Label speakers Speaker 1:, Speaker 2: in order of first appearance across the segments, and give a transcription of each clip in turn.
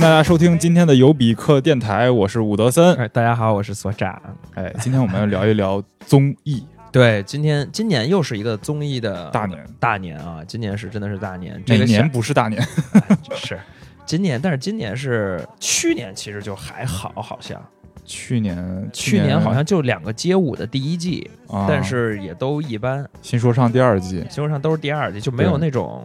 Speaker 1: 家收听今天的有比克电台，我是伍德森。
Speaker 2: 哎，大家好，我是所长。
Speaker 1: 哎，今天我们要聊一聊综艺。
Speaker 2: 对，今天今年又是一个综艺的
Speaker 1: 大年
Speaker 2: 大年啊！今年是真的是大年， 这
Speaker 1: 每
Speaker 2: 个
Speaker 1: 年不是大年，
Speaker 2: 是是 今年，但是今年是去年，其实就还好，好像
Speaker 1: 去年
Speaker 2: 去年好像就两个街舞的第一季，
Speaker 1: 啊
Speaker 2: 但是也都一般，
Speaker 1: 新说唱第二季
Speaker 2: 新闻上都是第二季，就没有那种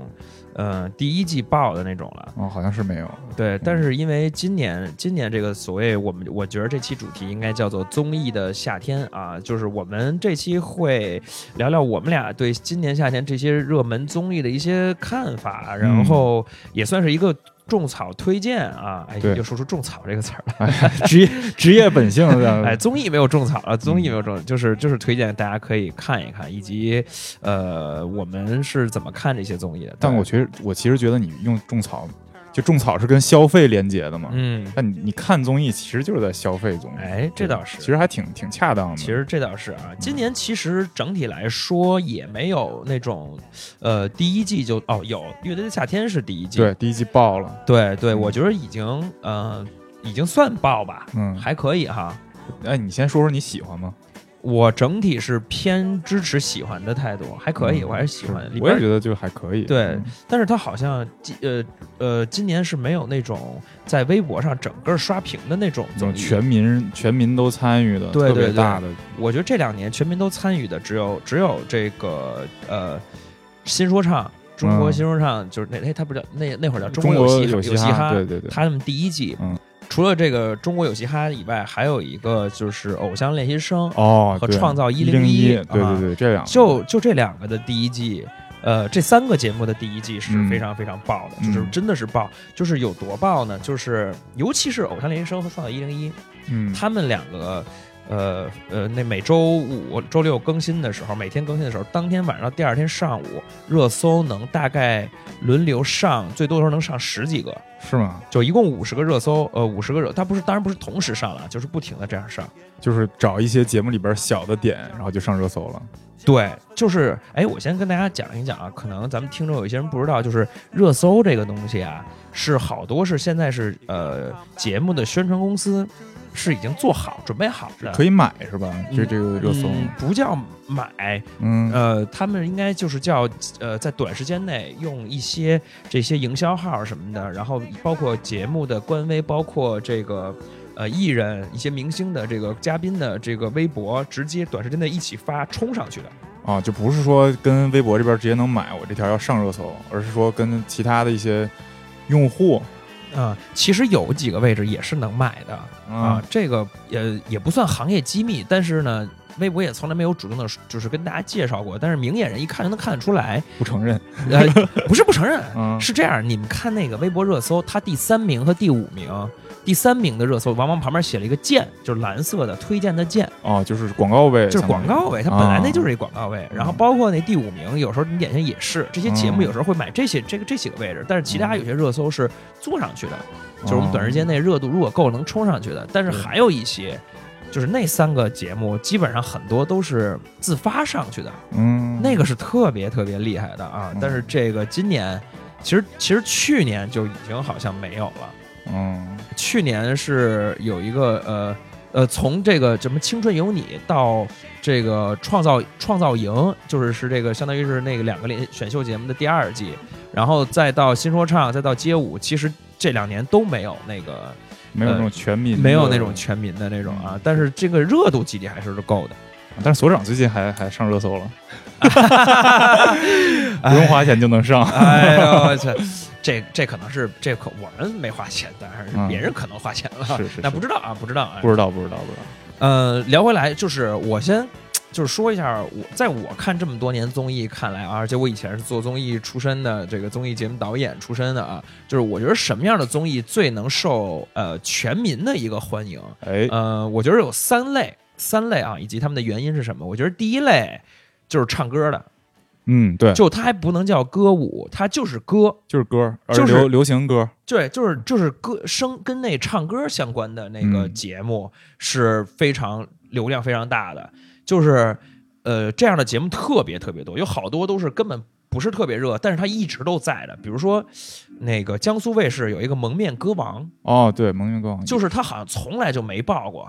Speaker 2: 呃第一季爆的那种了。
Speaker 1: 哦，好像是没 有。
Speaker 2: 对，但是因为今年今年这个所谓我们，我觉得这期主题应该叫做综艺的夏天啊，就是我们这期会聊聊我们俩对今年夏天这些热门综艺的一些看法，然后也算是一个种草推荐啊。哎，
Speaker 1: 嗯对
Speaker 2: 又说出“种草”这个词儿了。
Speaker 1: 职业职业本性的，
Speaker 2: 哎，综艺没有种草
Speaker 1: 嗯
Speaker 2: 了，综艺没有种，就是就是推荐大家可以看一看，以及呃，我们是怎么看这些综艺的。
Speaker 1: 但我
Speaker 2: 对
Speaker 1: 其实我其实觉得你用种草，就种草是跟消费连接的嘛。
Speaker 2: 嗯，
Speaker 1: 但你你看综艺其实就是在消费综艺，
Speaker 2: 哎，这倒是，
Speaker 1: 其实还挺挺恰当的。
Speaker 2: 其实这倒是啊，今年其实整体来说也没有那种，呃，第一季就哦有《乐队的夏天》是第一季，
Speaker 1: 对第一季爆了，
Speaker 2: 对对
Speaker 1: 嗯
Speaker 2: 我觉得已经呃已经算爆吧，
Speaker 1: 嗯，
Speaker 2: 还可以哈。
Speaker 1: 哎，你先说说你喜欢吗？
Speaker 2: 我整体是偏支持喜欢的态度，还可以，我还是喜欢。里
Speaker 1: 嗯
Speaker 2: 边
Speaker 1: 我也觉得就还可以。
Speaker 2: 对
Speaker 1: 嗯
Speaker 2: 但是他好像今呃呃今年是没有那种在微博上整个刷屏的那种
Speaker 1: 这
Speaker 2: 综
Speaker 1: 种嗯
Speaker 2: 艺，
Speaker 1: 全民全民都参与的，
Speaker 2: 嗯对
Speaker 1: 特别
Speaker 2: 对对
Speaker 1: 大的，
Speaker 2: 我觉得这两年全民都参与的只有只有这个呃新说唱，中国
Speaker 1: 嗯
Speaker 2: 新说唱、就是那哎，他不叫那那会儿叫
Speaker 1: 中
Speaker 2: 国
Speaker 1: 国
Speaker 2: 嘻
Speaker 1: 有
Speaker 2: 有
Speaker 1: 哈，
Speaker 2: 哈，
Speaker 1: 对对对，
Speaker 2: 他们第一季。
Speaker 1: 嗯
Speaker 2: 除了这个中国有嘻哈以外，还有一个就是《偶像练习生》
Speaker 1: 哦，
Speaker 2: 和
Speaker 1: 对
Speaker 2: 创造
Speaker 1: 一
Speaker 2: 101
Speaker 1: 一，
Speaker 2: 啊
Speaker 1: 对对对，这两个
Speaker 2: 就就这两个的第一季，呃，这三个节目的第一季是
Speaker 1: 嗯
Speaker 2: 非常非常爆的，
Speaker 1: 嗯
Speaker 2: 就是真的是爆，就是有多爆呢？就是尤其是《偶像练习生》和《创造一零一》，
Speaker 1: 嗯，
Speaker 2: 他们两个，呃呃，那每周五、周六更新的时候，每天更新的时候，当天晚上到第二天上午，热搜能大概轮流上，最多的时候能上十几个，
Speaker 1: 是吗？
Speaker 2: 就一共五十个热搜，呃，五十个热，它不是，当然不是同时上了，就是不停的这样上。
Speaker 1: 就是找一些节目里边小的点，然后就上热搜了。
Speaker 2: 对，就是，哎，我先跟大家讲一讲啊，可能咱们听众有一些人不知道，就是热搜这个东西啊，是好多是现在是呃节目的宣传公司是已经做好准备好的，
Speaker 1: 可以买是吧？这
Speaker 2: 啊嗯
Speaker 1: 这个热搜，
Speaker 2: 嗯，不叫买，
Speaker 1: 嗯，
Speaker 2: 呃，他们应该就是叫呃，在短时间内用一些这些营销号什么的，然后包括节目的官微，包括这个呃艺人、一些明星的这个嘉宾的这个微博，直接短时间内一起发冲上去的。
Speaker 1: 啊，就不是说跟微博这边直接能买，我这条要上热搜，而是说跟其他的一些用户
Speaker 2: 啊、其实有几个位置也是能买的啊，，这个也也不算行业机密，但是呢。微博也从来没有主动的，就是跟大家介绍过，但是明眼人一看就能看得出来，
Speaker 1: 不承认，
Speaker 2: 呃，不是不承认，
Speaker 1: 嗯，
Speaker 2: 是这样，你们看那个微博热搜，它第三名和第五名，第三名的热搜往往旁边写了一个键，就是蓝色的推荐的键，
Speaker 1: 哦，就是广告位，
Speaker 2: 就是广告位，它
Speaker 1: 啊
Speaker 2: 本来那就是一广告位。然后包括那第五名，有时候你点进去也是，这些节目
Speaker 1: 嗯
Speaker 2: 有时候会买这些这个这几个位置，但是其他
Speaker 1: 嗯
Speaker 2: 有些热搜是做上去的，
Speaker 1: 相当于，
Speaker 2: 就是我们短时间
Speaker 1: 内
Speaker 2: 内热度如果够能冲上去的。但是
Speaker 1: 对
Speaker 2: 还有一些，就是那三个节目基本上很多都是自发上去的，
Speaker 1: 嗯
Speaker 2: 那个是特别特别厉害的啊
Speaker 1: 嗯！
Speaker 2: 但是这个今年，其实其实去年就已经好像没有了。
Speaker 1: 嗯
Speaker 2: 去年是有一个呃呃，从这个什么《青春有你》到这个创造创造营，就是是这个相当于是那个两个连选秀节目的第二季，然后再到新说唱，再到街舞，其实这两年都没有那个
Speaker 1: 没有那种
Speaker 2: 呃
Speaker 1: 全民的，
Speaker 2: 没有那种全民的那种啊
Speaker 1: 嗯，
Speaker 2: 但是这个热度基底还是够的。
Speaker 1: 但是所长最近还还上热搜 了，不用花钱就能 上。
Speaker 2: 哎呦我去，这这可能是这可我们没花钱，但是
Speaker 1: 嗯
Speaker 2: 别人可能花钱了，
Speaker 1: 是是
Speaker 2: 那
Speaker 1: 是
Speaker 2: 不知道啊，不知道啊。
Speaker 1: 不知道，不知道，不知道。
Speaker 2: 呃，聊回来就是我先。就是说一下，我在我看这么多年综艺看来啊，而且我以前是做综艺出身的，这个综艺节目导演出身的啊，就是我觉得什么样的综艺最能受呃全民的一个欢迎？
Speaker 1: 哎，
Speaker 2: 呃，我觉得有三类，三类啊，以及他们的原因是什么？我觉得第一类就是唱歌的，
Speaker 1: 嗯，对，
Speaker 2: 就它还不能叫歌舞，它就是歌，
Speaker 1: 就是歌，而
Speaker 2: 就是
Speaker 1: 流流行歌，
Speaker 2: 对，就是就是歌声跟那唱歌相关的那个
Speaker 1: 嗯
Speaker 2: 节目是非常流量非常大的，就是呃这样的节目特别特别多，有好多都是根本不是特别热，但是它一直都在的。比如说，那个江苏卫视有一个蒙面歌王，
Speaker 1: 哦，对，蒙面歌王，
Speaker 2: 就是他好像从来就没爆过，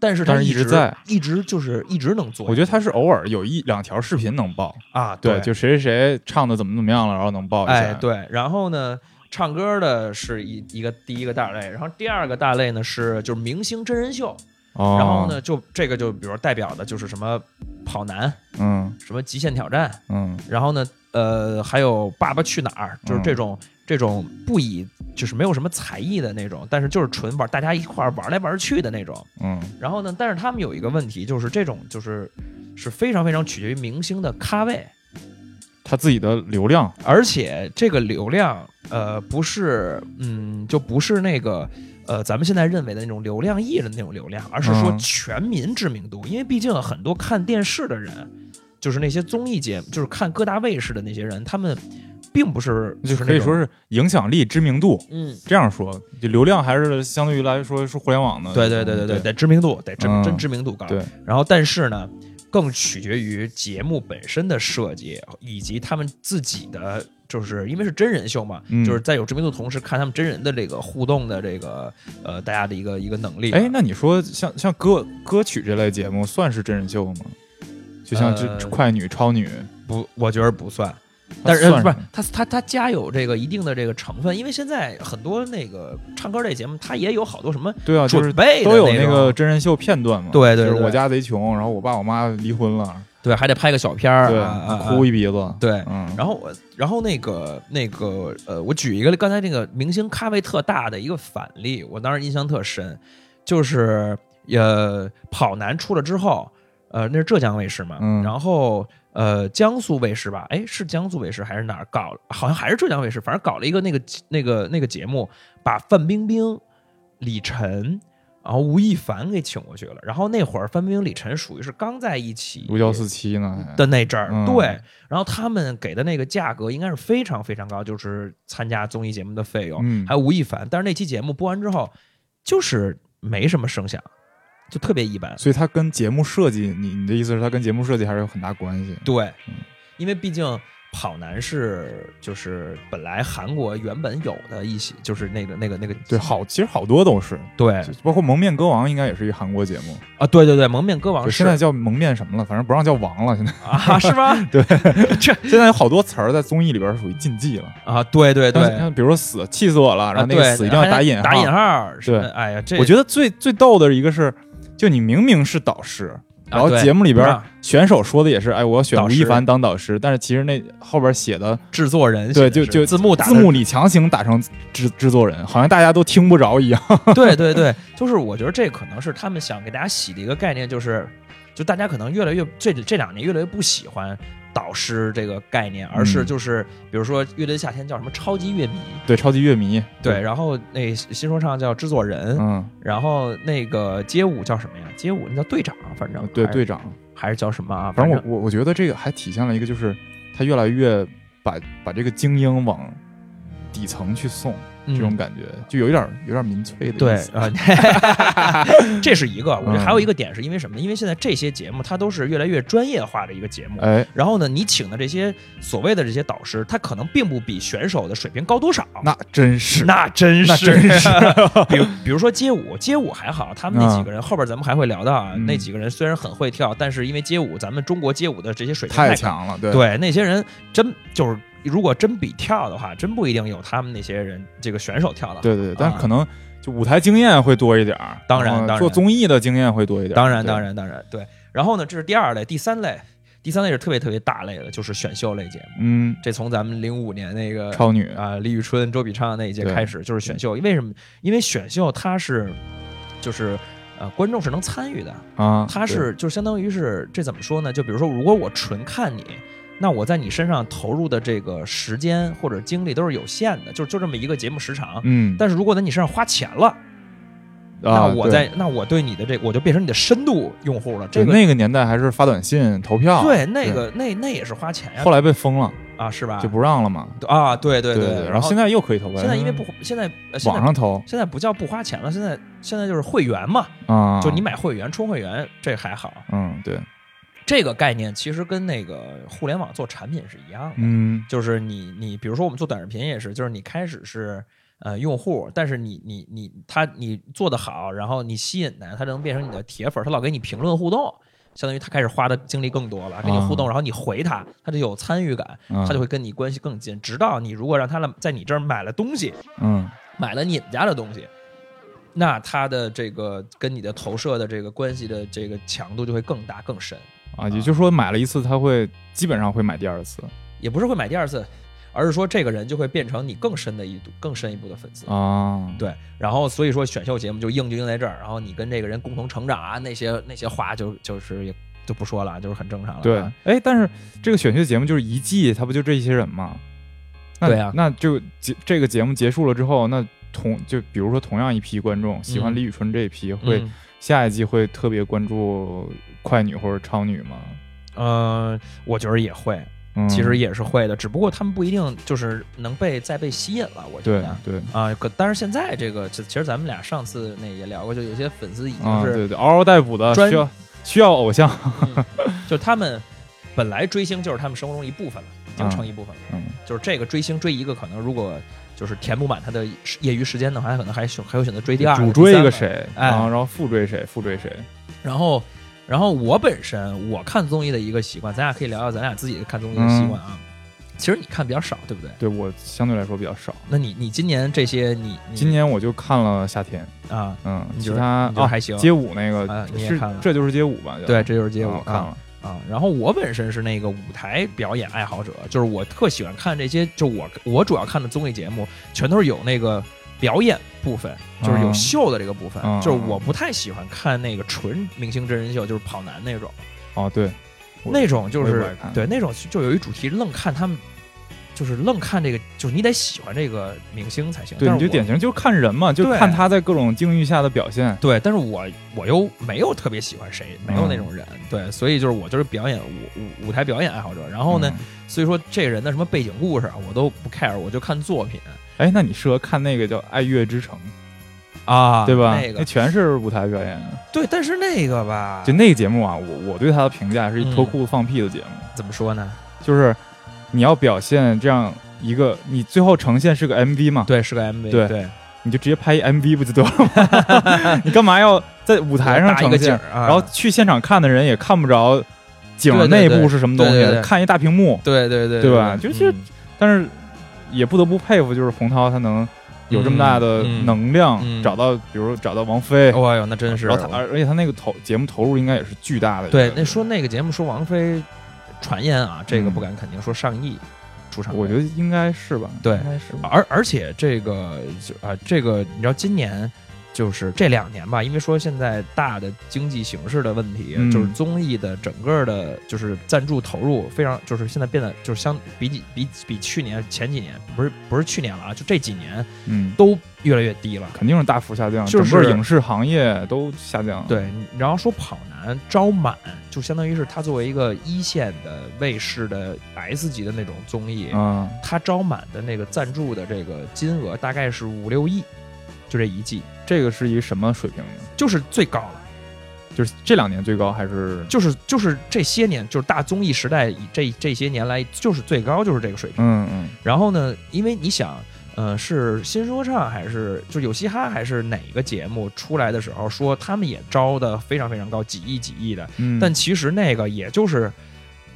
Speaker 2: 但是
Speaker 1: 但
Speaker 2: 他
Speaker 1: 是一
Speaker 2: 一
Speaker 1: 直在，
Speaker 2: 一直就是一直能做。
Speaker 1: 我觉得他是偶尔有一两条视频能爆，
Speaker 2: 啊，
Speaker 1: 对，就谁谁谁唱的怎么怎么样了，然后能爆一下，
Speaker 2: 哎，对，然后呢，唱歌的是一一个第一个大类，然后第二个大类呢是就是明星真人秀，
Speaker 1: 哦，
Speaker 2: 然后呢就这个就比如代表的就是什么跑男，
Speaker 1: 嗯
Speaker 2: 什么极限挑战，
Speaker 1: 嗯
Speaker 2: 然后呢呃还有爸爸去哪儿，就是这种、这种不以就是没有什么才艺的那种，但是就是纯玩大家一块儿玩来玩去的那种。
Speaker 1: 嗯，
Speaker 2: 然后呢，但是他们有一个问题，就是这种就是是非常非常取决于明星的咖位。
Speaker 1: 他自己的流量，
Speaker 2: 而且这个流量，呃，不是，嗯，就不是那个，呃，咱们现在认为的那种流量艺人的那种流量，而是说
Speaker 1: 嗯
Speaker 2: 全民知名度。因为毕竟很多看电视的人，就是那些综艺节目，就是看各大卫视的那些人，他们并不是
Speaker 1: 就是可以说
Speaker 2: 是
Speaker 1: 是影响力、知名度
Speaker 2: 那种，嗯，
Speaker 1: 这样说，就流量还是相对于来说是互联网的，
Speaker 2: 对对对对对，
Speaker 1: 对
Speaker 2: 得知名度，得知
Speaker 1: 嗯
Speaker 2: 真知名度高。
Speaker 1: 对，
Speaker 2: 然后但是呢，更取决于节目本身的设计以及他们自己的，就是因为是真人秀嘛，
Speaker 1: 嗯
Speaker 2: 就是在有知名度同时看他们真人的这个互动的这个呃大家的一个一个能力吧。
Speaker 1: 哎，那你说像像歌歌曲这类节目算是真人秀吗？就像这、
Speaker 2: 呃
Speaker 1: 这快女、超女，
Speaker 2: 不，我觉得不算。
Speaker 1: 它
Speaker 2: 但是
Speaker 1: 算
Speaker 2: 不是
Speaker 1: 吗
Speaker 2: 它它它加有这个一定的这个成分，因为现在很多那个唱歌类节目，它也有好多什么
Speaker 1: 对啊，就
Speaker 2: 准
Speaker 1: 是
Speaker 2: 备的
Speaker 1: 都有
Speaker 2: 那
Speaker 1: 那
Speaker 2: 种
Speaker 1: 个真人秀片段嘛。
Speaker 2: 对对
Speaker 1: 就是
Speaker 2: 对
Speaker 1: 我家贼穷，然后我爸我妈离婚了，
Speaker 2: 对，还得拍个小片儿，
Speaker 1: 对，
Speaker 2: 啊啊啊
Speaker 1: 哭一鼻子。
Speaker 2: 对，
Speaker 1: 嗯，
Speaker 2: 然后我，然后那个那个呃，我举一个刚才那个明星咖位特大的一个反例，我当时印象特深，就是呃，跑男出了之后，呃，那是浙江卫视嘛，
Speaker 1: 嗯
Speaker 2: 然后呃，江苏卫视吧，哎，是江苏卫视还是哪儿搞了？好像还是浙江卫视，反正搞了一个那个那个那个节目，把范冰冰、李晨。然后吴亦凡给请过去了，然后那会儿范冰冰、李晨属于是刚在一起，
Speaker 1: 如胶似漆呢，还
Speaker 2: 的那阵儿，
Speaker 1: 嗯
Speaker 2: 对。然后他们给的那个价格应该是非常非常高，就是参加综艺节目的费用，
Speaker 1: 嗯
Speaker 2: 还有吴亦凡。但是那期节目播完之后，就是没什么声响，就特别一般。
Speaker 1: 所以它跟节目设计，你你的意思是它跟节目设计还是有很大关系？
Speaker 2: 对
Speaker 1: 嗯，
Speaker 2: 因为毕竟跑男是就是本来韩国原本有的一些就是那个那个那个
Speaker 1: 对，好，其实好多都是，
Speaker 2: 对
Speaker 1: 就包括《蒙面歌王》应该也是一韩国节目，
Speaker 2: 啊对对对，蒙面歌王
Speaker 1: 对，
Speaker 2: 是
Speaker 1: 现在叫蒙面什么了，反正不让叫王了。现在
Speaker 2: 啊是吧？
Speaker 1: 现在有好多词儿在综艺里边属于禁忌了。
Speaker 2: 啊对对对，
Speaker 1: 像比如说死，气死我了，然后那
Speaker 2: 啊
Speaker 1: 个
Speaker 2: 对
Speaker 1: 死一定要
Speaker 2: 还
Speaker 1: 打引号。
Speaker 2: 打引号什么
Speaker 1: 对
Speaker 2: 哎呀这
Speaker 1: 我觉得最最逗的一个是，就你明明是导师，然后
Speaker 2: 啊对
Speaker 1: 节目里边
Speaker 2: 不让
Speaker 1: 选手说的也是，哎，我要选
Speaker 2: 导
Speaker 1: 吴
Speaker 2: 师
Speaker 1: 亦凡当导师，但是其实那后边写的
Speaker 2: 制作人
Speaker 1: 对
Speaker 2: 写的
Speaker 1: 就是就
Speaker 2: 字幕打
Speaker 1: 字
Speaker 2: 的
Speaker 1: 幕里强行打成制制作人，好像大家都听不着一样。
Speaker 2: 对对对，就是我觉得这可能是他们想给大家洗的一个概念，就是就大家可能越来越这这两年越来越不喜欢导师这个概念，而是
Speaker 1: 嗯
Speaker 2: 就是、比如说《乐队夏天》叫什么超级乐迷，
Speaker 1: 对，超级乐迷，
Speaker 2: 对，，然后那新说唱叫制作人，
Speaker 1: 嗯，
Speaker 2: 然后那个街舞叫什么呀？街舞那叫队长，反正
Speaker 1: 对
Speaker 2: 还是
Speaker 1: 队长，
Speaker 2: 还是叫什么啊？
Speaker 1: 反
Speaker 2: 反
Speaker 1: 正我我我觉得这个还体现了一个，就是他越来越把把这个精英往底层去送，这种
Speaker 2: 嗯
Speaker 1: 感觉就有一点儿有点儿民粹的
Speaker 2: 对
Speaker 1: 意思。
Speaker 2: 啊， 这是一个。我觉得
Speaker 1: 嗯
Speaker 2: 还有一个点是因为什么呢？因为现在这些节目它都是越来越专业化的一个节目，
Speaker 1: 哎，
Speaker 2: 然后呢，你请的这些所谓的这些导师，他可能并不比选手的水平高多少。
Speaker 1: 那真是，
Speaker 2: 那真
Speaker 1: 那
Speaker 2: 是，
Speaker 1: 真是
Speaker 2: 比如比如说街舞，街舞还好，他们那几个人、后边咱们还会聊到啊，
Speaker 1: 嗯
Speaker 2: 那几个人虽然很会跳，但是因为街舞，咱们中国街舞的这些水平
Speaker 1: 太
Speaker 2: 高，
Speaker 1: 强了，对
Speaker 2: 对那些人真就是如果真比跳的话，真不一定有他们那些人这个选手跳的。，
Speaker 1: 对对对，但是
Speaker 2: 啊
Speaker 1: 可能就舞台经验会多一点儿，
Speaker 2: 当然
Speaker 1: 后
Speaker 2: 当然
Speaker 1: 做综艺的经验会多一点儿，
Speaker 2: 当然
Speaker 1: 对
Speaker 2: 当，然当然对。然后呢，这是第二类，第三类，第三类是特别特别大类的，就是选秀类节目。
Speaker 1: 嗯，
Speaker 2: 这从咱们零五年那个
Speaker 1: 超女，
Speaker 2: 啊、李宇春、周笔畅那一届
Speaker 1: 对
Speaker 2: 开始就是选秀，为什么？因为选秀它是就是呃观众是能参与的，
Speaker 1: 啊，对
Speaker 2: 它是就相当于是这怎么说呢？就比如说，如果我纯看你。那我在你身上投入的这个时间或者精力都是有限的，就就这么一个节目时长。
Speaker 1: 嗯，
Speaker 2: 但是如果在你身上花钱了，那
Speaker 1: 啊
Speaker 2: 我
Speaker 1: 对
Speaker 2: 在那我对你的这我就变成你的深度用户了。这
Speaker 1: 对
Speaker 2: 个
Speaker 1: 那个年代还是发短信投票，
Speaker 2: 对那个那那也是花钱呀
Speaker 1: 后来被封了，
Speaker 2: 啊是吧
Speaker 1: 就？不让了嘛，
Speaker 2: 啊对对
Speaker 1: 对
Speaker 2: 对，
Speaker 1: 然后现
Speaker 2: 在
Speaker 1: 在又嗯可以投票，
Speaker 2: 现在因为不现在呃现在
Speaker 1: 网上投
Speaker 2: 现在不叫不花钱了，现在现在就是会员嘛，
Speaker 1: 啊，
Speaker 2: 就你买会员充会员这还好，
Speaker 1: 嗯，对，
Speaker 2: 这个概念其实跟那个互联网做产品是一样的，
Speaker 1: 嗯
Speaker 2: 就是你你比如说我们做短视频也是，就是你开始是呃用户，但是你你你他你做的好，然后你吸引的他能变成你的铁粉，他老给你评论互动，相当于他开始花的精力更多了，跟你互动，
Speaker 1: 啊
Speaker 2: 然后你回他，他就有参与感，
Speaker 1: 嗯，
Speaker 2: 他就会跟你关系更近。直到你如果让他了在你这儿买了东西，
Speaker 1: 嗯
Speaker 2: 买了你们家的东西，那他的这个跟你的投射的这个关系的这个强度就会更大更深。
Speaker 1: 啊，也就是说买了一次，他会基本上会买第二次
Speaker 2: 也不是会买第二次，而是说这个人就会变成你更深的一更深一步的粉丝。
Speaker 1: 啊，
Speaker 2: 对，然后所以说选秀节目就硬就硬在这儿，然后你跟这个人共同成长啊，那些那些话就就是也就不说了，就是很正常了。啊
Speaker 1: 对，哎，但是这个选秀节目就是一季，他不就这些人吗？那
Speaker 2: 对啊
Speaker 1: 那就结这个节目结束了之后，那同就比如说同样一批观众喜欢
Speaker 2: 嗯
Speaker 1: 李宇春这一批，会、
Speaker 2: 嗯，
Speaker 1: 下一季会特别关注快女或者超女吗？
Speaker 2: 呃，我觉得也会，
Speaker 1: 嗯，
Speaker 2: 其实也是会的，只不过他们不一定就是能被再被吸引了，我觉
Speaker 1: 对
Speaker 2: 得。
Speaker 1: 对
Speaker 2: 啊，可但是现在这个，其其实咱们俩上次那也聊过，就有些粉丝已经
Speaker 1: 啊，
Speaker 2: 是、
Speaker 1: 对对，嗷嗷待哺的
Speaker 2: 专
Speaker 1: 需要需要偶像，
Speaker 2: 就他们本来追星就是他们生活中一部分了，已经成一部分了。
Speaker 1: 嗯
Speaker 2: 就是这个追星追一个，可能如果就是填不满他的业余时间的话，他可能还选还会选择追第二、
Speaker 1: 主
Speaker 2: 第
Speaker 1: 追一
Speaker 2: 三
Speaker 1: 个谁，啊
Speaker 2: 哎
Speaker 1: 然后然后副追谁，副追谁，
Speaker 2: 然后，然后我本身我看综艺的一个习惯，咱俩可以聊聊咱俩自己看综艺的习惯
Speaker 1: 嗯
Speaker 2: 啊。其实你看比较少，对不对？
Speaker 1: 对我相对来说比较少。
Speaker 2: 那你你今年这些你你
Speaker 1: 今年我就看了夏天，
Speaker 2: 啊，
Speaker 1: 嗯，
Speaker 2: 你
Speaker 1: 其
Speaker 2: 就是
Speaker 1: 他
Speaker 2: 你就
Speaker 1: 啊
Speaker 2: 还行
Speaker 1: 街舞那个
Speaker 2: 啊你也
Speaker 1: 是
Speaker 2: 看了
Speaker 1: 这就是街舞吧？叫
Speaker 2: 对，这就是街
Speaker 1: 啊
Speaker 2: 舞
Speaker 1: 我看了，
Speaker 2: 啊。然后我本身是那个舞台表演爱好者，就是我特喜欢看这些，就我我主要看的综艺节目，全都是有那个表演部分，就是有
Speaker 1: 嗯
Speaker 2: 秀的这个部分。
Speaker 1: 嗯
Speaker 2: 就是我不太喜欢看那个纯明星真人秀，就是跑男那种，
Speaker 1: 哦对，我
Speaker 2: 那种就
Speaker 1: 我也不
Speaker 2: 是
Speaker 1: 爱看
Speaker 2: 对那种就有一主题，愣看他们。就是愣看这个，就是你得喜欢这个明星才行。
Speaker 1: 对，
Speaker 2: 但
Speaker 1: 你
Speaker 2: 是
Speaker 1: 就
Speaker 2: 我
Speaker 1: 典型就是看人嘛，就
Speaker 2: 对
Speaker 1: 看他在各种境遇下的表现。
Speaker 2: 对，但是我我又没有特别喜欢谁，没
Speaker 1: 啊
Speaker 2: 有那种人。对，所以就是我就是表演舞舞舞台表演爱好者。然后呢，
Speaker 1: 嗯？
Speaker 2: 所以说这人的什么背景故事啊，我都不 care，我就看作品
Speaker 1: 哎，那你适合看那个叫《爱乐之城》，
Speaker 2: 啊
Speaker 1: 对吧？
Speaker 2: 那
Speaker 1: 那
Speaker 2: 个啊
Speaker 1: 全是舞台表演。
Speaker 2: 对，但是那个吧，
Speaker 1: 就那个节目啊，我我对他的评价是
Speaker 2: 嗯
Speaker 1: 一脱裤子放屁的节目，
Speaker 2: 怎么说呢？
Speaker 1: 就是你要表现这样一个，你最后呈现是个 MV 嘛，
Speaker 2: 对，是个 MV，
Speaker 1: 对
Speaker 2: 对，
Speaker 1: 你就直接拍一 MV 不就得了吗？ 你干嘛要在舞台上
Speaker 2: 搭一个
Speaker 1: 呈
Speaker 2: 景
Speaker 1: 现
Speaker 2: 儿？啊，
Speaker 1: 然后去现场看的人也看不着景儿
Speaker 2: 对对
Speaker 1: 内
Speaker 2: 对
Speaker 1: 部是什么东西，
Speaker 2: 对对对
Speaker 1: 看一大屏幕。
Speaker 2: 对对对
Speaker 1: 对吧就是
Speaker 2: 嗯
Speaker 1: 但是也不得不佩服，就是洪涛他能有这么大的
Speaker 2: 嗯嗯
Speaker 1: 能量，
Speaker 2: 嗯
Speaker 1: 找到比如找到王菲，
Speaker 2: 哦哟，那真是
Speaker 1: 然后他而而且他那个投节目投入应该也是巨大的一个。
Speaker 2: 对那说那个节目说王菲传言啊，这个
Speaker 1: 嗯
Speaker 2: 不敢肯定，说上亿出场费，
Speaker 1: 我觉得应该是吧，
Speaker 2: 对
Speaker 1: 应该是吧。
Speaker 2: 而而且这个就啊、这个你知道今年。就是这两年吧，因为说现在大的经济形势的问题，
Speaker 1: 嗯
Speaker 2: 就是综艺的整个的，就是赞助投入非常，就是现在变得就是相比起比比去年前几年不是不是去年了啊，就这几年
Speaker 1: 嗯，
Speaker 2: 都越来越低了。
Speaker 1: 肯定是大幅下降，
Speaker 2: 就是
Speaker 1: 整个影视行业都下降。
Speaker 2: 对，然后说跑男招满，就相当于是他作为一个一线的卫视的 S 级的那种综艺，
Speaker 1: 嗯，
Speaker 2: 他招满的那个赞助的这个金额大概是五六亿，就这一季，
Speaker 1: 这个是一什么水平呢？
Speaker 2: 就是最高了，
Speaker 1: 就是这两年最高还是
Speaker 2: 就是就是这些年，就是大综艺时代以这这些年来，就是最高就是这个水平。
Speaker 1: 嗯嗯
Speaker 2: 然后呢，因为你想，呃，是新说唱还是就有嘻哈还是哪个节目出来的时候说他们也招的非常非常高，几亿几亿的，
Speaker 1: 嗯，
Speaker 2: 但其实那个也就是。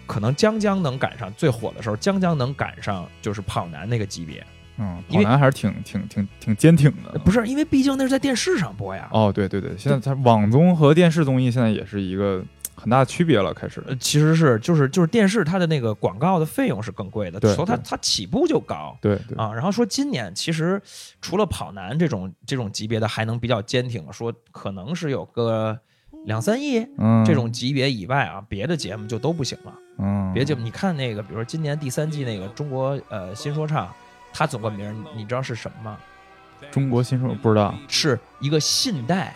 Speaker 2: 可能将将能赶上最火的时候，将将能赶上就是跑男那个级别，
Speaker 1: 嗯，
Speaker 2: 因
Speaker 1: 跑
Speaker 2: 为
Speaker 1: 男还是挺挺挺挺坚挺的。
Speaker 2: 呃不是因为毕竟那是在电视上播呀。
Speaker 1: 哦，对对对，现在它网综和电视综艺现在也是一个很大的区别了，开始。
Speaker 2: 呃，其实是就是就是电视它的那个广告的费用是更贵的，
Speaker 1: 对
Speaker 2: 所以它
Speaker 1: 对
Speaker 2: 它起步就高
Speaker 1: 对对，
Speaker 2: 啊。然后说今年其实除了跑男这种这种级别的还能比较坚挺，说可能是有个两三亿
Speaker 1: 嗯，
Speaker 2: 这种级别以外啊，别的节目就都不行了。
Speaker 1: 嗯，
Speaker 2: 别节目你看那个，比如说今年第三季那个中国呃新说唱，它总冠名你你知道是什么吗？
Speaker 1: 中国新说不知道
Speaker 2: 是一个信贷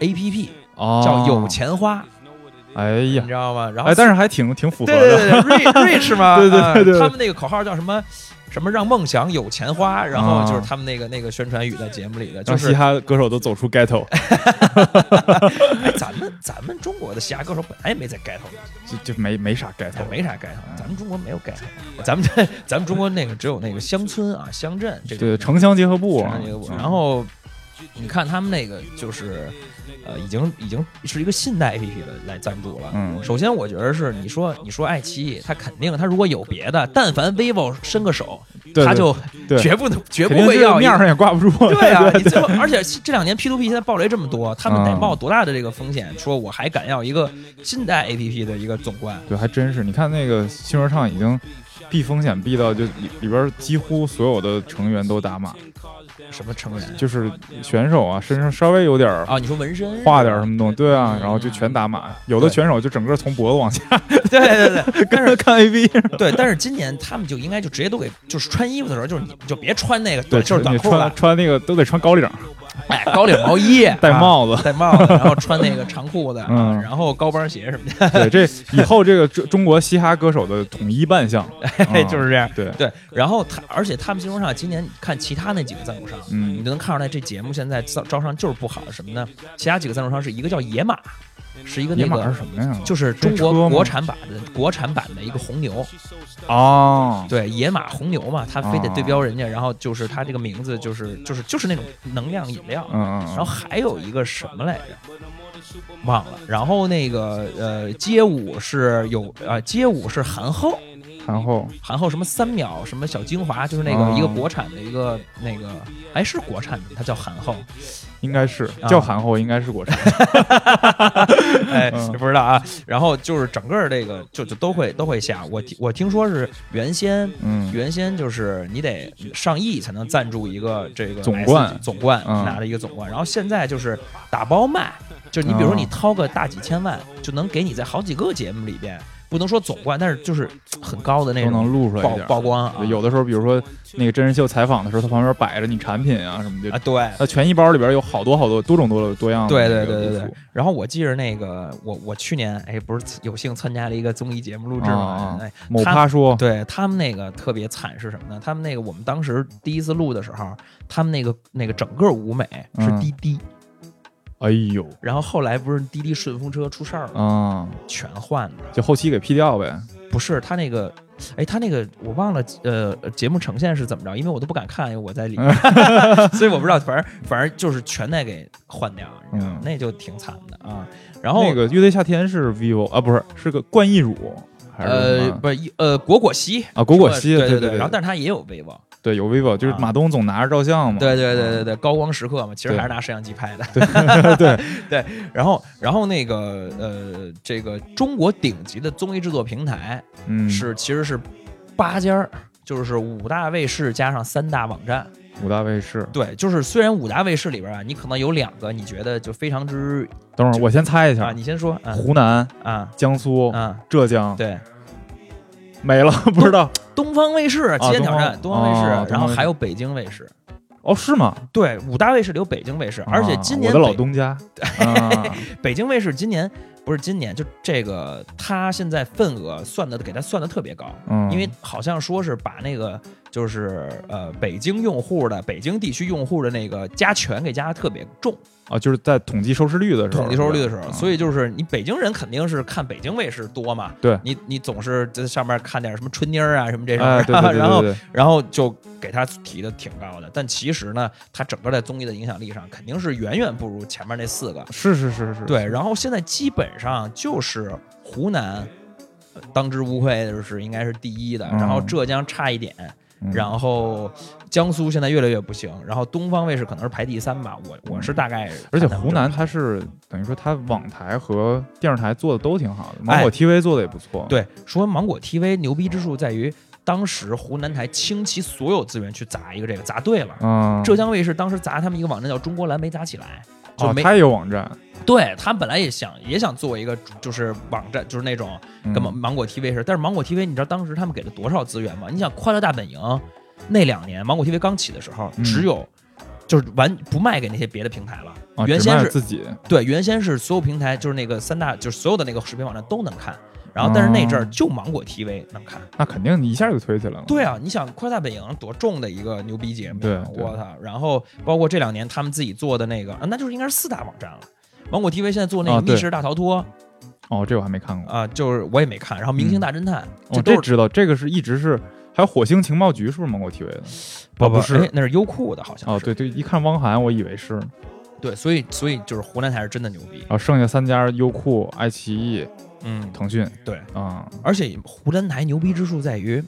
Speaker 2: A P P
Speaker 1: 哦，
Speaker 2: 叫有钱花。
Speaker 1: 哎
Speaker 2: 你
Speaker 1: 呀，
Speaker 2: 知道吗？然后
Speaker 1: 哎，但是还挺挺符合
Speaker 2: 对对
Speaker 1: 的，
Speaker 2: 对对对，rich 嘛，
Speaker 1: 对对对对
Speaker 2: 啊他们那个口号叫什么？什么让梦想有钱花？然后
Speaker 1: 啊
Speaker 2: 就是他们那个那个宣传语在节目里的，就
Speaker 1: 让
Speaker 2: 是
Speaker 1: 嘻哈歌手都走出 ghetto，
Speaker 2: 哎，咱们咱们中国的嘻哈歌手本来也没在 ghetto，
Speaker 1: 就就没没啥
Speaker 2: 哎
Speaker 1: ghetto，
Speaker 2: 没啥 ghetto，咱们中国没有 ghetto，咱们 咱们中国那个只有那个乡村啊、乡镇这
Speaker 1: 对
Speaker 2: 个
Speaker 1: 城乡结合部
Speaker 2: 城
Speaker 1: 啊
Speaker 2: 乡结合部，
Speaker 1: 嗯
Speaker 2: 然后你看他们那个就是，呃，已经已经是一个信贷 APP 的来赞助了。
Speaker 1: 嗯
Speaker 2: 首先我觉得是你说你说爱奇艺，它肯定它如果有别的，但凡 vivo 伸个手，
Speaker 1: 对
Speaker 2: 它
Speaker 1: 对
Speaker 2: 就
Speaker 1: 对
Speaker 2: 绝不能绝
Speaker 1: 肯
Speaker 2: 不
Speaker 1: 定
Speaker 2: 会
Speaker 1: 这
Speaker 2: 要
Speaker 1: 个面儿
Speaker 2: 一
Speaker 1: 上也挂不住，
Speaker 2: 对 啊，你最后，而且这两年 P to P 现在暴雷这么多，他们得
Speaker 1: 嗯
Speaker 2: 冒多大的这个风险？说我还敢要一个信贷 A P P 的一个总冠？
Speaker 1: 对，还真是。你看那个新说唱已经避风险避到就里里边几乎所有的成员都打码，
Speaker 2: 什么成人
Speaker 1: 就是选手啊身上稍微有点儿
Speaker 2: 啊？你说纹身？
Speaker 1: 画点儿什么东西，对啊，
Speaker 2: 嗯
Speaker 1: 然后就全打码。有的
Speaker 2: 对
Speaker 1: 选手就整个从脖子往下，
Speaker 2: 对对对，但是
Speaker 1: 跟看 A V，
Speaker 2: 对，但是今年他们就应该就直接都给，就是穿衣服的时候，就是你就别穿那个，
Speaker 1: 对，
Speaker 2: 就是短
Speaker 1: 你
Speaker 2: 裤啊
Speaker 1: 穿
Speaker 2: 了，
Speaker 1: 穿那个都得穿高领，
Speaker 2: 哎，高领毛衣，
Speaker 1: 戴
Speaker 2: 啊
Speaker 1: 帽子。
Speaker 2: 戴帽子，然后穿那个长裤子，
Speaker 1: 嗯
Speaker 2: 然后高帮鞋什么的，
Speaker 1: 对， 这以后这个中中国嘻哈歌手的统一扮 相，
Speaker 2: 嘿，
Speaker 1: 嗯
Speaker 2: 哎就是这样。
Speaker 1: 对，
Speaker 2: 对，然后他，而且他们金融上今年看其他那几个赞助商，你
Speaker 1: 嗯
Speaker 2: 就能看出来这节目现在招招商就是不好。什么呢？其他几个赞助商是一个叫野马，是一个
Speaker 1: 野
Speaker 2: 那
Speaker 1: 马是
Speaker 2: 个
Speaker 1: 什么呀？
Speaker 2: 就是中
Speaker 1: 是车吗
Speaker 2: 国国产版的国产版的一个红牛，
Speaker 1: 哦，
Speaker 2: 对，野马红牛嘛，他非得
Speaker 1: 啊
Speaker 2: 对标人家，然后就是他这个名字就是就是就是那种能量饮料，
Speaker 1: 嗯嗯
Speaker 2: 然后
Speaker 1: 嗯，
Speaker 2: 还有一个什么来着，忘了。然后那个呃，街舞是有啊、街舞是韩后，
Speaker 1: 然后
Speaker 2: 韩后什么三秒什么小精华，就是那个、
Speaker 1: 哦
Speaker 2: 一个国产的一个那个，哎是国产的，它叫韩后，
Speaker 1: 应该是
Speaker 2: 啊
Speaker 1: 叫韩后，应该是国 产。
Speaker 2: 哎
Speaker 1: 嗯
Speaker 2: 不知道啊。然后就是整个这个就就都会都会下，我听我听说是原先。
Speaker 1: 嗯，
Speaker 2: 原先就是你得上亿才能赞助一个这个
Speaker 1: 总冠
Speaker 2: S 总冠
Speaker 1: 嗯
Speaker 2: 拿了一个总冠，然后现在就是打包卖，就是你比如说
Speaker 1: 哦
Speaker 2: 你掏个大几千万，就能给你在好几个节目里边，不能说总冠，但是就是很高的那
Speaker 1: 都能
Speaker 2: 种
Speaker 1: 录出来一
Speaker 2: 曝
Speaker 1: 点儿。
Speaker 2: 曝光啊，
Speaker 1: 对有的时候，比如说那个真人秀采访的时候，他旁边摆着你产品啊什么的，
Speaker 2: 啊对。
Speaker 1: 那权益包里边有好多好多多种多多样的
Speaker 2: 对
Speaker 1: 那个
Speaker 2: 对对对
Speaker 1: 礼
Speaker 2: 对
Speaker 1: 服，
Speaker 2: 然后我记着那个我我去年哎不是有幸参加了一个综艺节目录制嘛
Speaker 1: 啊，啊
Speaker 2: 哎
Speaker 1: 某
Speaker 2: 他
Speaker 1: 趴说，
Speaker 2: 对他们那个特别惨是什么呢？他们那个我们当时第一次录的时候，他们那个那个整个舞美是
Speaker 1: 嗯
Speaker 2: 滴滴，
Speaker 1: 哎呦
Speaker 2: 然后后来不是滴滴顺风车出事儿了，
Speaker 1: 啊，
Speaker 2: 全换了。
Speaker 1: 就后期给 P 掉呗。
Speaker 2: 不是他那个，哎，他那个我忘了，呃，节目呈现是怎么着？因为我都不敢看，因为我在 里面，所以我不知道。反正反正就是全得给换掉，你知道吗
Speaker 1: 嗯？
Speaker 2: 那就挺惨的啊。然后
Speaker 1: 那个乐队夏天是 vivo 啊，不是是个冠逸乳还是什
Speaker 2: 呃，
Speaker 1: 么
Speaker 2: 不是一呃果果西，
Speaker 1: 啊？果果西，
Speaker 2: 对
Speaker 1: 对
Speaker 2: 对。
Speaker 1: 对。
Speaker 2: 然后但是他也有 vivo，
Speaker 1: 对有 vivo，就是
Speaker 2: 啊
Speaker 1: 马东总拿着照相嘛。
Speaker 2: 对对对对
Speaker 1: 嗯
Speaker 2: 对，高光时刻嘛，其实
Speaker 1: 对
Speaker 2: 还是拿摄像机拍的。
Speaker 1: 对对，
Speaker 2: 对，然后然后那个呃，这个中国顶级的综艺制作平台
Speaker 1: 嗯，
Speaker 2: 是其实是八家儿，就是五大卫视加上三大网站。
Speaker 1: 五大卫视。
Speaker 2: 对，就是虽然五大卫视里边啊，你可能有两个你觉得就非常之
Speaker 1: 等会儿我先猜一
Speaker 2: 啊，
Speaker 1: 下，
Speaker 2: 你先说，嗯
Speaker 1: 湖南、
Speaker 2: 啊
Speaker 1: 江苏、
Speaker 2: 啊，
Speaker 1: 浙江
Speaker 2: 对，
Speaker 1: 没了，不知道。
Speaker 2: 东方卫视《啊极限挑战》，
Speaker 1: 啊东
Speaker 2: 东
Speaker 1: 方
Speaker 2: 方卫视，啊
Speaker 1: 哦东
Speaker 2: 然
Speaker 1: 方
Speaker 2: 后
Speaker 1: 卫视
Speaker 2: 还有北京卫视。
Speaker 1: 哦，是吗？
Speaker 2: 对，五大卫视里有北京卫视，而且今年
Speaker 1: 啊我的老
Speaker 2: 北
Speaker 1: 东家，啊
Speaker 2: 北京卫视今年不是今年，就这个他现在份额算的给他算的特别高，
Speaker 1: 嗯，
Speaker 2: 因为好像说是把那个就是呃北京用户的北京地区用户的那个加权给加的特别重，
Speaker 1: 啊，就是在统计收视率的时候，嗯
Speaker 2: 统计收视率的时
Speaker 1: 对
Speaker 2: 候，
Speaker 1: 吧
Speaker 2: 所以就是你北京人肯定是看北京卫视多嘛，
Speaker 1: 对
Speaker 2: 你你总是在上面看点什么春妮儿啊什么这种，
Speaker 1: 哎，对对对对
Speaker 2: 然后
Speaker 1: 对
Speaker 2: 然后就给他提的挺高的，但其实呢，他整个在综艺的影响力上肯定是远远不如前面那四个，
Speaker 1: 是是是是，
Speaker 2: 对，然后现在基本上就是湖南，呃当之无愧的就是应该是第一的，
Speaker 1: 嗯
Speaker 2: 然后浙江差一点，
Speaker 1: 嗯
Speaker 2: 然后江苏现在越来越不行，然后东方卫视可能是排第三吧，我我是大概，
Speaker 1: 嗯而且湖南它是等于说它网台和电视台做的都挺好的，芒
Speaker 2: 哎
Speaker 1: 果 TV 做的也不错，
Speaker 2: 对说芒果 TV 牛逼之处在于当时湖南台倾其所有资源去砸一个这个砸对了，
Speaker 1: 嗯，
Speaker 2: 浙江卫视当时砸他们一个网站叫中国蓝没砸起来。就
Speaker 1: 哦，
Speaker 2: 没、
Speaker 1: 它也有网站，
Speaker 2: 对他本来也想也想做一个就是网站，就是那种
Speaker 1: 嗯
Speaker 2: 跟芒芒果 TV 是，但是芒果 TV 你知道当时他们给了多少资源吗？你想《快乐大本营》那两年，芒果 TV 刚起的时候
Speaker 1: 嗯，
Speaker 2: 只有就是完不卖给那些别的平台了。
Speaker 1: 啊，
Speaker 2: 原
Speaker 1: 只
Speaker 2: 先
Speaker 1: 卖
Speaker 2: 是
Speaker 1: 自己
Speaker 2: 对，原先是所有平台，就是那个三大，就是所有的那个视频网站都能看。然后，但是那阵儿
Speaker 1: 哦
Speaker 2: 就芒果 TV 能看。
Speaker 1: 那肯定你一下就推起来了。
Speaker 2: 对啊，你想《快乐大本营》多重的一个牛逼节目
Speaker 1: 对
Speaker 2: 啊，
Speaker 1: 对
Speaker 2: 我操！然后包括这两年他们自己做的那个，啊、那就是应该是四大网站了。芒果 TV 现在做那个
Speaker 1: 啊
Speaker 2: 《
Speaker 1: 对
Speaker 2: 密室大逃脱》啊
Speaker 1: 哦，这我还没看过。
Speaker 2: 就是我也没看。然后《明星大侦探》
Speaker 1: 哦，
Speaker 2: 都
Speaker 1: 这
Speaker 2: 是
Speaker 1: 知道，这个是一直是，还有火星情报局是不是芒果 TV 的？
Speaker 2: 不
Speaker 1: 哦不是
Speaker 2: 哎那是优酷的，好像
Speaker 1: 哦，
Speaker 2: 是
Speaker 1: 对对，一看汪涵，我以为是。
Speaker 2: 对，所以所以就是湖南台是真的牛逼
Speaker 1: 然。后剩下三家：优酷、爱奇艺、
Speaker 2: 嗯，
Speaker 1: 腾讯。
Speaker 2: 对，
Speaker 1: 啊、
Speaker 2: 而且湖南台牛逼之处在于，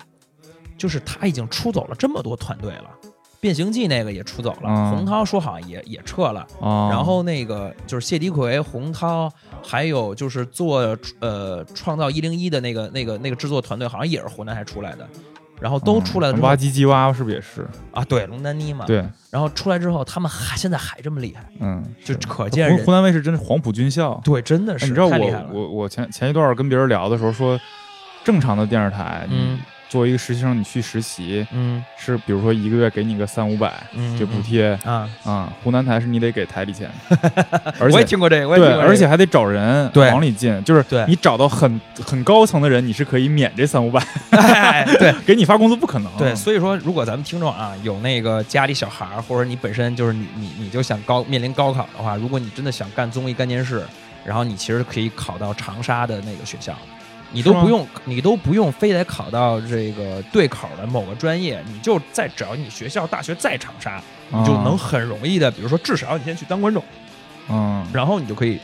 Speaker 2: 就是他已经出走了这么多团队了，《变形记》那个也出走了，
Speaker 1: 嗯
Speaker 2: 洪涛说好像也也撤了，
Speaker 1: 啊！
Speaker 2: 然后那个就是谢迪奎、洪涛，还有就是做呃创造一零一的那个那个那个制作团队，好像也是湖南台出来的，然后都出来了之
Speaker 1: 嗯
Speaker 2: 后、
Speaker 1: 挖机机挖是不是也是？
Speaker 2: 啊，对龙丹妮嘛，，
Speaker 1: 嗯对，
Speaker 2: 然后出来之后，他们还现在还这么厉害，
Speaker 1: 嗯，
Speaker 2: 就是可见
Speaker 1: 湖
Speaker 2: 人
Speaker 1: 湖南卫视真是黄埔军校。
Speaker 2: 对，真的
Speaker 1: 哎
Speaker 2: 是、
Speaker 1: 你知道
Speaker 2: 太厉
Speaker 1: 我
Speaker 2: 害了，
Speaker 1: 我我前前一段跟别人聊的时候说，正常的电视台，
Speaker 2: 嗯，
Speaker 1: 作为一个实习生，你去实习
Speaker 2: 嗯
Speaker 1: 是比如说一个月给你个三五百
Speaker 2: 嗯
Speaker 1: 这补贴
Speaker 2: 啊，
Speaker 1: 啊、湖南台是你得给台里 钱，而
Speaker 2: 我
Speaker 1: 且。
Speaker 2: 也听过这个，我也
Speaker 1: 对
Speaker 2: 听，过这个
Speaker 1: 而且还得找人
Speaker 2: 对
Speaker 1: 往里进，就是
Speaker 2: 对
Speaker 1: 你找到很很高层的人，你是可以免这三五百，
Speaker 2: 哎对。
Speaker 1: 给你发工资不可能。
Speaker 2: 对，所以说，如果咱们听众啊有那个家里小孩儿，或者你本身就是你你你就想高面临高考的话，如果你真的想干综艺干电视，然后你其实可以考到长沙的那个学校，你都
Speaker 1: 是吗
Speaker 2: 不用你都不用非得考到这个对口的某个专业，你就在只要你学校大学在长沙，
Speaker 1: 啊
Speaker 2: 你
Speaker 1: 哦
Speaker 2: 就能很容易的，比如说至少你先去当观众，
Speaker 1: 嗯，
Speaker 2: 然后你就可以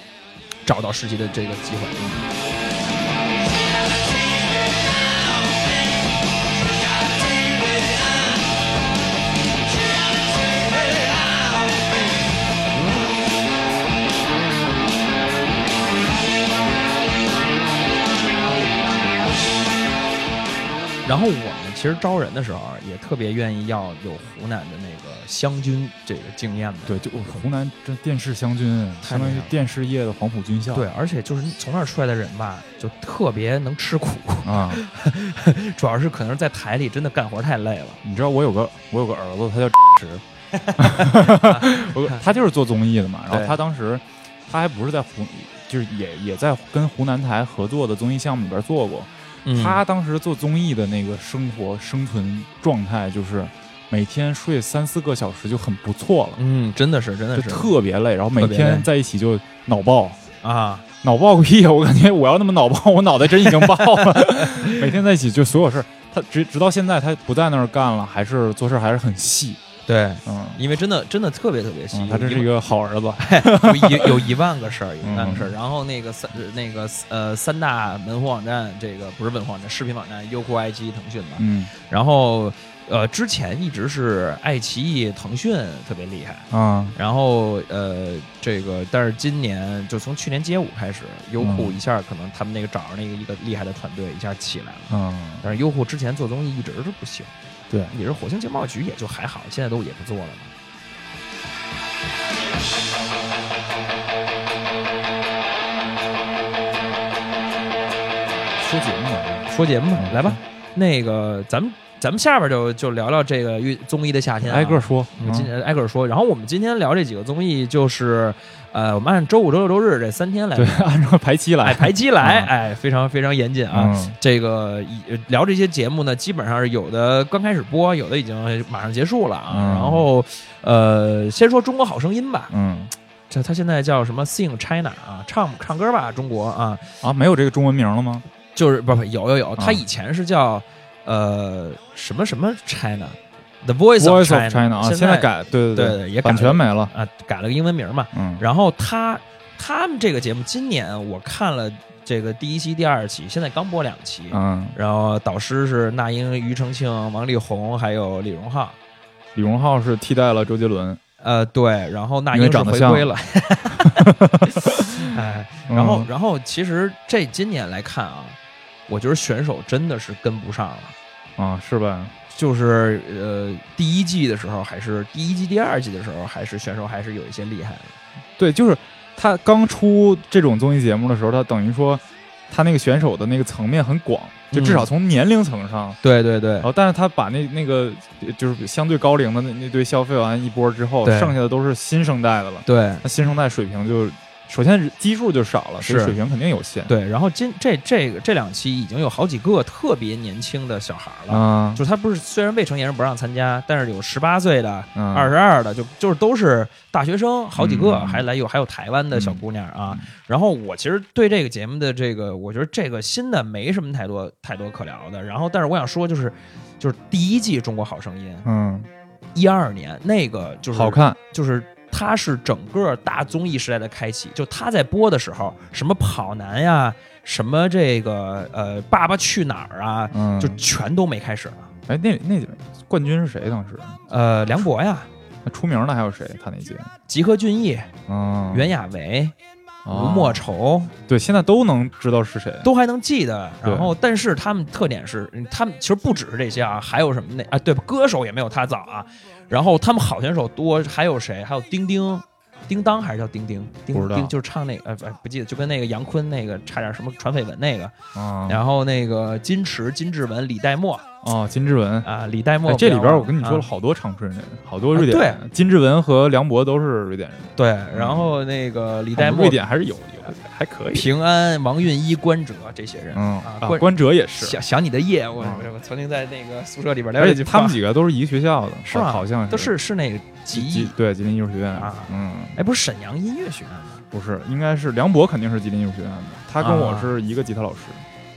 Speaker 2: 找到实习的这个机会。嗯然后我们其实招人的时候啊也特别愿意要有湖南的那个湘军这个经验的，
Speaker 1: 对，就湖南这电视湘军，相
Speaker 2: 太厉害
Speaker 1: 当于
Speaker 2: 了
Speaker 1: 电视业的黄埔军校。
Speaker 2: 对，而且就是从那儿出来的人吧，就特别能吃苦，
Speaker 1: 啊，
Speaker 2: 主要是可能是在台里真的干活太累了。
Speaker 1: 你知道我有个我有个儿子，他叫池，我有个他就是做综艺的嘛。然后
Speaker 2: 对
Speaker 1: 他当时他还不是在湖，就是也也在跟湖南台合作的综艺项目里边做过。
Speaker 2: 嗯
Speaker 1: 他当时做综艺的那个生活生存状态，就是每天睡三四个小时就很不错了，
Speaker 2: 嗯，真的是真的
Speaker 1: 就是特别累，然后每
Speaker 2: 特别累
Speaker 1: 天在一起就脑爆。
Speaker 2: 啊，
Speaker 1: 脑爆个屁呀！我感觉我要那么脑爆，我脑袋真已经爆了。 每天在一起就所有事儿，他直直到现在他不在那儿干了，还是做事儿还是很细，
Speaker 2: 对，
Speaker 1: 嗯，
Speaker 2: 因为真的真的特别特别细，
Speaker 1: 嗯他真是一
Speaker 2: 有
Speaker 1: 个好儿子，
Speaker 2: 一有一有一万个事儿，有一万个
Speaker 1: 嗯
Speaker 2: 事儿。然后那个三呃那个呃三大门户网站，这个不是门户网站，视频网站，优酷、爱奇艺、腾讯嘛。
Speaker 1: 嗯
Speaker 2: 然后呃，之前一直是爱奇艺、腾讯特别厉害。
Speaker 1: 啊，
Speaker 2: 然后呃，这个但是今年就从去年街舞开始，优酷
Speaker 1: 嗯
Speaker 2: 一下可能他们那个找着那个一个厉害的团队一下起来了。
Speaker 1: 嗯，
Speaker 2: 但是优酷之前做综艺一直是不行，
Speaker 1: 对，
Speaker 2: 也是火星情报局也就还好，现在都也不做了嘛。
Speaker 1: 说节目呢
Speaker 2: 说节目吧，
Speaker 1: 嗯
Speaker 2: 来吧，那个咱们咱们下边就就聊聊这个运综艺的夏天、啊，
Speaker 1: 挨个说，嗯
Speaker 2: 我们今天挨个说，然后我们今天聊这几个综艺，就是，呃，我们按周五、周六、周日这三天来
Speaker 1: 对， 按照排期
Speaker 2: 哎
Speaker 1: 来，
Speaker 2: 排期来，
Speaker 1: 嗯
Speaker 2: 哎，非常非常严谨啊。
Speaker 1: 嗯
Speaker 2: 这个以聊这些节目呢，基本上是有的刚开始播，有的已经马上结束了啊。
Speaker 1: 嗯
Speaker 2: 然后，呃，先说《中国好声音》吧，
Speaker 1: 嗯
Speaker 2: 这它现在叫什么 “Sing China” 啊，唱唱歌吧中国啊，
Speaker 1: 啊，没有这个中文名了吗？
Speaker 2: 就是不不有有有，它
Speaker 1: 嗯
Speaker 2: 以前是叫呃什么什么 China，The Voice of
Speaker 1: Voice of China 啊，
Speaker 2: 现
Speaker 1: 现
Speaker 2: 在
Speaker 1: 在改，对
Speaker 2: 对
Speaker 1: 对，
Speaker 2: 对也改
Speaker 1: 版
Speaker 2: 了
Speaker 1: 权没了，
Speaker 2: 啊改了个英文名嘛。
Speaker 1: 嗯
Speaker 2: 然后他他们这个节目今年我看了这个第一期、第二期，现在刚播两期。
Speaker 1: 嗯，
Speaker 2: 然后导师是那英、庾澄庆、王力宏，还有李荣浩。
Speaker 1: 李荣浩是替代了周杰伦，
Speaker 2: 呃，对，然后那
Speaker 1: 因
Speaker 2: 英
Speaker 1: 为
Speaker 2: 是
Speaker 1: 长得
Speaker 2: 回
Speaker 1: 像
Speaker 2: 归了。 哎，
Speaker 1: 嗯
Speaker 2: 然后，然后其实这今年来看啊，我觉得选手真的是跟不上了。
Speaker 1: 啊是吧？
Speaker 2: 就是呃，第一季的时候还是第一季、第二季的时候，还是选手还是有一些厉害的。
Speaker 1: 对，就是他刚出这种综艺节目的时候，他等于说他那个选手的那个层面很广，就至少从年龄层上，
Speaker 2: 对对嗯对
Speaker 1: 然，后但是他把那那个就是相对高龄的那那堆消费完一波之后，
Speaker 2: 对
Speaker 1: 剩下的都是新生代的了。
Speaker 2: 对
Speaker 1: 那新生代水平就首先基数就少了，所以
Speaker 2: 是
Speaker 1: 水平肯定有限。
Speaker 2: 对。然后今这这个这两期已经有好几个特别年轻的小孩儿了，
Speaker 1: 啊，
Speaker 2: 就是他不是虽然未成年人不让参加，但是有十八岁的、
Speaker 1: 嗯
Speaker 2: 二十二的，就就是都是大学生，好几个，
Speaker 1: 嗯
Speaker 2: 还来有还有台湾的小姑娘啊。
Speaker 1: 嗯
Speaker 2: 然后我其实对这个节目的这个，我觉得这个新的没什么太多太多可聊的。然后，但是我想说就是，就是第一季《中国好声音
Speaker 1: 嗯，》
Speaker 2: 一二年那个就是
Speaker 1: 好，看，
Speaker 2: 就是。它是整个大综艺时代的开启，就它在播的时候，什么跑男呀，什么这个呃《爸爸去哪儿》啊，
Speaker 1: 嗯，
Speaker 2: 就全都没开始呢。
Speaker 1: 哎，那那冠军是谁？当时
Speaker 2: 呃，梁博呀，
Speaker 1: 那出名的还有谁？他那届，
Speaker 2: 吉诃隽逸、
Speaker 1: 嗯，
Speaker 2: 袁娅维、
Speaker 1: 吴
Speaker 2: 吴莫愁
Speaker 1: 对，现在都能知道是谁。
Speaker 2: 都还能记得。
Speaker 1: 对
Speaker 2: 然后，但是他们特点是，嗯他们其实不只是这些啊，还有什么那啊，对吧？歌手也没有他早啊。然后他们好选手多，还有谁？还有丁丁。叮当还是叫丁丁，
Speaker 1: 不
Speaker 2: 丁
Speaker 1: 知道
Speaker 2: 丁就是唱那个呃不不记得，就跟那个杨坤那个差点什么传绯闻那个，
Speaker 1: 啊
Speaker 2: 然后那个金池、金志文、李代沫
Speaker 1: 哦，金志文。
Speaker 2: 啊，李代沫
Speaker 1: 哎，
Speaker 2: 不
Speaker 1: 这
Speaker 2: 要忘
Speaker 1: 里
Speaker 2: 了、
Speaker 1: 边我跟你说了
Speaker 2: 啊
Speaker 1: 好多长春人，好多瑞典人。
Speaker 2: 啊
Speaker 1: 金志文和梁博都是瑞典人。
Speaker 2: 对，然后那个李
Speaker 1: 李
Speaker 2: 代沫
Speaker 1: 瑞、典还是有 有还可以。
Speaker 2: 平安、王韵一、关喆这些人，
Speaker 1: 嗯
Speaker 2: 啊
Speaker 1: 啊
Speaker 2: 关，
Speaker 1: 关喆也是，
Speaker 2: 想想你的夜，我
Speaker 1: 嗯
Speaker 2: 我我曾经在那个宿舍里边聊
Speaker 1: 而
Speaker 2: 这
Speaker 1: 且
Speaker 2: 句
Speaker 1: 他
Speaker 2: 话
Speaker 1: 们，几个都是一个学校的，
Speaker 2: 是
Speaker 1: 好
Speaker 2: 吗
Speaker 1: 好像
Speaker 2: 都是是那个吉
Speaker 1: 吉
Speaker 2: 艺，
Speaker 1: 对吉林艺术学院
Speaker 2: 啊
Speaker 1: 嗯，
Speaker 2: 哎，不是沈阳音乐学院吗？
Speaker 1: 不是，应该是梁博肯定是吉林艺术学院的，他跟我
Speaker 2: 啊
Speaker 1: 是一个吉他老师，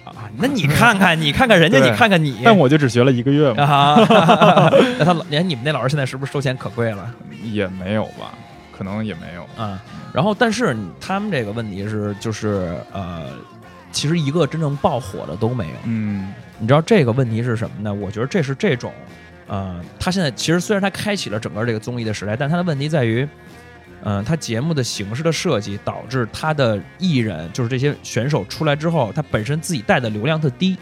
Speaker 2: 啊，那你看看，你看看人家，
Speaker 1: 对
Speaker 2: 你看看你，
Speaker 1: 但我就只学了一个月嘛，
Speaker 2: 啊， 那他老连你们那老师现在是不是收钱可贵了
Speaker 1: 也没有吧，可能也没有。
Speaker 2: 啊？然后，但是你他们这个问题是，就是呃，其实一个真正爆火的都没有。
Speaker 1: 嗯
Speaker 2: 你知道这个问题是什么呢？我觉得这是这种，呃，他现在其实虽然他开启了整个这个综艺的时代，但他的问题在于，嗯、呃，他节目的形式的设计导致他的艺人，就是这些选手出来之后，他本身自己带的流量特低，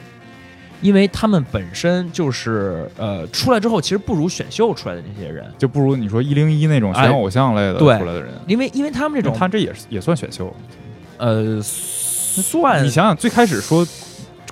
Speaker 2: 因为他们本身就是呃出来之后其实不如选秀出来的那些人，
Speaker 1: 就不如你说一零一那种
Speaker 2: 哎
Speaker 1: 选偶像类的
Speaker 2: 对
Speaker 1: 出来的人，
Speaker 2: 因为因为他们这
Speaker 1: 因为
Speaker 2: 种
Speaker 1: 他这也是也算选秀。
Speaker 2: 呃算
Speaker 1: 你想想，最开始说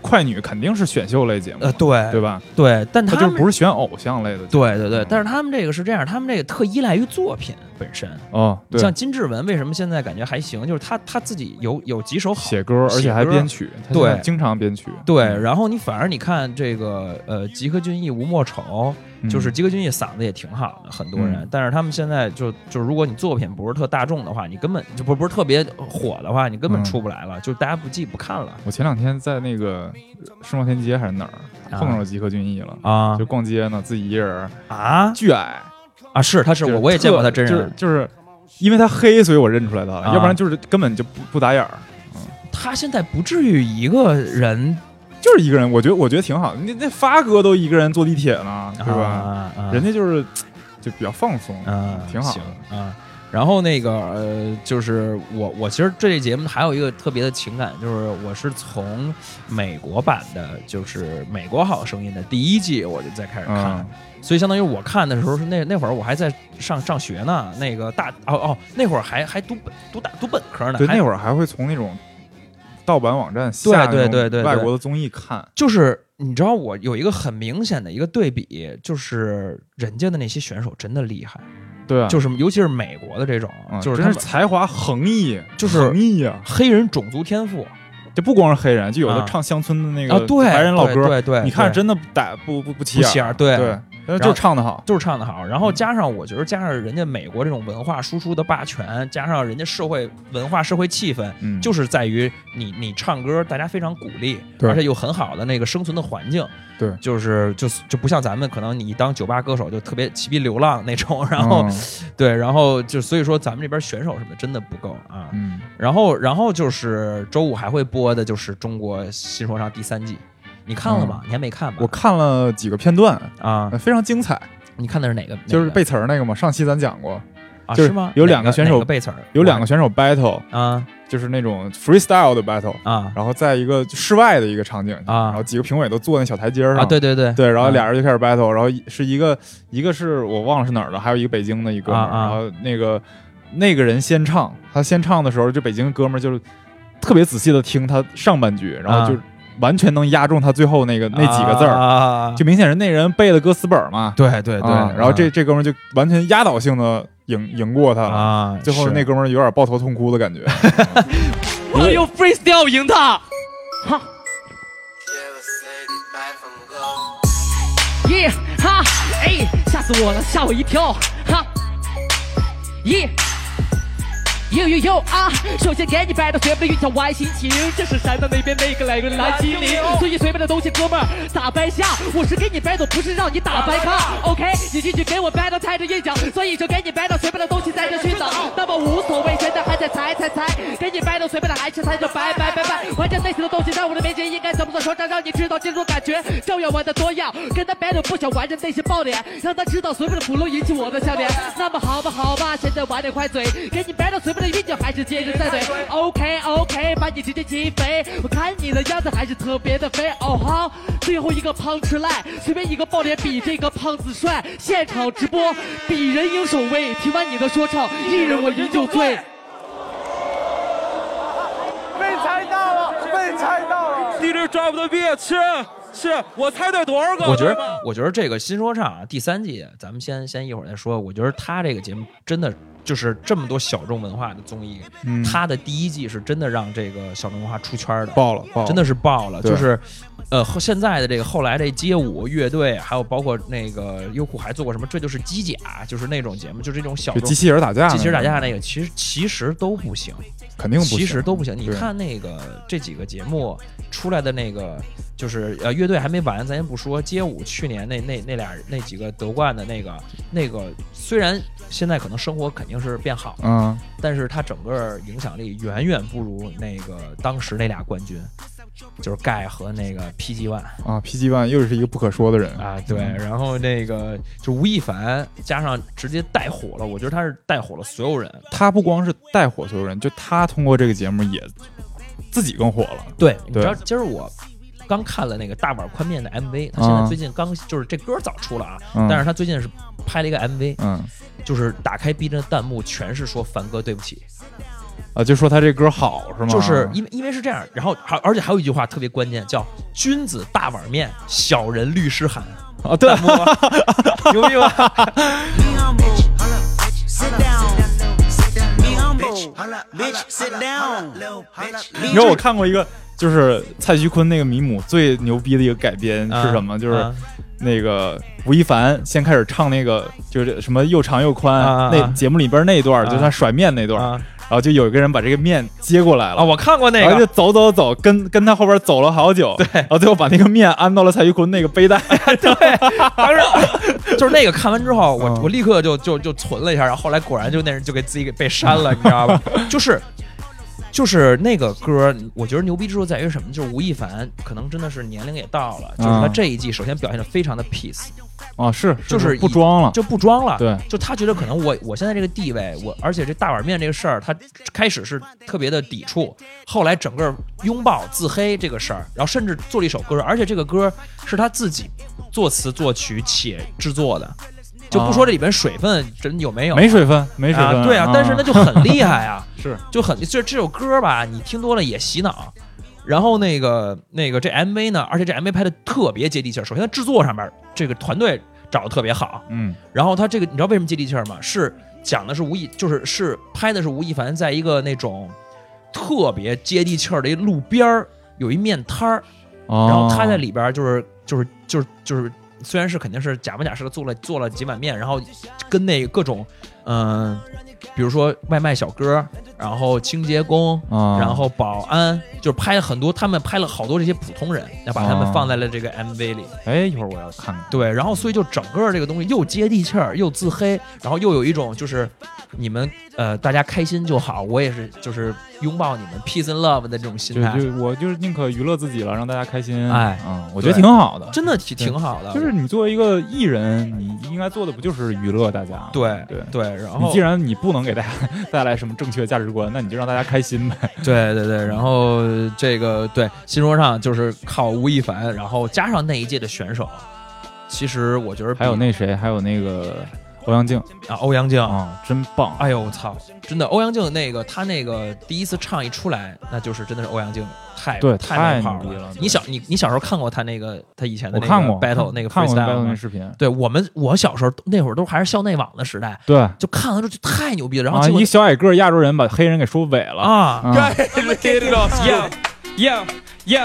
Speaker 1: 快女肯定是选秀类节目，
Speaker 2: 呃对
Speaker 1: 对吧？
Speaker 2: 对，但
Speaker 1: 他
Speaker 2: 他
Speaker 1: 就
Speaker 2: 们
Speaker 1: 不是选偶像类的节目。
Speaker 2: 对对对
Speaker 1: 嗯，
Speaker 2: 但是他们这个是这样，他们这个特依赖于作品本身。
Speaker 1: 哦，对，
Speaker 2: 像金志文为什么现在感觉还行，就是他他自己有有几首好
Speaker 1: 写歌，而且还
Speaker 2: 写歌
Speaker 1: 编曲，他
Speaker 2: 对
Speaker 1: 现在经常编曲。
Speaker 2: 对，
Speaker 1: 嗯
Speaker 2: 然后你反而你看这个呃吉诃隽逸、吴莫愁，就是吉诃隽逸嗓子也挺好的，很多人，
Speaker 1: 嗯
Speaker 2: 但是他们现在就就如果你作品不是特大众的话，你根本就不不是特别火的话，你根本
Speaker 1: 嗯
Speaker 2: 出不来了，就大家不记不看了
Speaker 1: 我前两天在那个世贸天街还是哪儿
Speaker 2: 啊
Speaker 1: 碰上了吉诃隽逸了，
Speaker 2: 啊
Speaker 1: 就逛街呢，自己一人，
Speaker 2: 啊
Speaker 1: 巨矮。
Speaker 2: 啊！是他是
Speaker 1: 就
Speaker 2: 我我也见过他真人，
Speaker 1: 就是就是因为他黑，所以我认出来他了，
Speaker 2: 啊
Speaker 1: 要不然就是根本就不不打眼儿，
Speaker 2: 他现在不至于一个人
Speaker 1: 就是一个人。我觉得我觉得挺好的，那那发哥都一个人坐地铁呢，对吧？
Speaker 2: 啊啊
Speaker 1: 人家就是就比较放松，
Speaker 2: 嗯，
Speaker 1: 挺好
Speaker 2: 行
Speaker 1: 的。
Speaker 2: 啊。然后那个呃，就是我我其实对这节目还有一个特别的情感，就是我是从美国版的，就是《美国好声音》的第一季我就在开始看，
Speaker 1: 嗯
Speaker 2: 所以相当于我看的时候是那那会儿我还在上上学呢，那个大哦哦那会儿还还读本读大读本科呢，
Speaker 1: 对，
Speaker 2: 还
Speaker 1: 那会儿还会从那种盗版网站下那
Speaker 2: 对对
Speaker 1: 种
Speaker 2: 对对对
Speaker 1: 外国的综艺看，
Speaker 2: 就是你知道我有一个很明显的一个对比，就是人家的那些选手真的厉害，
Speaker 1: 对啊，
Speaker 2: 就是尤其是美国的这种，
Speaker 1: 嗯
Speaker 2: 就是他
Speaker 1: 真
Speaker 2: 们
Speaker 1: 是才华横溢，
Speaker 2: 就是
Speaker 1: 横溢啊！
Speaker 2: 黑人种族天赋。
Speaker 1: 就不光是黑人，就有的
Speaker 2: 啊
Speaker 1: 唱乡村的那
Speaker 2: 啊，
Speaker 1: 个
Speaker 2: 对，
Speaker 1: 白人老歌，
Speaker 2: 对对对，
Speaker 1: 你看
Speaker 2: 对
Speaker 1: 真的不打不不不起
Speaker 2: 不起
Speaker 1: 眼
Speaker 2: 眼儿
Speaker 1: 儿，
Speaker 2: 对
Speaker 1: 对，嗯但是
Speaker 2: 然后
Speaker 1: 就唱的好，
Speaker 2: 就是唱的好，然后加上我觉得加上人家美国这种文化输出的霸权，加上人家社会文化社会气氛，
Speaker 1: 嗯，
Speaker 2: 就是在于你你唱歌，大家非常鼓励，
Speaker 1: 对
Speaker 2: 而且有很好的那个生存的环境，
Speaker 1: 对
Speaker 2: 就是就就不像咱们可能你当酒吧歌手就特别骑逼流浪那种，
Speaker 1: 嗯
Speaker 2: 然后、对，然后就所以说咱们这边选手什么的真的不够啊，
Speaker 1: 嗯，
Speaker 2: 然后，然后就是周五还会播的，就是中国新说唱第三季，你看了吗？你还没看吧？
Speaker 1: 嗯我看了几个片段，
Speaker 2: 啊
Speaker 1: 呃，非常精彩，
Speaker 2: 你看的是哪个？
Speaker 1: 就是
Speaker 2: 哪个
Speaker 1: 背词儿那个嘛，上期咱讲过，
Speaker 2: 啊，
Speaker 1: 就是
Speaker 2: 是吗？
Speaker 1: 有
Speaker 2: 哪
Speaker 1: 两
Speaker 2: 个
Speaker 1: 个选手
Speaker 2: 哪背词儿，
Speaker 1: 有两个
Speaker 2: 我
Speaker 1: 选手 battle，
Speaker 2: 还啊
Speaker 1: 就是那种 freestyle 的 battle，
Speaker 2: 啊
Speaker 1: 然后在一个室外的一个场景
Speaker 2: 啊
Speaker 1: 然后几个评委都坐那小台阶儿
Speaker 2: 啊！
Speaker 1: 上，
Speaker 2: 对对对
Speaker 1: 对，然后俩
Speaker 2: 啊
Speaker 1: 人就开始 battle，然后一是一个一个是我忘了是哪儿的，还有一个北京的一哥们儿，
Speaker 2: 啊啊
Speaker 1: 然后那个那个人先唱，他先唱的时候，就北京哥们儿就是特别仔细的听他上半句，然后就
Speaker 2: 啊
Speaker 1: 完全能压中他最后那个那几个字儿，
Speaker 2: 啊，
Speaker 1: 就明显是那人背的歌词本儿嘛。
Speaker 2: 对对对，
Speaker 1: 啊然后这这哥们儿就完全压倒性的赢赢过他了。
Speaker 2: 啊，
Speaker 1: 最后
Speaker 2: 是
Speaker 1: 那哥们儿有点抱头痛哭的感觉。
Speaker 3: 我用 freestyle 赢他。耶哈，哎，吓死我了，吓我一跳，哈，耶。呦呦呦啊！首先给你摆到绝配的一条 Y 心情，这是山的那边那个来个蓝精灵，所以随便的东西哥们儿打败下，我是给你掰走，不是让你打白卡。OK，你进去给我掰到踩着印象，所以就给你掰到随便的东西在这去找，那么无所谓，现在还在猜猜猜，给你掰到随便的还是猜就拜拜拜拜，完全类似的东西在我的面前应该怎么做说唱，让你知道这种感觉，照样玩的多样，跟他 battle 不想玩人内心爆点，让他知道随便的普通引起我的笑脸。那么好吧好吧，现在玩点快嘴，给你 battle 随便的运气还是接着在嘴。OK OK，把你直接击飞，我看你的样子还是特别的飞。哦哈，最后一个胖吃赖，随便一个爆点比这个胖子帅，现场直播比人影守卫，听完你的说唱，一人我饮酒醉。
Speaker 4: 被猜到了，被猜到了。
Speaker 5: DJ drop the beat，是是，我猜对多少个？
Speaker 2: 我觉
Speaker 5: 对吗
Speaker 2: 得，我觉得这个新说唱啊，第三季，咱们先先一会儿再说。我觉得他这个节目真的就是这么多小众文化的综艺，
Speaker 1: 嗯
Speaker 2: 他的第一季是真的让这个小众文化出圈的，
Speaker 1: 爆了，爆了，
Speaker 2: 真的是爆了。
Speaker 1: 对
Speaker 2: 就是，呃，后现在的这个后来这街舞、乐队，还有包括那个优酷还做过什么，这就是机甲，就是那种节目，就是这种小
Speaker 1: 就
Speaker 2: 众
Speaker 1: 机器人打架，
Speaker 2: 机器人打架那个，其实其实都不行。
Speaker 1: 肯定不行，
Speaker 2: 其实都不行。你
Speaker 1: 对
Speaker 2: 看那个这几个节目出来的那个，就是呃，乐队还没完，咱先不说。街舞去年那那那俩那几个得冠的那个那个，虽然现在可能生活肯定是变好了，
Speaker 1: 嗯，
Speaker 2: 但是它整个影响力远远不如那个当时那俩冠军，就是盖和那个 PG One。
Speaker 1: 啊，PG One 又是一个不可说的人
Speaker 2: 啊，对，
Speaker 1: 嗯
Speaker 2: 然后那个就吴亦凡加上直接带火了，我觉得他是带火了所有人，
Speaker 1: 他不光是带火所有人，就他通过这个节目也自己更火了。
Speaker 2: 对，你知道
Speaker 1: 对
Speaker 2: 今儿我刚看了那个大碗宽面的 MV，他现在
Speaker 1: 啊
Speaker 2: 最近刚、就是这歌早出了啊，
Speaker 1: 嗯
Speaker 2: 但是他最近是拍了一个 MV，
Speaker 1: 嗯
Speaker 2: 就是打开 B 站的弹幕全是说凡哥对不起，
Speaker 1: 啊，就说他这歌好是吗？
Speaker 2: 就是因为因为是这样，然后还而且还有一句话特别关键，叫君子大碗面，小人律师函。
Speaker 1: 啊，对，
Speaker 2: 牛逼吧？
Speaker 6: Me humble. Sit down. Me humble. Bitch, sit down. Me
Speaker 1: 你知道我看过一个，就是蔡徐坤那个《迷母》最牛逼的一个改编是什么？
Speaker 2: 啊
Speaker 1: 就是
Speaker 2: 啊
Speaker 1: 那个吴亦凡先开始唱那个，就是什么又长又宽，
Speaker 2: 啊啊啊
Speaker 1: 那节目里边那一段儿，
Speaker 2: 啊
Speaker 1: 就他甩面那段儿，
Speaker 2: 啊
Speaker 1: 然后就有一个人把这个面接过来了。
Speaker 2: 啊！我看过那
Speaker 1: 然后就
Speaker 2: 个，
Speaker 1: 走走走，跟跟他后边走了好久，对，然后最后把那个面安到了蔡徐坤那个 背带，
Speaker 2: 当时 就是那个看完之后，我
Speaker 1: 嗯
Speaker 2: 我立刻就就就存了一下，然后后来果然就那人就给自己给被删了，你 知道吧？就是就是那个歌，我觉得牛逼之处在于什么？就是吴亦凡可能真的是年龄也到了，就是他
Speaker 1: 嗯
Speaker 2: 这一季首先表现的非常的 peace，
Speaker 1: 啊，是，
Speaker 2: 就是
Speaker 1: 不
Speaker 2: 以
Speaker 1: 装了，
Speaker 2: 就不装了。
Speaker 1: 啊对，
Speaker 2: 就他觉得可能我我现在这个地位，我而且这大碗面这个事儿，他开始是特别的抵触，后来整个拥抱自黑这个事儿，然后甚至做了一首歌，而且这个歌是他自己作词作曲且制作的，就不说这里边水分真有没有，
Speaker 1: 哦没水分，没水分，
Speaker 2: 啊，对啊，但是那就很厉害啊，
Speaker 1: 是
Speaker 2: 就很就是这首歌吧，你听多了也洗脑。然后那个那个这 MV 呢，而且这 MV 拍的特别接地气儿。首先它制作上面这个团队找的特别好，
Speaker 1: 嗯
Speaker 2: 然后他这个你知道为什么接地气儿吗？是讲的是吴亦，就是是拍的是吴亦凡在一个那种特别接地气儿的一路边儿有一面摊儿，
Speaker 1: 哦，
Speaker 2: 然后他在里边儿就是就是就是就是虽然是肯定是假模假式的做了做了几碗面，然后跟那各种嗯、比如说外卖小哥，然后清洁工。
Speaker 1: 啊，
Speaker 2: 然后保安就是拍了很多，他们拍了好多这些普通人，要把他们
Speaker 1: 哦
Speaker 2: 放在了这个 MV 里。
Speaker 1: 哎，一会儿我要看 看，
Speaker 2: 对，然后所以就整个这个东西又接地气儿，又自黑，然后又有一种就是你们呃大家开心就好，我也是就是拥抱你们 peace and love 的这种心
Speaker 1: 就
Speaker 2: 态，
Speaker 1: 就我就是宁可娱乐自己了，让大家开心，
Speaker 2: 哎
Speaker 1: 嗯，我觉得
Speaker 2: 对
Speaker 1: 挺好的，
Speaker 2: 真的挺挺好的。
Speaker 1: 就是你作为一个艺人，你应该做的不就是娱乐大家？
Speaker 2: 对
Speaker 1: 对。
Speaker 2: 对，然后
Speaker 1: 你既然你不能给大家 带来什么正确价值观，那你就让大家开心呗。
Speaker 2: 对对对，然后这个对新说唱就是靠吴亦凡，然后加上那一届的选手，其实我觉得比
Speaker 1: 还有那谁，还有那个欧阳靖
Speaker 2: 啊，欧阳靖。
Speaker 1: 啊，真棒！
Speaker 2: 哎呦我操！真的，欧阳靖那个他那个第一次唱一出来，那就是真的是欧阳靖，太
Speaker 1: 对
Speaker 2: 太冒
Speaker 1: 太牛
Speaker 2: 泡
Speaker 1: 逼了对
Speaker 2: 你小你你小时候看过他那个他以前的
Speaker 1: 我
Speaker 2: 那
Speaker 1: 看
Speaker 2: 个
Speaker 1: 过
Speaker 2: battle 那个
Speaker 1: 看过
Speaker 2: freestyle
Speaker 1: battle 那
Speaker 2: 吗
Speaker 1: 视频，
Speaker 2: 对我们我小时候那会儿都还是校内网的时代，
Speaker 1: 对，
Speaker 2: 就看完之后就太牛逼了，然后
Speaker 1: 啊，
Speaker 2: 结果
Speaker 1: 一小矮个儿亚洲人把黑人给说萎了
Speaker 2: 啊，
Speaker 1: 啊
Speaker 7: get it off. Yo, yo, yo.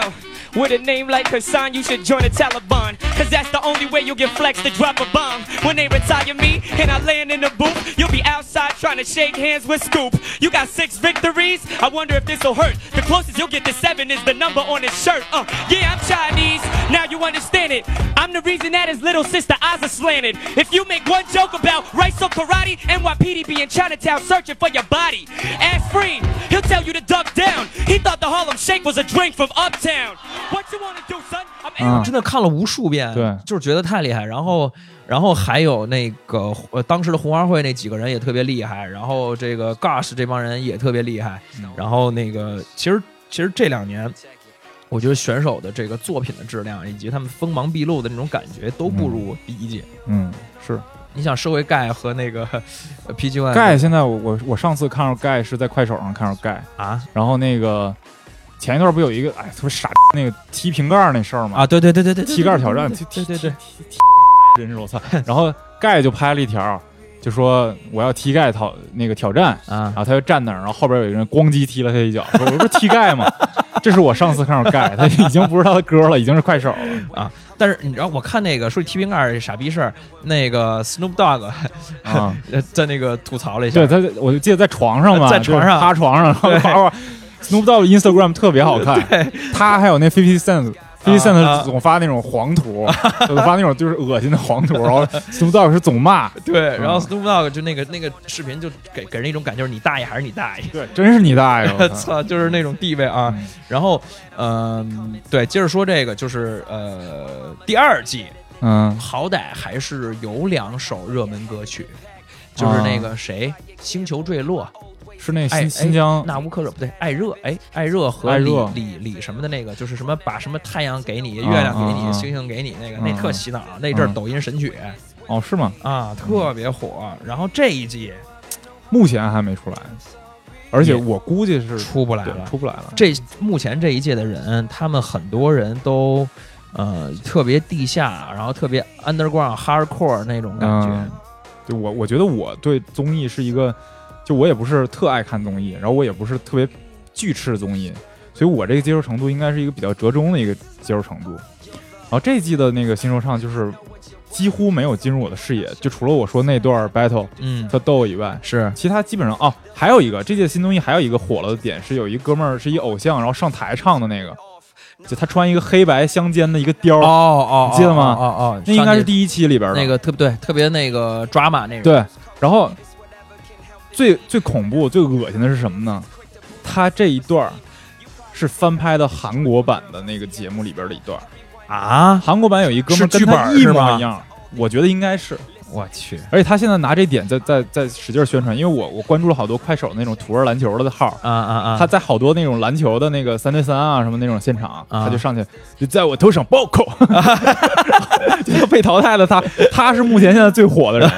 Speaker 7: With a name like Hassan, you should join the Taliban. Cause that's the only way you'll get flexed to drop a bomb. When they retire me and I land in the booth, you'll be outside trying to shake hands with Scoop. You got six victories? I wonder if this'll hurt. The closest you'll get to seven is the number on his shirt. Uh, yeah, I'm Chinese. Now you understand it. I'm the reason that his little sister eyes are slanted. If you make one joke about rice or karate, NYPD be in Chinatown searching for your body. Ask free, he'll tell you to duck down. He thought the Harlem Shake was a drink from uptown. What you wanna do, son? I'm
Speaker 1: 啊
Speaker 2: 真的看了无数遍，
Speaker 1: 对
Speaker 2: 就是觉得太厉害。然后，然后还有那个呃，当时的红花会那几个人也特别厉害，然后这个 Gosh 这帮人也特别厉害。然后那个，其实其实这两年，我觉得选手的这个作品的质量以及他们锋芒毕露的那种感觉都不如第一届。
Speaker 1: 嗯，是
Speaker 2: 你想，社会盖和那个 PG One
Speaker 1: 盖。现在我我我上次看着盖是在快手上看着盖，
Speaker 2: 啊
Speaker 1: 然后那个前一段不有一个哎特别傻逼那个踢瓶盖儿那事儿吗？
Speaker 2: 啊，对对对对 对，对
Speaker 1: 踢盖儿挑战，踢
Speaker 2: 对
Speaker 1: 踢
Speaker 2: 对对
Speaker 1: 踢
Speaker 2: 对，
Speaker 1: 踢人肉 操！然后盖就拍了一条，就说我要踢盖挑那个挑战，
Speaker 2: 啊
Speaker 1: 然，后他就站那儿，然后后边有一个人咣叽踢了他一脚，说我不是踢盖吗？这是我上次看着盖，他已经不是他的歌了，已经是快手 了。
Speaker 2: 啊但是你知道，我看那个说起踢瓶盖儿这傻逼事儿，那个 Snoop Dogg
Speaker 1: 啊
Speaker 2: 呃在那个吐槽了一下，
Speaker 1: 对他，我就记得在床上嘛，
Speaker 2: 呃在床上
Speaker 1: 就是趴床上，然后
Speaker 2: 对
Speaker 1: 哗哗。Snoop Dogg 的 Instagram 特别好 看，他还有那 Fifty Cent。Fifty
Speaker 2: 啊
Speaker 1: Cent 总发那种黄图， 总发那种就是恶心的黄图，然后 Snoop Dogg 是总骂，
Speaker 2: 对，然后 Snoop Dogg 就那个那个视频就给给人一种感觉，就是你大爷还是你大爷，
Speaker 1: 对，真是你大爷！我操
Speaker 2: 操，就是那种地位啊。然后，嗯、对，接着说这个，就是呃，第二季
Speaker 1: 嗯，
Speaker 2: 好歹还是有两首热门歌曲，就是那个谁，星球坠落》
Speaker 1: 是那
Speaker 2: 哎，
Speaker 1: 啊新新
Speaker 2: 哎
Speaker 1: 疆
Speaker 2: 那吾克热不对，艾热，哎，艾热和
Speaker 1: 艾
Speaker 2: 李
Speaker 1: 热
Speaker 2: 李李什么的那个，就是什么把什么太阳给你，
Speaker 1: 啊
Speaker 2: 月亮给
Speaker 1: 啊
Speaker 2: 你，
Speaker 1: 啊
Speaker 2: 星星给你那个，
Speaker 1: 嗯
Speaker 2: 那特洗脑，那阵儿
Speaker 1: 嗯
Speaker 2: 抖音神曲
Speaker 1: 哦，是吗？
Speaker 2: 啊，特别火。然后这一季
Speaker 1: 目前还没出来，而且
Speaker 2: 也
Speaker 1: 我估计是
Speaker 2: 出不来
Speaker 1: 对
Speaker 2: 了，
Speaker 1: 出不来了。
Speaker 2: 这目前这一届的人，他们很多人都呃特别地下，然后特别 underground hardcore 那种感觉。
Speaker 1: 嗯就我我觉得我对综艺是一个，就我也不是特爱看综艺，然后我也不是特别拒斥综艺，所以我这个接受程度应该是一个比较折中的一个接受程度。然后这一季的那个新说唱就是几乎没有进入我的视野，就除了我说那段 battle
Speaker 2: 嗯，
Speaker 1: 特逗以外，
Speaker 2: 是
Speaker 1: 其他基本上哦，还有一个这届新综艺还有一个火了的点是有一哥们儿是一偶像，然后上台唱的那个，就他穿一个黑白相间的一个貂
Speaker 2: 哦
Speaker 1: 儿，
Speaker 2: 哦，
Speaker 1: 你记得吗
Speaker 2: 哦哦，
Speaker 1: 那应该是
Speaker 2: 一
Speaker 1: 第一期里边的
Speaker 2: 那个特对特别那个 drama 那种。
Speaker 1: 对，然后最最恐怖、最恶心的是什么呢？他这一段儿是翻拍的韩国版的那个节目里边的一段儿，
Speaker 2: 啊，
Speaker 1: 韩国版有一哥们儿
Speaker 2: 是
Speaker 1: 跟
Speaker 2: 剧本
Speaker 1: 他
Speaker 2: 儿
Speaker 1: 一
Speaker 2: 是
Speaker 1: 模
Speaker 2: 吗
Speaker 1: 一样，我觉得应该是。
Speaker 2: 我去
Speaker 1: 而且他现在拿这点在在在使劲宣传，因为我我关注了好多快手那种土味篮球的号儿，
Speaker 2: 啊啊啊！
Speaker 1: 他在好多那种篮球的那个三对三啊什么那种现场，
Speaker 2: 啊
Speaker 1: 他就上去就在我头上暴 扣，就被淘汰的他，他是目前现在最火的人，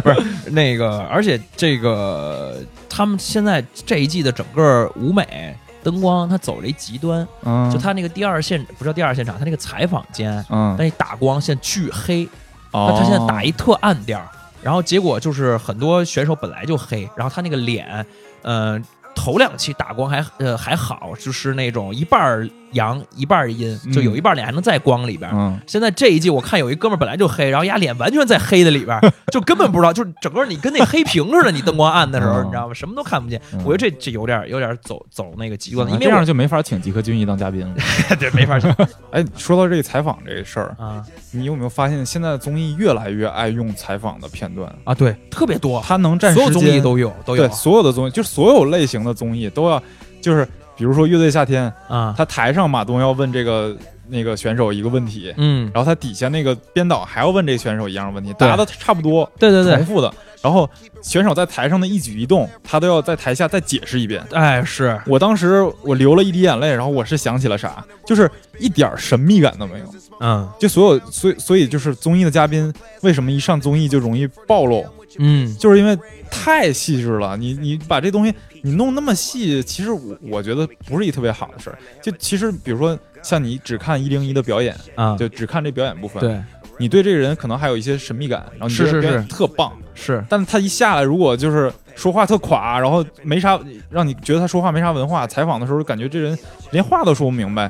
Speaker 2: 不是那个，而且这个他们现在这一季的整个舞美灯光，他走了一极端，
Speaker 1: 嗯，
Speaker 2: 就他那个第二现不是第二现场，他那个采访间，
Speaker 1: 嗯，
Speaker 2: 那打光现在巨黑，
Speaker 1: 哦
Speaker 2: 哎那他现在打一特暗调儿，然后结果就是很多选手本来就黑，然后他那个脸，呃，头两期打光还呃还好，就是那种一半儿阳一半儿阴，就有一半儿脸还能在光里边儿。
Speaker 1: 嗯。
Speaker 2: 现在这一季我看有一哥们儿本来就黑，然后压脸完全在黑的里边 儿，就根本不知道，就是整个你跟那黑屏似的，你灯光暗的时候，
Speaker 1: 嗯
Speaker 2: 你知道吗？什么都看不见。
Speaker 1: 嗯
Speaker 2: 我觉得这这有点有点走走那个极端了，
Speaker 1: 那
Speaker 2: 因
Speaker 1: 这
Speaker 2: 为我
Speaker 1: 样就没法请吉克隽逸当嘉宾了。
Speaker 2: 这没法儿
Speaker 1: 哎，说到这个采访这个事儿，
Speaker 2: 啊
Speaker 1: 你有没有发现现在综艺越来越爱用采访的片段？
Speaker 2: 啊，对，特别多，
Speaker 1: 它能占
Speaker 2: 所有
Speaker 1: 时
Speaker 2: 综
Speaker 1: 间
Speaker 2: 艺都有都有
Speaker 1: 对，所有啊的综艺就是所有类型的综艺都要，就是比如说《乐队夏天》，
Speaker 2: 啊，
Speaker 1: 他台上马东要问这个那个选手一个问题，
Speaker 2: 嗯，
Speaker 1: 然后他底下那个编导还要问这个选手一样的问题，答的差不多，
Speaker 2: 对对对
Speaker 1: 重复的。然后选手在台上的一举一动，他都要在台下再解释一遍。
Speaker 2: 哎，是
Speaker 1: 我当时我流了一滴眼泪，然后我是想起了啥，就是一点儿神秘感都没有。
Speaker 2: 嗯
Speaker 1: 就所有，所以所以就是综艺的嘉宾为什么一上综艺就容易暴露，
Speaker 2: 嗯，
Speaker 1: 就是因为太细致了。你你把这东西你弄那么细，其实我我觉得不是一特别好的事儿。就其实比如说像你只看一零一的表演，
Speaker 2: 啊，
Speaker 1: 就只看这表演部分，
Speaker 2: 对，
Speaker 1: 你对这个人可能还有一些神秘感，然后你
Speaker 2: 是
Speaker 1: 觉得
Speaker 2: 是
Speaker 1: 表演
Speaker 2: 是
Speaker 1: 特棒，
Speaker 2: 是
Speaker 1: 但是他一下来，如果就是说话特垮，然后没啥，让你觉得他说话没啥文化，采访的时候感觉这人连话都说不明白，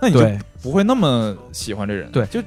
Speaker 1: 那你就
Speaker 2: 对
Speaker 1: 不会那么喜欢这人。
Speaker 2: 对
Speaker 1: 就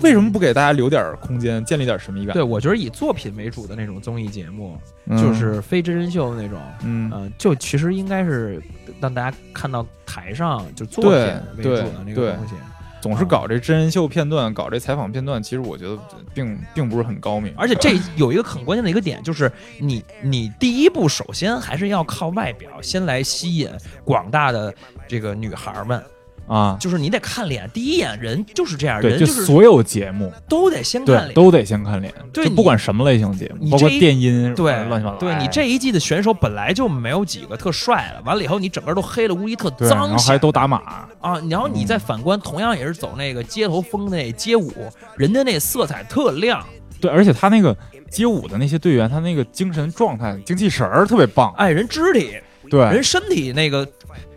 Speaker 1: 为什么不给大家留点空间，建立点神秘感？
Speaker 2: 对，我觉得以作品为主的那种综艺节目，
Speaker 1: 嗯
Speaker 2: 就是非真人秀那种，
Speaker 1: 嗯，
Speaker 2: 嗯，就其实应该是让大家看到台上就作
Speaker 1: 对
Speaker 2: 品为主
Speaker 1: 对
Speaker 2: 的那个
Speaker 1: 对
Speaker 2: 东西。
Speaker 1: 总是搞这真人秀片段，搞这采访片段，其实我觉得并并不是很高明。
Speaker 2: 而且这有一个很关键的一个点，就是你你第一步首先还是要靠外表，先来吸引广大的这个女孩儿们，
Speaker 1: 啊，
Speaker 2: 就是你得看脸，第一眼人就是这样，
Speaker 1: 对，
Speaker 2: 人
Speaker 1: 就是所有节目
Speaker 2: 都得先看
Speaker 1: 对
Speaker 2: 脸。
Speaker 1: 都得先看脸，
Speaker 2: 对
Speaker 1: 就
Speaker 2: 你
Speaker 1: 不管什么类型的节目，
Speaker 2: 你
Speaker 1: 包括
Speaker 2: 这一
Speaker 1: 电音，
Speaker 2: 对，
Speaker 1: 乱七八糟。
Speaker 2: 对你
Speaker 1: 哎
Speaker 2: 这一季的选手本来就没有几个特帅了，完了以后你整个都黑了，乌衣特
Speaker 1: 对，然后
Speaker 2: 脏
Speaker 1: 还
Speaker 2: 显
Speaker 1: 都嗯打码，
Speaker 2: 啊，然后你再反观，同样也是走那个街头风的那街舞，人家那色彩特亮，
Speaker 1: 对，而且他那个街舞的那些队员，他那个精神状态、精气神儿特别棒，
Speaker 2: 哎，人肢体，人
Speaker 1: 对，
Speaker 2: 身体那个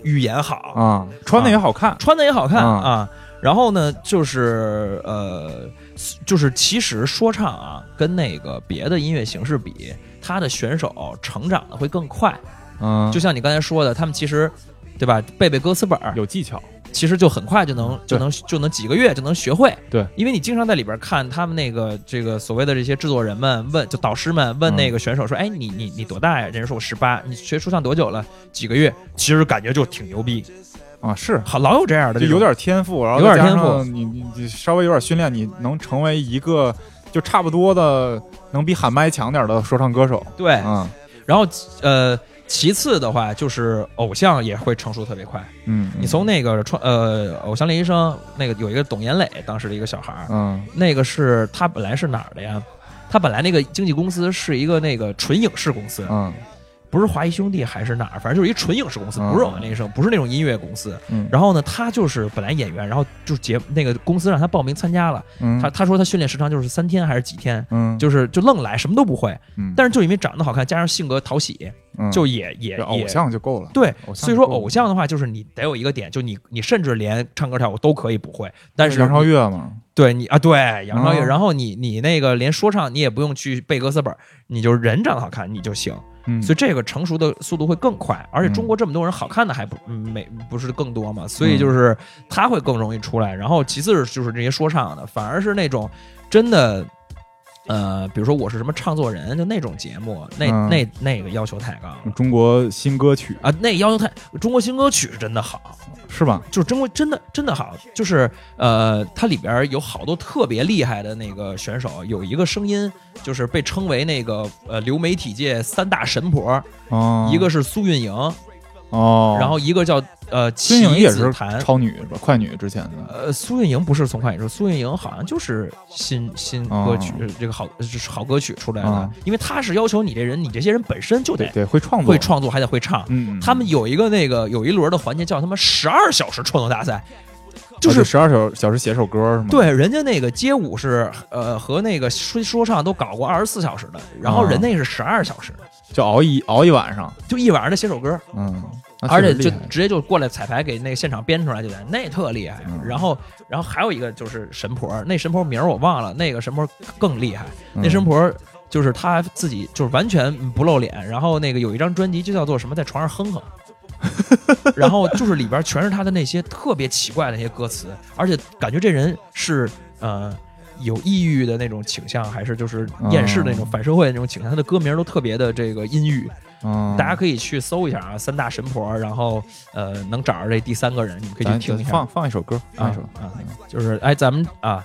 Speaker 2: 语言好，
Speaker 1: 啊，穿的也好看，
Speaker 2: 穿的也好看、
Speaker 1: 嗯
Speaker 2: 啊。然后呢，就是呃，就是其实说唱啊，跟那个别的音乐形式比，它的选手成长的会更快。
Speaker 1: 嗯，
Speaker 2: 就像你刚才说的，他们其实，对吧？背背歌词本儿，
Speaker 1: 有技巧，
Speaker 2: 其实就很快就能就能就能几个月就能学会。
Speaker 1: 对，
Speaker 2: 因为你经常在里边看他们那个这个所谓的这些制作人们问，就导师们
Speaker 1: 嗯
Speaker 2: 问那个选手说：“哎，你你你多大呀？”这人说：“我十八。”你学说唱多久了？几个月？其实感觉就挺牛逼，
Speaker 1: 啊，是，
Speaker 2: 好老有这样的
Speaker 1: 就
Speaker 2: 这
Speaker 1: 有
Speaker 2: 种，
Speaker 1: 点天赋，然后
Speaker 2: 有点
Speaker 1: 再加
Speaker 2: 天赋
Speaker 1: 上你你你稍微有点训练，你能成为一个就差不多的，能比喊麦强点儿的说唱歌手，
Speaker 2: 对。
Speaker 1: 嗯
Speaker 2: 然后呃，其次的话就是偶像也会成熟特别快。
Speaker 1: 嗯，
Speaker 2: 你从那个创呃偶像练习生那个有一个董延磊，当时的一个小孩儿，
Speaker 1: 嗯
Speaker 2: 那个是他本来是哪儿的呀？他本来那个经纪公司是一个那个纯影视公司，
Speaker 1: 嗯
Speaker 2: 不是华谊兄弟还是哪儿，反正就是一纯影视公司，
Speaker 1: 嗯
Speaker 2: 不是我们那生，不是那种音乐公司。
Speaker 1: 嗯，
Speaker 2: 然后呢，他就是本来演员，然后就结那个公司让他报名参加了。
Speaker 1: 嗯
Speaker 2: 他他说他训练时长就是三天还是几天，
Speaker 1: 嗯
Speaker 2: 就是就愣来，什么都不会。
Speaker 1: 嗯
Speaker 2: 但是就因为长得好看，加上性格讨喜，
Speaker 1: 嗯
Speaker 2: 就也也
Speaker 1: 就偶
Speaker 2: 也
Speaker 1: 像就够了，
Speaker 2: 对，
Speaker 1: 偶像
Speaker 2: 所以说
Speaker 1: 就够了
Speaker 2: 偶像的话，就是你得有一个点，就你你甚至连唱歌跳舞都可以不会，但是
Speaker 1: 杨超越嘛，
Speaker 2: 对你啊，对杨超越，
Speaker 1: 嗯
Speaker 2: 然后你你那个连说唱你也不用去背歌词本儿，你就是人长得好看你就行，
Speaker 1: 嗯，
Speaker 2: 所以这个成熟的速度会更快，而且中
Speaker 1: 嗯
Speaker 2: 国这么多人好看的还不嗯没不是更多嘛，所以就是他会更容易出来，然后其次就是这些说唱的，反而是那种真的。呃，比如说我是什么唱作人，就那种节目，那、
Speaker 1: 嗯
Speaker 2: 那那个要求太高了
Speaker 1: 中国新歌曲
Speaker 2: 啊！那要求太，中国新歌曲是真的好，
Speaker 1: 是吧？
Speaker 2: 就是中国真的真的好，就是呃，它里边儿有好多特别厉害的那个选手，有一个声音就是被称为那个呃流媒体界三大神婆，
Speaker 1: 哦，
Speaker 2: 一个是苏运莹，
Speaker 1: 哦，
Speaker 2: 然后一个叫呃
Speaker 1: 孙颖
Speaker 2: 齐
Speaker 1: 也
Speaker 2: 子
Speaker 1: 是
Speaker 2: 檀。
Speaker 1: 超女是吧？快女之前的，
Speaker 2: 呃，苏运莹不是从快演出，苏运莹好像就是新新歌曲、这个好就是好歌曲出来的，
Speaker 1: 哦
Speaker 2: 因为他是要求你这人，你这些人本身就得
Speaker 1: 对，会创作，
Speaker 2: 会，创作，还得会唱。
Speaker 1: 嗯，嗯
Speaker 2: 他们有一个那个有一轮的环节叫他妈十二小时创作大赛，就
Speaker 1: 啊
Speaker 2: 是
Speaker 1: 十二小小时写首歌是吗？，
Speaker 2: 对，人家那个街舞是呃和那个说说唱都搞过二十四小时的，然后
Speaker 1: 啊
Speaker 2: 人那是十二小时，
Speaker 1: 就熬一熬一晚上，
Speaker 2: 就一晚上的写首歌，
Speaker 1: 嗯，那
Speaker 2: 而
Speaker 1: 确实
Speaker 2: 且就
Speaker 1: 厉害
Speaker 2: 直接就过来彩排给那个现场编出来就在那特厉害。
Speaker 1: 嗯
Speaker 2: 然后然后还有一个就是神婆，那神婆名儿我忘了，那个神婆更厉害，那
Speaker 1: 嗯
Speaker 2: 神婆。就是她自己，就是完全不露脸，然后那个有一张专辑就叫做什么，在 床上哼哼，然后就是里边全是他的那些特别奇怪的那些歌词，而且感觉这人是呃有抑郁的那种倾向，还是就是
Speaker 1: 嗯
Speaker 2: 厌世的那种反社会的那种倾向。他的歌名都特别的这个阴郁，
Speaker 1: 嗯，
Speaker 2: 大家可以去搜一下啊，三大神婆，然后呃能找着这第三个人，你们可以去
Speaker 1: 咱
Speaker 2: 听一下。
Speaker 1: 放放一首歌，放
Speaker 2: 啊
Speaker 1: 一首，
Speaker 2: 啊，就是哎，咱们啊，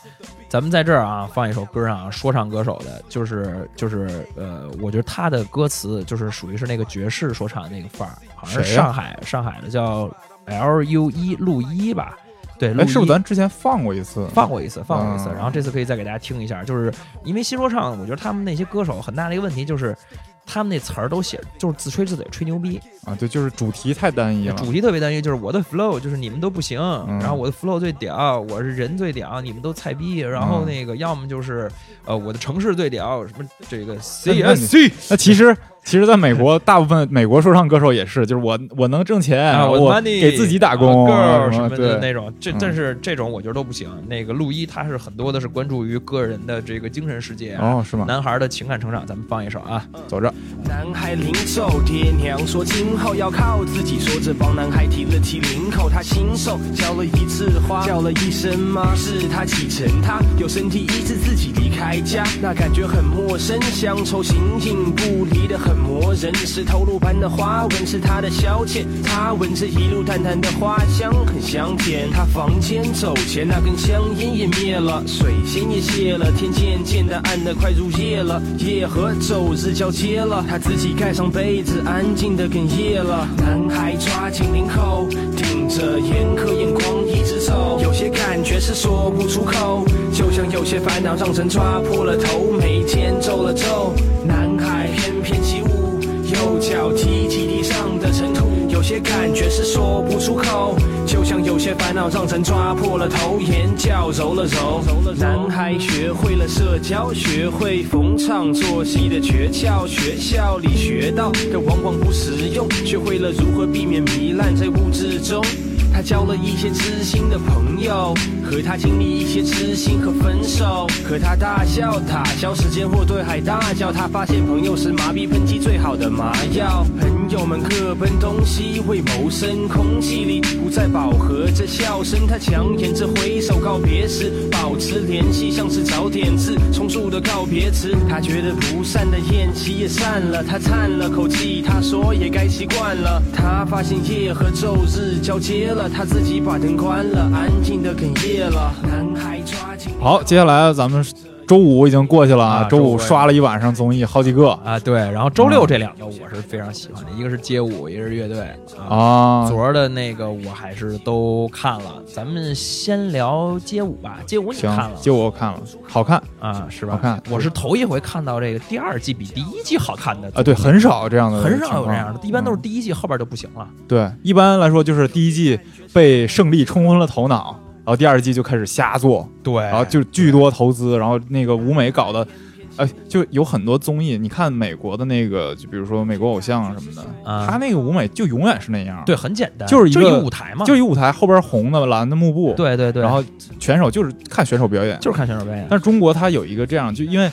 Speaker 2: 咱们在这儿啊放一首歌啊，说唱歌手的，就是就是呃，我觉得他的歌词就是属于是那个爵士
Speaker 1: 啊
Speaker 2: 说唱的那个范儿，好像是
Speaker 1: 谁呀
Speaker 2: 上海、上海的叫 L U E 一路一吧，对，
Speaker 1: 哎，
Speaker 2: 录
Speaker 1: 是不是
Speaker 2: 音
Speaker 1: 咱之前放过一次？
Speaker 2: 放过一次，放过一次，
Speaker 1: 嗯
Speaker 2: 然后这次可以再给大家听一下，就是因为新说唱，我觉得他们那些歌手很大的一个问题就是，他们那词儿都写就是自吹自擂吹牛逼，
Speaker 1: 啊，对，就是主题太单一了。嗯
Speaker 2: 主题特别单一，就是我的 flow 就是你们都不行，然后我的 flow 最屌，我是人最屌，你们都菜逼，然
Speaker 1: 嗯
Speaker 2: 后那个要么就是呃我的城市最屌，什么这个 C
Speaker 1: 那
Speaker 2: S
Speaker 1: 你那其实，其实在美国，大部分美国说唱歌手也是，就是我我能挣钱，
Speaker 2: 啊，
Speaker 1: 我
Speaker 2: 我 money
Speaker 1: 给自己打工，
Speaker 2: 啊，girl
Speaker 1: 什
Speaker 2: 什么的
Speaker 1: 对
Speaker 2: 那种，这
Speaker 1: 嗯
Speaker 2: 但是这种我觉得都不行。那个陆一他是很多的是关注于个人的这个精神世界啊，
Speaker 1: 哦，是吗？
Speaker 2: 男孩的情感成长，咱们放一首啊。
Speaker 1: 走着，
Speaker 8: 男孩临走，爹娘说今后要靠自己。说着帮男孩提了提领口，他新手浇了一次花，叫了一声妈，是他启程，他有身体意志自己离开家，那感觉很陌生，乡愁形影不离的很磨人。石头路般的花纹是他的消遣，他闻着一路淡淡的花香，很香甜。他房间走前，那根香烟也灭了，水仙也谢了，天渐渐的暗的快入夜了，夜和昼日交接了，他自己盖上被子，安静的哽咽了。男孩抓紧领口，顶着严苛眼光一直走，有些感觉是说不出口，就像有些烦恼让人抓破了头，眉间皱了皱。男孩翩翩起舞，右脚踢起地上的尘土，有些感觉是说不出口，就像有些烦恼让人抓破了头，眼角揉了揉。男孩学会了社交，学会逢场作戏的诀窍，学校里学到的往往不实用，学会了如何避免糜烂在物质中。他交了一些知心的朋友，和他经历一些痴心和分手，和他大笑打消时间或对海大叫。他发现朋友是麻痹喷剂最好的麻药，朋友们各奔东西，为谋生，空气里不再饱和着笑声。他强颜着挥手告别时，保持联系，像是早点字，重塑的告别词。他觉得不散的宴席也散了，他叹了口气，他说也该习惯了。他发现夜和昼日交接了，他自己把灯关了，安静的哽咽了。男孩抓紧。
Speaker 1: 好，接下来咱们周五已经过去了啊，
Speaker 2: 啊
Speaker 1: 周
Speaker 2: 周
Speaker 1: 五
Speaker 2: 五
Speaker 1: 刷了一晚上综艺，好几个
Speaker 2: 啊，对，然后周六这两个我是非常喜欢的，一个是街舞，一个是乐队啊。
Speaker 1: 啊，
Speaker 2: 昨儿的那个我还是都看了，咱们先聊街舞吧。街舞你
Speaker 1: 行
Speaker 2: 看了吗，
Speaker 1: 就我看了，好看
Speaker 2: 啊，是吧？
Speaker 1: 好看
Speaker 2: 我是头一回看到这个第二季比第一季好看的
Speaker 1: 啊，对，很少这样的，
Speaker 2: 很少有这样的，一般都是
Speaker 1: 嗯
Speaker 2: 第一季后边就不行了。
Speaker 1: 对，一般来说就是第一季被胜利冲昏了头脑，然后第二季就开始瞎做，
Speaker 2: 对，
Speaker 1: 然后啊就巨多投资，然后那个舞美搞的，哎，就有很多综艺。你看美国的那个，就比如说美国偶像什么的，
Speaker 2: 啊
Speaker 1: 他那个舞美就永远是那样，
Speaker 2: 对，，很简单，
Speaker 1: 就是一
Speaker 2: 就
Speaker 1: 个
Speaker 2: 一舞台嘛，
Speaker 1: 就一舞台后边红的、蓝的幕布，，
Speaker 2: 对对对，
Speaker 1: 然后选手就是看选手表演。
Speaker 2: 就是看选手表演。
Speaker 1: 但是中国它有一个这样，就因为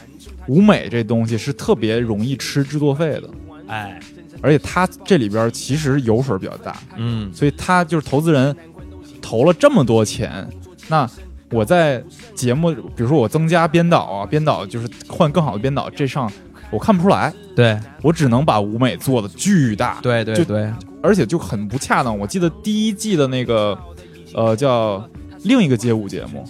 Speaker 1: 舞美这东西是特别容易吃制作费的，
Speaker 2: 哎，
Speaker 1: 而且它这里边其实油水比较大，
Speaker 2: 嗯，
Speaker 1: 所以他就是投资人投了这么多钱，那我在节目，比如说我增加编导啊，编导就是换更好的编导，这上我看不出来，
Speaker 2: 嗯对
Speaker 1: 我只能把舞美做的巨大，，
Speaker 2: 对对
Speaker 1: 就
Speaker 2: 对，
Speaker 1: 而且就很不恰当。我记得第一季的那个，呃，叫另一个街舞节目，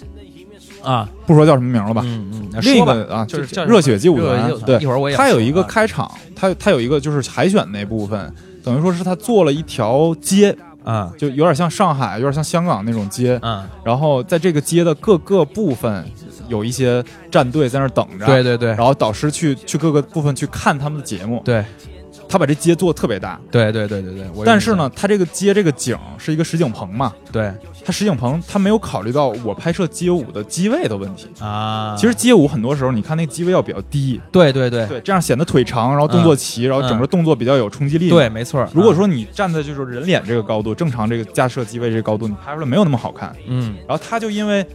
Speaker 2: 啊，
Speaker 1: 不说叫什么名了吧。
Speaker 2: 嗯嗯，
Speaker 1: 另一
Speaker 2: 说吧
Speaker 1: 个啊，
Speaker 2: 就是叫什么
Speaker 1: 热血街舞
Speaker 2: 热血街舞
Speaker 1: 团，
Speaker 2: 团
Speaker 1: 对，
Speaker 2: 一会儿我也
Speaker 1: 他有
Speaker 2: 想
Speaker 1: 一个
Speaker 2: 啊
Speaker 1: 开场，他他有一个就是海选那部分，等于说是他做了一条街，
Speaker 2: 啊
Speaker 1: 就有点像上海，有点像香港那种街，
Speaker 2: 嗯，
Speaker 1: 然后在这个街的各个部分有一些战队在那儿等着，
Speaker 2: 对对对
Speaker 1: 然后导师去去各个部分去看他们的节目，
Speaker 2: 对
Speaker 1: 他把这街做得特别大，
Speaker 2: 对对对对对，我有
Speaker 1: 但是
Speaker 2: 印
Speaker 1: 呢，他这个街这个景是一个实景棚嘛，
Speaker 2: 象，对
Speaker 1: 他实景棚他没有考虑到我拍摄街舞的机位的问题。
Speaker 2: 啊，
Speaker 1: 其实街舞很多时候，你看那机位要比较低，
Speaker 2: 对对对
Speaker 1: 对，这样显得腿长，然后动作齐，然后整个动作比较有冲击力。
Speaker 2: 嗯对，，没错。
Speaker 1: 如果
Speaker 2: 啊
Speaker 1: 说你站在就是人脸这个高度，正常这个架设机位这个高度，你拍出来没有那么好看。
Speaker 2: 嗯
Speaker 1: 然后他就因为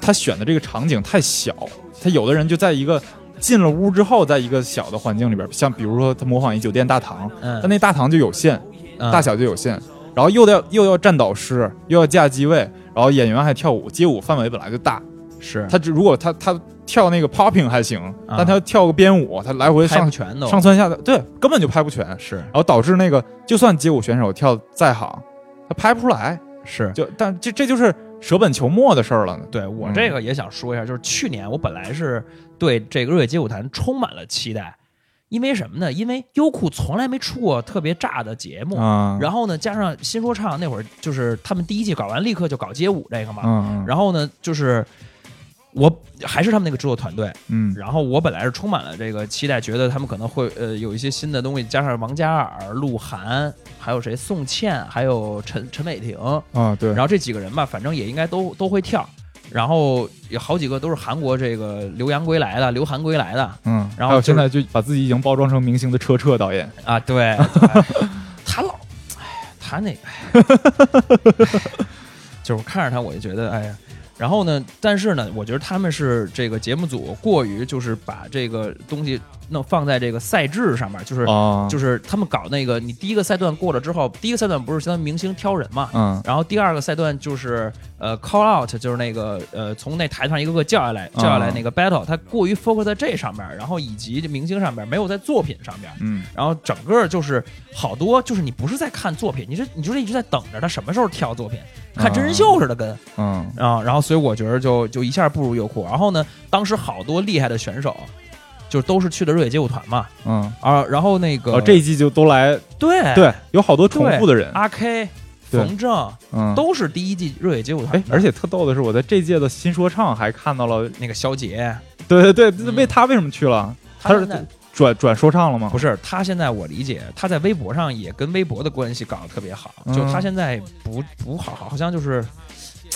Speaker 1: 他选的这个场景太小，他有的人就在一个进了屋之后，在一个小的环境里边，像比如说他模仿一酒店大堂，
Speaker 2: 嗯
Speaker 1: 但那大堂就有限，
Speaker 2: 嗯
Speaker 1: 大小就有限，然后又要又要站导师，又要架机位，然后演员还跳舞，街舞范围本来就大，
Speaker 2: 是
Speaker 1: 他只如果他他跳那个 popping 还行，
Speaker 2: 嗯
Speaker 1: 但他要跳个编舞，他来回
Speaker 2: 拍不
Speaker 1: 上
Speaker 2: 全都
Speaker 1: 上蹿下跳，对，根本就拍不全，然
Speaker 2: 是
Speaker 1: 后导致那个就算街舞选手跳得再好，他拍不出来，
Speaker 2: 是。
Speaker 1: 就但这这就是舍本求末的事儿了呢。
Speaker 2: 对我
Speaker 1: 嗯
Speaker 2: 这个也想说一下，就是去年我本来是对这个热血街舞团充满了期待，因为什么呢？因为优酷从来没出过特别炸的节目，
Speaker 1: 啊，
Speaker 2: 然后呢，加上新说唱那会儿，就是他们第一季搞完，立刻就搞街舞这个嘛。
Speaker 1: 嗯，
Speaker 2: 然后呢，就是我还是他们那个制作团队，
Speaker 1: 嗯
Speaker 2: 然后我本来是充满了这个期待，觉得他们可能会呃有一些新的东西，加上王嘉尔、鹿晗，还有谁宋茜，还有陈陈伟霆，
Speaker 1: 啊，对，
Speaker 2: 然后这几个人吧，反正也应该都都会跳，然后有好几个都是韩国这个留洋归来的、留韩归来的
Speaker 1: 嗯，
Speaker 2: 然后
Speaker 1: 还有
Speaker 2: 就
Speaker 1: 现
Speaker 2: 是
Speaker 1: 在就把自己已经包装成明星的车澈导演，
Speaker 2: 啊，对，哎他老，哎，他那个，哎就是我看着他我就觉得哎呀。然后呢？但是呢，我觉得他们是这个节目组过于就是把这个东西弄放在这个赛制上面，就是
Speaker 1: 啊，
Speaker 2: 就是是他们搞那个，你第一个赛段过了之后，第一个赛段不是相当于明星挑人嘛，
Speaker 1: 嗯
Speaker 2: 然后第二个赛段就是呃 call out，就是那个呃从那台上一个个叫下来，叫下来
Speaker 1: 嗯
Speaker 2: 那个 battle，他过于 focus 在这上面，然后以及这明星上面，没有在作品上面。
Speaker 1: 嗯
Speaker 2: 然后整个就是好多，就是你不是在看作品，你是你就是一直在等着他什么时候挑作品，
Speaker 1: 啊
Speaker 2: 看真人秀似的跟
Speaker 1: 嗯
Speaker 2: 啊。然后所以我觉得就就一下步入优酷。然后呢，当时好多厉害的选手，就都是去的热血街舞团嘛
Speaker 1: 嗯，
Speaker 2: 啊。然后那个、
Speaker 1: 哦，这一季就都来，
Speaker 2: 对
Speaker 1: 对，有好多重
Speaker 2: 哎对
Speaker 1: 复的人，
Speaker 2: 阿 K、
Speaker 1: 对
Speaker 2: 冯正
Speaker 1: 嗯，
Speaker 2: 都是第一季热血街舞团
Speaker 1: 哎
Speaker 2: 的，，
Speaker 1: 而且特逗的是，我在这届的新说唱还看到了，
Speaker 2: 那个肖杰，
Speaker 1: 对对对，
Speaker 2: 嗯
Speaker 1: 为他为什么去了？
Speaker 2: 他
Speaker 1: 他
Speaker 2: 现
Speaker 1: 是嗯
Speaker 2: 在
Speaker 1: 转转说唱了吗？
Speaker 2: 不是他现在我理解他在微博上也跟微博的关系搞得特别好，
Speaker 1: 嗯
Speaker 2: 就他现在不不好好好像就是。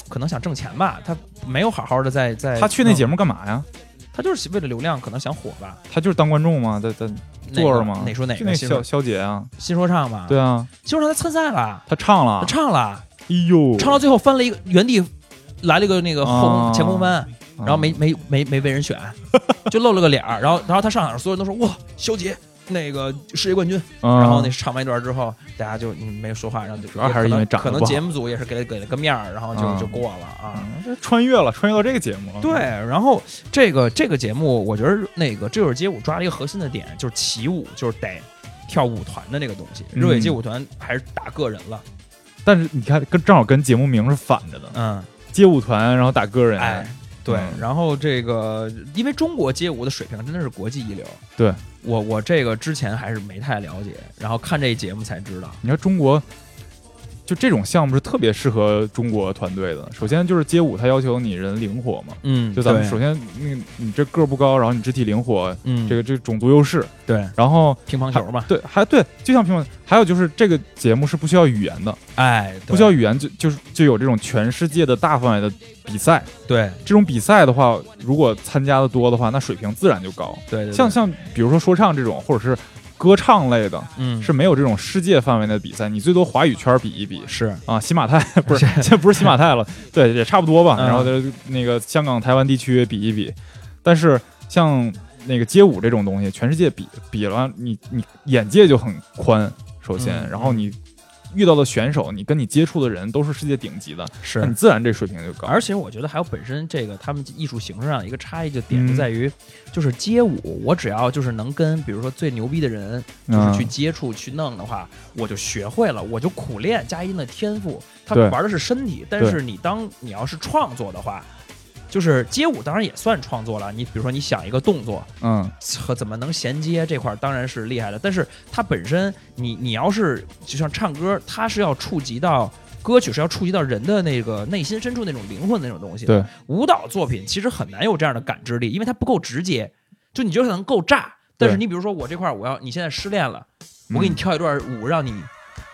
Speaker 2: 可能想挣钱吧，他没有好好的在在。
Speaker 1: 他去那节目干嘛呀？
Speaker 2: 嗯，他就是为了流量，可能想火吧。
Speaker 1: 他就是当观众吗？在在坐着吗？
Speaker 2: 哪说哪
Speaker 1: 就
Speaker 2: 个？
Speaker 1: 那
Speaker 2: 新
Speaker 1: 肖
Speaker 2: 说
Speaker 1: 肖姐啊，
Speaker 2: 新说唱嘛。
Speaker 1: 对，啊，
Speaker 2: 新说唱他参赛了，
Speaker 1: 他唱了
Speaker 2: 他，唱了，
Speaker 1: 哎呦，
Speaker 2: 唱到最后翻了一个原地，来了个那个后空
Speaker 1: 啊
Speaker 2: 前空翻，
Speaker 1: 嗯，
Speaker 2: 然后没没没没被 人选，就露了个脸儿。然后然后他上场，所有人都说哇，肖杰那个世界冠军。
Speaker 1: 嗯，
Speaker 2: 然后那唱完一段之后，大家就嗯没有说话，然后就主
Speaker 1: 要还是因为长得
Speaker 2: 可能
Speaker 1: 不好
Speaker 2: 节目组也是给了给了个面儿，然后就、
Speaker 1: 嗯
Speaker 2: 就过了啊。
Speaker 1: 嗯这穿越了，穿越到这个节目了，
Speaker 2: 对，，然后这个这个节目，我觉得那个《这就是街舞》抓了一个核心的点，就是起舞，就是得跳舞团的那个东西。
Speaker 1: 嗯
Speaker 2: 热血街舞团还是打个人了，
Speaker 1: 但是你看，跟正好跟节目名是反着的，
Speaker 2: 嗯，
Speaker 1: 街舞团，然后打个人，
Speaker 2: 哎，对。
Speaker 1: 嗯
Speaker 2: 然后这个，因为中国街舞的水平真的是国际一流，
Speaker 1: 对
Speaker 2: 我我这个之前还是没太了解，然后看这节目才知道。
Speaker 1: 你说中国就这种项目是特别适合中国团队的。首先就是街舞，它要求你人灵活嘛，
Speaker 2: 嗯
Speaker 1: 就咱们
Speaker 2: 对
Speaker 1: 首先那你这个儿不高，然后你肢体灵活，
Speaker 2: 嗯
Speaker 1: 这个这个种族优势，
Speaker 2: 对
Speaker 1: 然后
Speaker 2: 乒乓球嘛，
Speaker 1: 对还对，就像评论，还有就是这个节目是不需要语言的，
Speaker 2: 哎，
Speaker 1: 不需要语言就就是就有这种全世界的大范围的比赛。
Speaker 2: 对
Speaker 1: 这种比赛的话，如果参加的多的话，那水平自然就高。
Speaker 2: 对对，
Speaker 1: 像像比如说说唱这种，或者是歌唱类的，
Speaker 2: 嗯
Speaker 1: 是没有这种世界范围内的比赛，你最多华语圈比一比
Speaker 2: 是
Speaker 1: 啊，洗马泰 不是，这不是洗马泰了，对，也差不多吧。
Speaker 2: 嗯
Speaker 1: 然后就是那个香港、台湾地区比一比，但是像那个街舞这种东西，全世界比比了，你你眼界就很宽，首先，
Speaker 2: 嗯
Speaker 1: 然后你遇到的选手，你跟你接触的人都是世界顶级的，那你
Speaker 2: 是，
Speaker 1: 自然这水平就高。
Speaker 2: 而且我觉得还有本身这个他们艺术形式上的一个差异就点就在于，就是街舞，我只要就是能跟比如说最牛逼的人就是去
Speaker 1: 嗯
Speaker 2: 接触去弄的话，我就学会了，我就苦练加一定的天赋。他
Speaker 1: 对
Speaker 2: 玩的是身体，但
Speaker 1: 对
Speaker 2: 是你当你要是创作的话。就是街舞当然也算创作了，你比如说你想一个动作，
Speaker 1: 嗯
Speaker 2: 和怎么能衔接这块儿当然是厉害的，但是它本身你你要是就像唱歌，它是要触及到歌曲是要触及到人的那个内心深处那种灵魂的那种东西。
Speaker 1: 对，
Speaker 2: 舞蹈作品其实很难有这样的感知力，因为它不够直接，就你觉得可能够炸，但是
Speaker 1: 对
Speaker 2: 你比如说我这块儿我要你现在失恋了，我给你
Speaker 1: 嗯，
Speaker 2: 跳一段舞让你。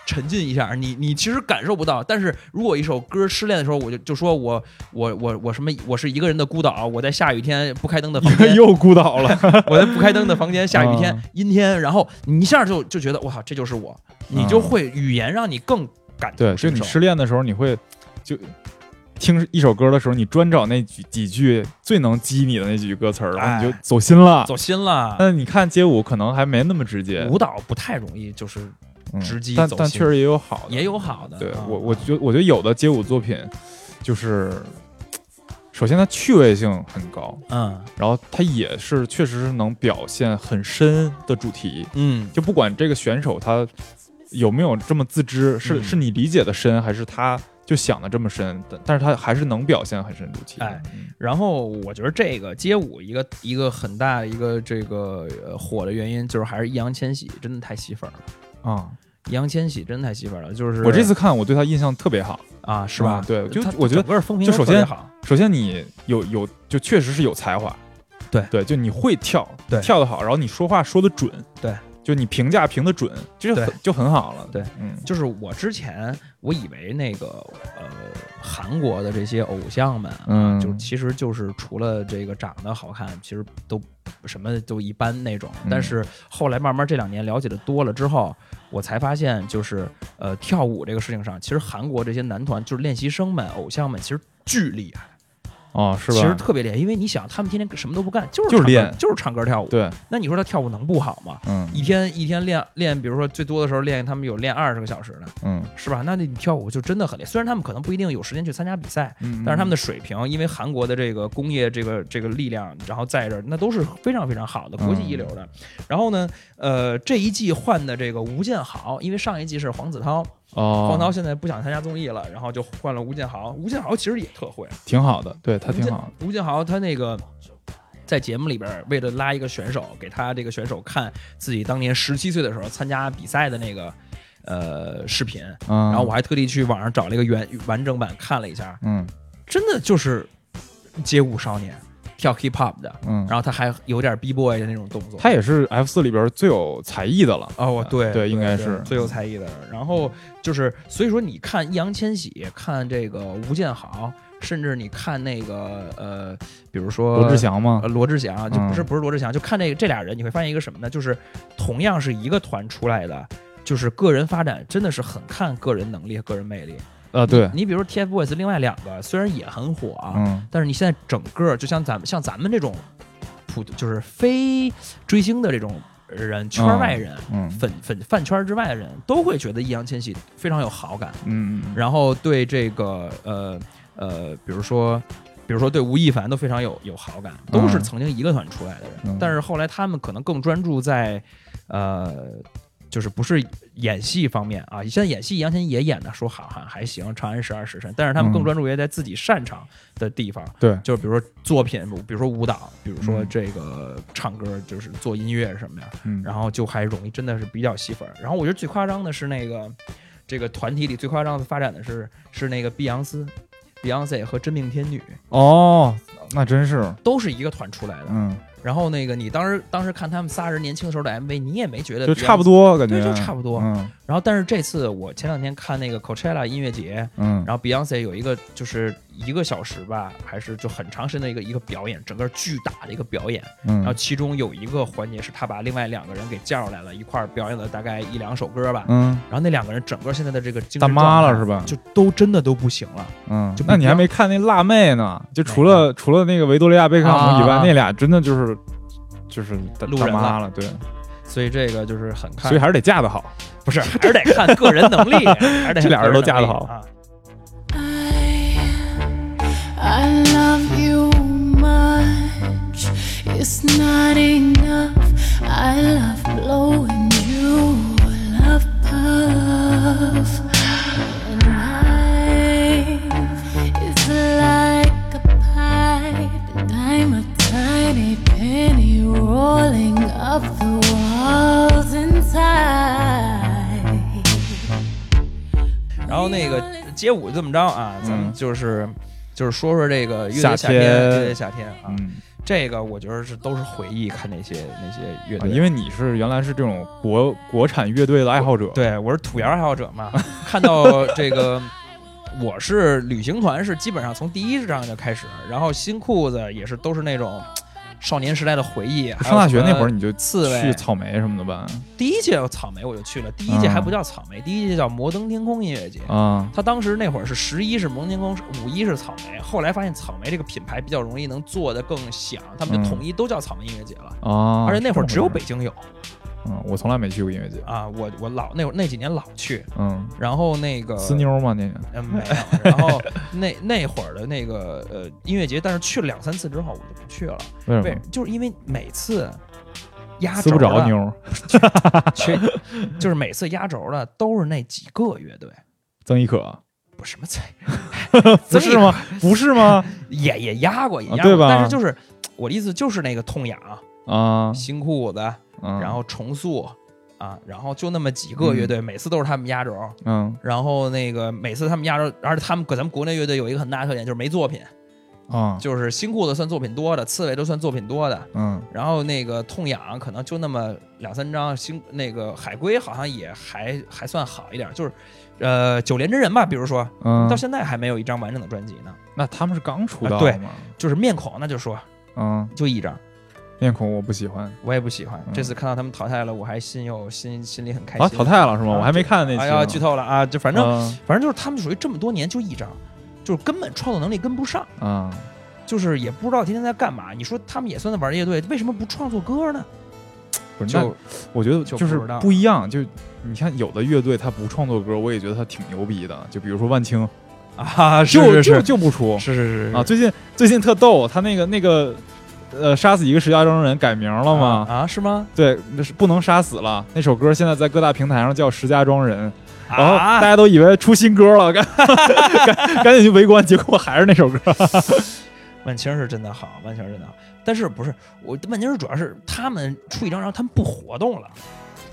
Speaker 2: 沉浸一下，你你其实感受不到，但是如果一首歌失恋的时候，我就就说我我我我什么，我是一个人的孤岛，我在下雨天不开灯的房间
Speaker 1: 嗯又孤岛 了，
Speaker 2: 我在不开灯的房间，下雨天、
Speaker 1: 嗯
Speaker 2: 阴天，然后你一下就就觉得我操，这就是我，你就会语言让你更感
Speaker 1: 嗯
Speaker 2: 同
Speaker 1: 对，就
Speaker 2: 身
Speaker 1: 你
Speaker 2: 受。
Speaker 1: 失恋的时候，你会就。听一首歌的时候，你专找那几几句最能激你的那几句歌词儿，然后你就
Speaker 2: 哎
Speaker 1: 走心了，
Speaker 2: 走心了，
Speaker 1: 但你看街舞可能还没那么直接，
Speaker 2: 啊舞蹈不太容易，就是
Speaker 1: 嗯
Speaker 2: 直击
Speaker 1: 但
Speaker 2: 走
Speaker 1: 但
Speaker 2: 心
Speaker 1: 确实也有好的。
Speaker 2: 也有好的。
Speaker 1: 对
Speaker 2: 啊
Speaker 1: 我，我觉我觉得有的街舞作品就是，首先它趣味性很高，
Speaker 2: 嗯
Speaker 1: 然后它也是确实是能表现很深的主题，
Speaker 2: 嗯
Speaker 1: 就不管这个选手他有没有这么自知，是、
Speaker 2: 嗯
Speaker 1: 是你理解的深，还是他就想的这么深，但但是他还是能表现很深入其。
Speaker 2: 哎，然后我觉得这个街舞一个一个很大的一个这个呃火的原因，就是还是易烊千玺真的太吸粉了。
Speaker 1: 啊、
Speaker 2: 易烊千玺真的太吸粉了，就是
Speaker 1: 我这次看我对他印象特别好。
Speaker 2: 啊，是吧？
Speaker 1: 嗯对就
Speaker 2: 他
Speaker 1: 我觉得
Speaker 2: 整个风评
Speaker 1: 就
Speaker 2: 都
Speaker 1: 首
Speaker 2: 特别
Speaker 1: 先
Speaker 2: 好，
Speaker 1: 首先你有有就确实是有才华，
Speaker 2: 对
Speaker 1: 对，就你会跳，
Speaker 2: 对
Speaker 1: 跳得好，然后你说话说得准，
Speaker 2: 对，
Speaker 1: 就你评价评得准，这就
Speaker 2: 对
Speaker 1: 很就很好了，
Speaker 2: 对，
Speaker 1: 嗯，
Speaker 2: 就是我之前我以为那个呃韩国的这些偶像们啊，
Speaker 1: 嗯
Speaker 2: 就其实就是除了这个长得好看，其实都什么都一般那种。
Speaker 1: 嗯
Speaker 2: 但是后来慢慢这两年了解的多了之后，我才发现就是呃跳舞这个事情上，其实韩国这些男团就是练习生们、偶像们，其实巨厉害，
Speaker 1: 哦，是吧？
Speaker 2: 其实特别厉害。因为你想，他们天天什么都不干，就是
Speaker 1: 就
Speaker 2: 就是
Speaker 1: 练
Speaker 2: 就是唱歌跳舞。
Speaker 1: 对，
Speaker 2: 那你说他跳舞能不好吗？
Speaker 1: 嗯
Speaker 2: 一天一天练练，比如说最多的时候练，他们有练二十个小时的，
Speaker 1: 嗯
Speaker 2: 是吧？那你跳舞就真的很累。虽然他们可能不一定有时间去参加比赛，
Speaker 1: 嗯，
Speaker 2: 但是他们
Speaker 1: 的
Speaker 2: 的水平，因为韩国的这个工业这个这个力量，然后在这儿，那都是非常非常好的，国际一流
Speaker 1: 嗯
Speaker 2: 的。然后呢，呃，这一季换的这个吴建豪，因为上一季是黄子韬，
Speaker 1: 哦，
Speaker 2: 黄子韬现在不想参加综艺了，然后就换了吴建豪。吴建豪其实也特会，
Speaker 1: 挺好的，对他
Speaker 2: 吴
Speaker 1: 挺
Speaker 2: 建
Speaker 1: 好的，
Speaker 2: 吴建豪他那个。在节目里边，为了拉一个选手，给他这个选手看自己当年十七岁的时候参加比赛的那个呃视频，
Speaker 1: 嗯，
Speaker 2: 然后我还特地去网上找了一个原完整版看了一下，
Speaker 1: 嗯
Speaker 2: 真的就是街舞少年，跳 hip hop 的，
Speaker 1: 嗯，
Speaker 2: 然后他还有点 b boy 的那种动作。
Speaker 1: 他也是 F 四里边最有才艺的了，
Speaker 2: 哦，对
Speaker 1: 对应该是
Speaker 2: 最有才艺的。然后就是，所以说你看易烊千玺，看这个吴建豪，甚至你看那个呃，比如说
Speaker 1: 罗志、祥吗
Speaker 2: 呃，？罗志祥就不是
Speaker 1: 嗯
Speaker 2: 不是罗志祥，就看这个这俩人，你会发现一个什么呢？就是同样是一个团出来的，就是个人发展真的是很看个人能力和个人魅力。
Speaker 1: 啊，对，
Speaker 2: 你比如说 TFBOYS 另外两个虽然也很火啊，
Speaker 1: 嗯
Speaker 2: 但是你现在整个就像咱们像咱们这种普就是非追星的这种人，圈外人、
Speaker 1: 嗯
Speaker 2: 粉粉饭圈之外的人，都会觉得易烊千玺非常有好感，
Speaker 1: 嗯嗯，
Speaker 2: 然后对这个呃呃，比如说。比如说对吴亦凡都非常有有好感，都是
Speaker 1: 嗯
Speaker 2: 曾经一个团出来的人，
Speaker 1: 嗯
Speaker 2: 但是后来他们可能更专注在，呃，就是不是演戏方面啊。现在演戏，易烊千玺也演的，说好像还行，《长安十二时辰》，但是他们
Speaker 1: 嗯
Speaker 2: 更专注于在自己擅长的地方，
Speaker 1: 对，
Speaker 2: 就是比如说作品，比如说舞蹈，比如说
Speaker 1: 嗯
Speaker 2: 这个唱歌，就是做音乐什么呀，
Speaker 1: 嗯，
Speaker 2: 然后就还容易真的是比较吸粉儿。然后我觉得最夸张的是那个这个团体里最夸张的发展的是是那个碧昂斯。Beyonce 和真命天女
Speaker 1: 哦，那真是，
Speaker 2: 都是一个团出来的，
Speaker 1: 嗯，
Speaker 2: 然后那个你当时当时看他们仨人年轻时候的 MV，你也没觉得
Speaker 1: 就
Speaker 2: Beyonce-
Speaker 1: 差不。多感觉，
Speaker 2: 对就差不多
Speaker 1: 嗯
Speaker 2: 然后但是这次我前两天看那个 Coachella 音乐节，
Speaker 1: 嗯，
Speaker 2: 然后 Beyonce 有一个就是一个小时吧，还是就很长时间的一个一个表演，整个巨大的一个表演，
Speaker 1: 嗯
Speaker 2: 然后其中有一个环节是他把另外两个人给叫上来了，一块儿表演了大概一两首歌吧。
Speaker 1: 嗯
Speaker 2: 然后那两个人整个现在的这个精神
Speaker 1: 大妈
Speaker 2: 状
Speaker 1: 了
Speaker 2: 态
Speaker 1: 是吧
Speaker 2: 就都真的都不行了。
Speaker 1: 嗯
Speaker 2: 就，不
Speaker 1: 那你还
Speaker 2: 一样
Speaker 1: 没看那辣妹呢？就除
Speaker 2: 哪个
Speaker 1: 了除了那个维多利亚贝克汉姆以
Speaker 2: 啊啊
Speaker 1: 外
Speaker 2: 啊，
Speaker 1: 那俩真的就是就是大
Speaker 2: 路
Speaker 1: 大
Speaker 2: 人
Speaker 1: 妈
Speaker 2: 了
Speaker 1: 了，对，
Speaker 2: 所以这个就是很看，
Speaker 1: 所以还是得嫁得好。啊
Speaker 2: 不是还是得看个人能 力，还是得看
Speaker 1: 这俩人都
Speaker 2: 个能力
Speaker 1: 嫁得好
Speaker 2: 啊。
Speaker 9: I love you much. It's not enough. I love blowing you up puff. And life is like a pipe, and I'm a tiny penny rolling up the walls inside.
Speaker 2: 然后那个街舞这么着啊，咱们
Speaker 1: 嗯
Speaker 2: 就是、就是说说这个乐队
Speaker 1: 夏
Speaker 2: 夏
Speaker 1: 天
Speaker 2: 乐队夏天啊，
Speaker 1: 嗯，
Speaker 2: 这个我觉得是都是回忆，看那些那些乐
Speaker 1: 啊
Speaker 2: 队，
Speaker 1: 因为你是原来是这种国国产乐队的爱好者，
Speaker 2: 对我是土窑爱好者嘛，看到这个。我是旅行团，是基本上从第一张就开始，然后新裤子也是都是那种少年时代的回忆。
Speaker 1: 上大学那会儿
Speaker 2: 你
Speaker 1: 你就
Speaker 2: 刺猬
Speaker 1: 去草嗯莓什么的吧？
Speaker 2: 第一届草莓我就去了，第一届还不叫草莓，第一届叫摩登天空音乐节。
Speaker 1: 啊，
Speaker 2: 他当时那会儿是十一是摩天宫，五一是草莓。后来发现草莓这个品牌比较容易能做的更响，他们
Speaker 1: 嗯
Speaker 2: 就统一都叫草莓音乐节了。
Speaker 1: 啊，
Speaker 2: 而且那会儿只有北
Speaker 1: 是
Speaker 2: 京有
Speaker 1: 这么回事，嗯，我从来没去过音乐节，
Speaker 2: 啊，我我老那会儿那几年老去，
Speaker 1: 嗯，
Speaker 2: 然后那个
Speaker 1: 呲妞嘛那个，
Speaker 2: 嗯没有，然后那那会儿的那个呃音乐节，但是去了两三次之后我就不去了，
Speaker 1: 为什
Speaker 2: 为
Speaker 1: 么？
Speaker 2: 就是因为每次压
Speaker 1: 呲
Speaker 2: 轴
Speaker 1: 不着
Speaker 2: 的
Speaker 1: 妞儿，
Speaker 2: 去，就是每次压轴的都是那几个乐队，
Speaker 1: 曾轶可，
Speaker 2: 不是什么菜，
Speaker 1: 不是吗？不是吗？
Speaker 2: 也也压过，也压过，
Speaker 1: 啊对吧
Speaker 2: 但是就是我的意思就是那个痛痒、
Speaker 1: 啊，
Speaker 2: 新裤子，
Speaker 1: 嗯
Speaker 2: 然后重塑啊，然后就那么几个乐队，每次都是他们压轴。
Speaker 1: 嗯
Speaker 2: 然后那个每次他们压轴，而且他们搁咱们国内乐队有一个很大特点，就是没作品，
Speaker 1: 啊
Speaker 2: 就是新裤子算作品多的，刺猬都算作品多的，
Speaker 1: 嗯
Speaker 2: 然后那个痛痒可能就那么两三张，新那个海龟好像也还还算好一点，就是呃九连真人吧，比如说
Speaker 1: 嗯
Speaker 2: 到，现在还没有一张完整的专辑呢，
Speaker 1: 那他们是刚出道
Speaker 2: 啊对
Speaker 1: 吗？
Speaker 2: 就是面孔那就说
Speaker 1: 嗯，
Speaker 2: 就一张，
Speaker 1: 面孔我不喜欢
Speaker 2: 我也不喜欢。
Speaker 1: 嗯
Speaker 2: 这次看到他们淘汰了，我还心有心心里很开心。
Speaker 1: 啊，淘汰了是吗？
Speaker 2: 啊
Speaker 1: 我还没看那期呢。
Speaker 2: 哎呀，剧透了啊！就反正、
Speaker 1: 啊
Speaker 2: 反正就是他们属于这么多年就一张，就是根本创作能力跟不上，
Speaker 1: 啊，
Speaker 2: 就是也不知道天天在干嘛。你说他们也算在玩乐队，为什么不创作歌呢？
Speaker 1: 不是那
Speaker 2: 就
Speaker 1: 我觉得
Speaker 2: 就
Speaker 1: 就是
Speaker 2: 不知道
Speaker 1: 不一样，就你看有的乐队他不创作歌，我也觉得他挺牛逼的，就比如说万青，
Speaker 2: 啊，是
Speaker 1: 就是就是就不出
Speaker 2: 是是是
Speaker 1: 啊。最近最近特逗，他那个那个呃，杀死一个石家庄人改名了吗？
Speaker 2: 啊，是吗？
Speaker 1: 对，那是不能杀死了。那首歌现在在各大平台上叫《石家庄人》，然后大
Speaker 2: 啊，
Speaker 1: 家都以为出新歌了，赶 赶赶紧去围观，结果还是那首歌。
Speaker 2: 万青是真的好，万青是真的好。但是不是我万青是主要是他们出一张，然后他们不活动了，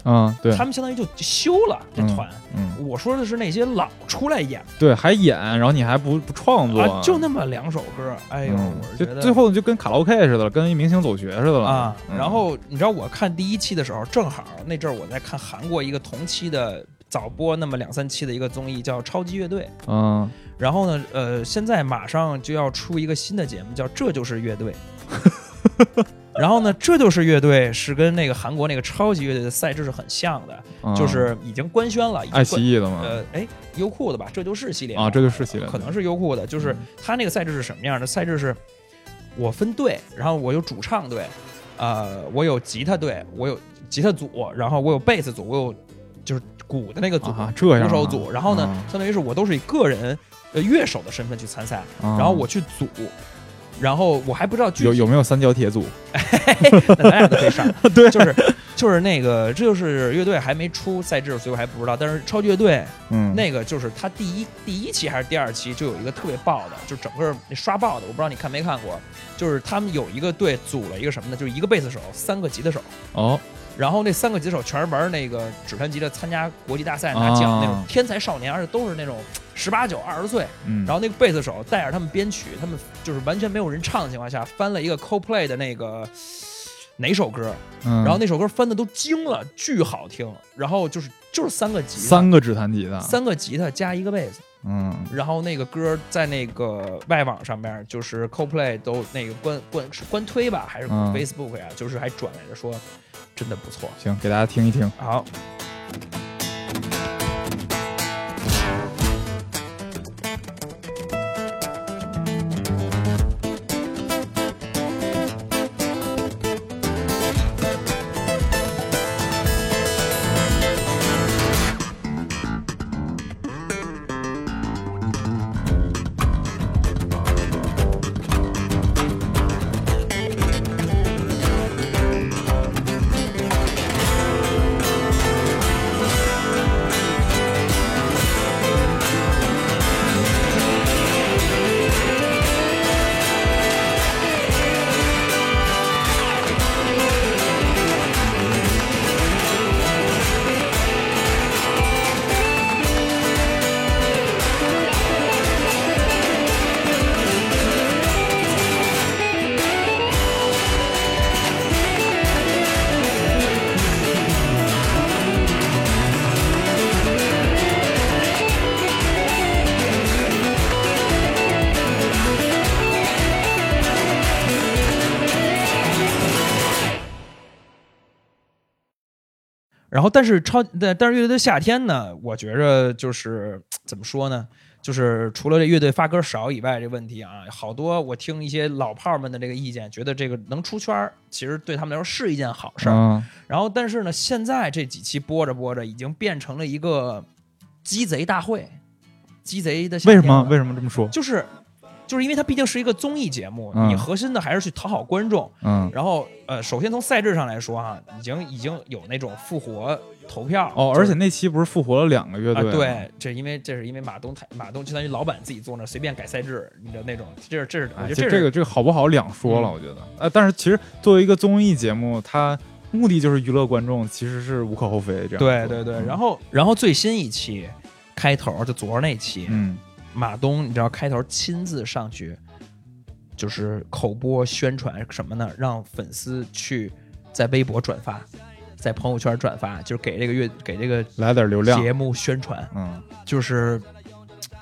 Speaker 1: 嗯，对
Speaker 2: 他，们相当于就就休了这
Speaker 1: 嗯
Speaker 2: 团。
Speaker 1: 嗯，
Speaker 2: 我说的是那些老出来演
Speaker 1: 对，还演，然后你还不不创作，
Speaker 2: 啊，就那么两首歌，哎呦，
Speaker 1: 嗯
Speaker 2: 我是
Speaker 1: 就
Speaker 2: 觉得
Speaker 1: 最后就跟卡拉 OK 似的了，跟一明星走学似的了
Speaker 2: 啊。
Speaker 1: 嗯
Speaker 2: 然后你知道我看第一期的时候，正好那阵儿我在看韩国一个同期的早播那么两三期的一个综艺叫《超级乐队》，
Speaker 1: 嗯，
Speaker 2: 然后呢，呃，现在马上就要出一个新的节目，叫《这就是乐队》。 然后呢，这就是乐队是跟那个韩国那个超级乐队的赛制是很像的，
Speaker 1: 嗯
Speaker 2: 就是已经官宣了，已经
Speaker 1: 爱奇艺的嘛，
Speaker 2: 呃，哎，优酷的吧，这就是系列
Speaker 1: 啊，这就是系列的，
Speaker 2: 可能是优酷的，就是
Speaker 1: 嗯
Speaker 2: 它那个赛制是什么样的？赛制是，我分队，然后我有主唱队，呃，我有吉他队，我有吉他组，然后我有贝斯组，我有就是鼓的那个组，
Speaker 1: 啊，这样啊
Speaker 2: 鼓手组。然后呢，
Speaker 1: 嗯
Speaker 2: 相当于是我都是以个人呃乐手的身份去参赛，
Speaker 1: 嗯
Speaker 2: 然后我去组，然后我还不知道具体
Speaker 1: 有有没有三角铁组？
Speaker 2: 那咱俩都可以上。 对，就是 就是那个，这就是乐队还没出赛制，所以我还不知道。但是超级乐队
Speaker 1: 嗯，
Speaker 2: 那个就是他第一第一期还是第二期就有一个特别爆的，就整个那刷爆的，我不知道你看没看过，就是他们有一个队组了一个什么呢？就是一个贝斯手，三个吉他手，
Speaker 1: 哦，
Speaker 2: 然后那三个吉他手全是玩那个指弹吉他，参加国际大赛拿奖、
Speaker 1: 啊
Speaker 2: 那种天才少年，而且都是那种十八九、二十岁。
Speaker 1: 嗯，
Speaker 2: 然后那个贝斯手带着他们编曲，他们就是完全没有人唱的情况下，翻了一个 Coldplay 的那个哪首歌，
Speaker 1: 嗯，
Speaker 2: 然后那首歌翻的都惊了，巨好听。然后就是就是三个吉他，
Speaker 1: 三个指弹吉他，
Speaker 2: 三个吉他加一个贝斯。
Speaker 1: 嗯
Speaker 2: 然后那个歌在那个外网上面，就是 CoPlay 都那个官官是官推吧，还是
Speaker 1: 嗯
Speaker 2: Facebook 呀、就是还转来着说，真的不错。
Speaker 1: 行，给大家听一听。
Speaker 2: 好，然后但是超但但是乐队的夏天呢，我觉着就是怎么说呢？就是除了这乐队发歌少以外，这问题啊，好多我听一些老炮儿们的这个意见，觉得这个能出圈儿，其实对他们来说是一件好事儿。
Speaker 1: 嗯
Speaker 2: 然后，但是呢，现在这几期播着播着，已经变成了一个鸡贼大会，鸡贼的夏
Speaker 1: 为
Speaker 2: 天
Speaker 1: 什
Speaker 2: 了。
Speaker 1: 么为什么这么说？
Speaker 2: 就是就是因为它毕竟是一个综艺节目，
Speaker 1: 嗯
Speaker 2: 你核心的还是去讨好观众。
Speaker 1: 嗯，
Speaker 2: 然后呃，首先从赛制上来说哈、已经已经有那种复活投票
Speaker 1: 哦，
Speaker 2: 就
Speaker 1: 而
Speaker 2: 是
Speaker 1: 且那期不是复活了两个乐嗯
Speaker 2: 啊，
Speaker 1: 队吗？
Speaker 2: 对，这因为这是因为马东台马东相当于老板自己坐那儿随便改赛制，你知道那种，这是这是我
Speaker 1: 哎，
Speaker 2: 觉得
Speaker 1: 就
Speaker 2: 这
Speaker 1: 这
Speaker 2: 是
Speaker 1: 个这个好不好两说了，
Speaker 2: 嗯
Speaker 1: 我觉得。呃，但是其实作为一个综艺节目，它目的就是娱乐观众，其实是无可厚非。这样
Speaker 2: 对
Speaker 1: 说
Speaker 2: 对对。
Speaker 1: 嗯
Speaker 2: 然后然后最新一期开头就昨儿那期，
Speaker 1: 嗯，
Speaker 2: 马东你知道开头亲自上去就是口播宣传什么呢？让粉丝去在微博转发，在朋友圈转发，就是给这个乐给这个
Speaker 1: 来点流量，
Speaker 2: 节目宣传。
Speaker 1: 嗯，
Speaker 2: 就是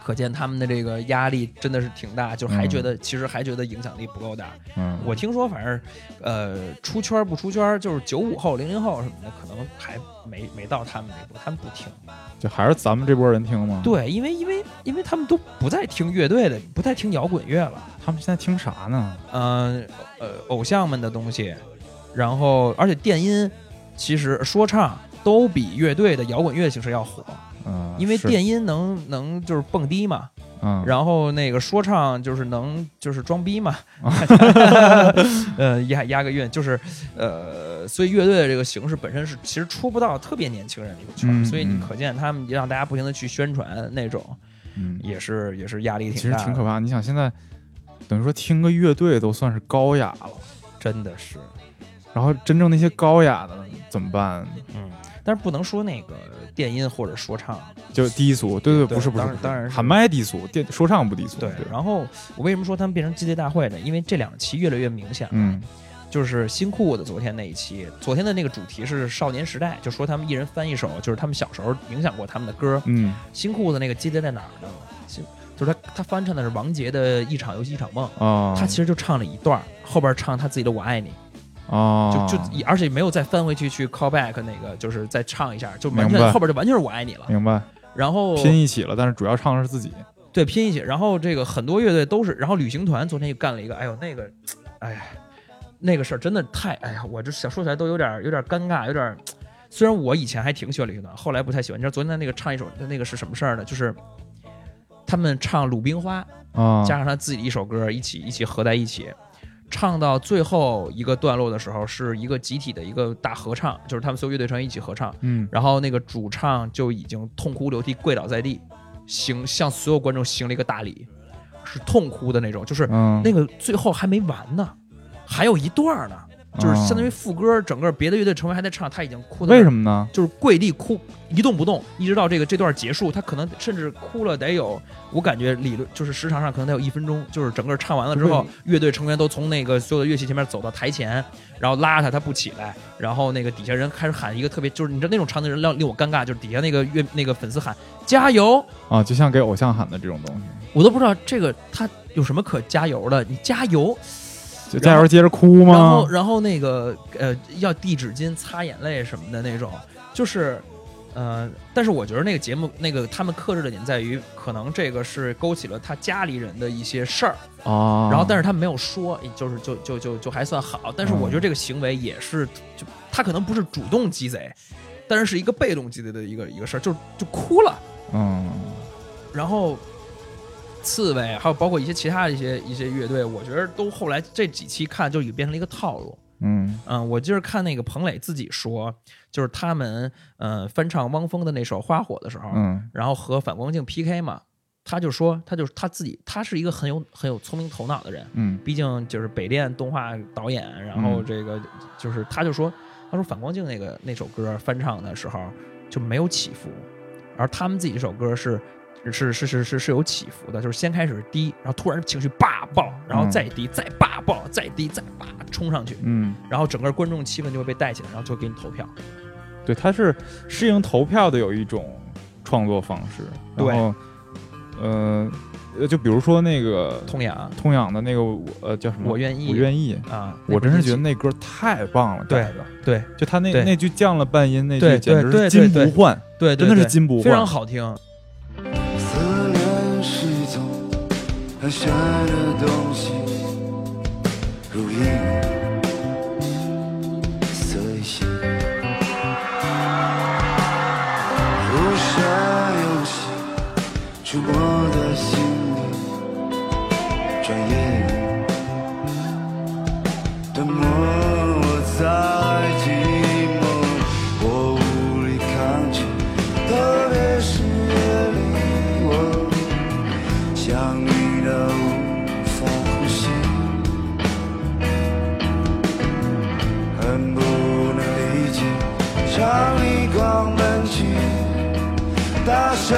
Speaker 2: 可见他们的这个压力真的是挺大，就是还
Speaker 1: 嗯
Speaker 2: 觉得、其实还觉得影响力不够大。
Speaker 1: 嗯
Speaker 2: 我听说反正呃出圈儿不出圈儿，就是九五后、零零后什么的，可能还没没到他们那步，他们不听。
Speaker 1: 就还是咱们这波人听吗？，
Speaker 2: 对，因为因为因为他们都不再听乐队的，不再听摇滚乐了。
Speaker 1: 他们现在听啥呢？
Speaker 2: 嗯呃偶像们的东西，然后而且电音其实说唱都比乐队的摇滚乐形式要火，
Speaker 1: 嗯，
Speaker 2: 因为
Speaker 1: 是，
Speaker 2: 电音能能就是蹦迪嘛。
Speaker 1: 嗯，
Speaker 2: 然后那个说唱就是能就是装 逼嘛，呃押押个韵就是呃，所以乐队的这个形式本身是其实戳不到特别年轻人的一个圈儿，
Speaker 1: 嗯
Speaker 2: 所以
Speaker 1: 嗯
Speaker 2: 你可见他们让大家不停的去宣传那种，
Speaker 1: 嗯，
Speaker 2: 也是也是压力
Speaker 1: 其
Speaker 2: 挺
Speaker 1: 实
Speaker 2: 大的，
Speaker 1: 挺可怕。你想现在等于说听个乐队都算是高雅了，
Speaker 2: 真的是，
Speaker 1: 然后真正那些高雅的怎么办？
Speaker 2: 嗯，但是不能说那个电音或者说唱，
Speaker 1: 就低俗，对对，
Speaker 2: 对
Speaker 1: 不是不是
Speaker 2: 当然
Speaker 1: 不是，
Speaker 2: 当然是
Speaker 1: 喊麦低俗，电说唱不低俗，
Speaker 2: 对
Speaker 1: 对，。
Speaker 2: 然后我为什么说他们变成鸡贼大会呢？因为这两期越来越明显了，
Speaker 1: 嗯
Speaker 2: 就是新裤子昨天那一期，昨天的那个主题是少年时代，就说他们一人翻一首，就是他们小时候影响过他们的歌。
Speaker 1: 嗯
Speaker 2: 新裤子那个鸡贼在哪儿呢？新就是他他翻唱的是王杰的《一场游戏一场梦》，
Speaker 1: 啊，
Speaker 2: 他其实就唱了一段儿，后边唱他自己的《我爱你》
Speaker 1: 啊，
Speaker 2: 就就以而且没有再翻回去去 call back 那个，就是再唱一下，就完
Speaker 1: 明白
Speaker 2: 全后边就完全是我爱你了。
Speaker 1: 明白
Speaker 2: 然后
Speaker 1: 拼一起了，但是主要唱的是自己，
Speaker 2: 对拼一起，然后这个很多乐队都是，然后旅行团昨天又干了一个，哎呦那个，哎呀，那个事儿真的太，哎呀，我这想说起来都有点有点尴尬，有点。虽然我以前还挺喜欢旅行团，后来不太喜欢。你知道昨天他那个唱一首，那个是什么事儿呢？就是他们唱《鲁冰花》，
Speaker 1: 啊，
Speaker 2: 加上他自己的一首歌，一起一起合在一起，唱到最后一个段落的时候，是一个集体的一个大合唱，就是他们所有乐队成员一起合唱。
Speaker 1: 嗯
Speaker 2: 然后那个主唱就已经痛哭流涕，跪倒在地，行向所有观众行了一个大礼，是痛哭的那种，就是
Speaker 1: 嗯，
Speaker 2: 那个最后还没完呢，还有一段儿呢，就是相当于副歌，整个别的乐队成员还在唱，他已经哭的
Speaker 1: 哦为什么呢？
Speaker 2: 就是跪地哭一动不动，一直到这个这段结束，他可能甚至哭了得有，我感觉理论就是时长上可能得有一分钟，就是整个唱完了之后，乐队成员都从那个所有的乐器前面走到台前，然后拉他，他不起来，然后那个底下人开始喊一个特别，就是你知道那种场景让令我尴尬，就是底下那个乐那个粉丝喊加油，
Speaker 1: 啊，就像给偶像喊的这种东西，
Speaker 2: 我都不知道这个他有什么可加油的，你加油，
Speaker 1: 就
Speaker 2: 然后
Speaker 1: 加油接着哭
Speaker 2: 然后
Speaker 1: 吗？
Speaker 2: 然后那个呃，要递纸巾擦眼泪什么的那种，就是。呃，但是我觉得那个节目，那个他们克制的点在于，可能这个是勾起了他家里人的一些事儿，
Speaker 1: 啊，
Speaker 2: 然后但是他没有说，就是就就就就还算好。但是我觉得这个行为也是，就他可能不是主动鸡贼，但是是一个被动鸡贼的一个一个事儿，就就哭了。
Speaker 1: 嗯
Speaker 2: 然后刺猬，还有包括一些其他的一些一些乐队，我觉得都后来这几期看就已经变成了一个套路。
Speaker 1: 嗯
Speaker 2: 嗯，我就是看那个彭磊自己说，就是他们呃翻唱汪峰的那首《花火》的时候，
Speaker 1: 嗯
Speaker 2: 然后和反光镜 PK 嘛，他就说他就是他自己，他是一个很有很有聪明头脑的人，
Speaker 1: 嗯
Speaker 2: 毕竟就是北电动画导演，然后
Speaker 1: 嗯
Speaker 2: 这个就是他就说，他说反光镜那个那首歌翻唱的时候就没有起伏，而他们自己这首歌是。是是是是是有起伏的，就是先开始低，然后突然情绪叭爆，然后
Speaker 1: 嗯
Speaker 2: 再低，再叭爆，再低，再叭冲上去，
Speaker 1: 嗯，
Speaker 2: 然后整个观众气氛就会被带起来，然后就给你投票。
Speaker 1: 对，它是适应投票的有一种创作方式，然
Speaker 2: 对
Speaker 1: 后呃呃，就比如说那个
Speaker 2: 痛痒
Speaker 1: 痛痒啊的那个我呃叫什么？
Speaker 2: 我愿意
Speaker 1: 我愿意。
Speaker 2: 啊，
Speaker 1: 我真是觉得
Speaker 2: 那
Speaker 1: 那歌太棒了，
Speaker 2: 对
Speaker 1: 改的，
Speaker 2: 对
Speaker 1: 就他那
Speaker 2: 对
Speaker 1: 那句降了半音那句
Speaker 2: 对
Speaker 1: 简直是
Speaker 2: 对对
Speaker 1: 金
Speaker 2: 对
Speaker 1: 不换，
Speaker 2: 对对
Speaker 1: 真的是
Speaker 2: 对
Speaker 1: 金不
Speaker 2: 非常
Speaker 1: 换，
Speaker 2: 好听。
Speaker 4: 思念是一种很玄的东西，如影随形，无声有息，触摸的心灵，反应，但默我在寂寞，我无力抗拒，特别是夜里，我想你到无法呼吸，很不能理解，让你狂奔去，大声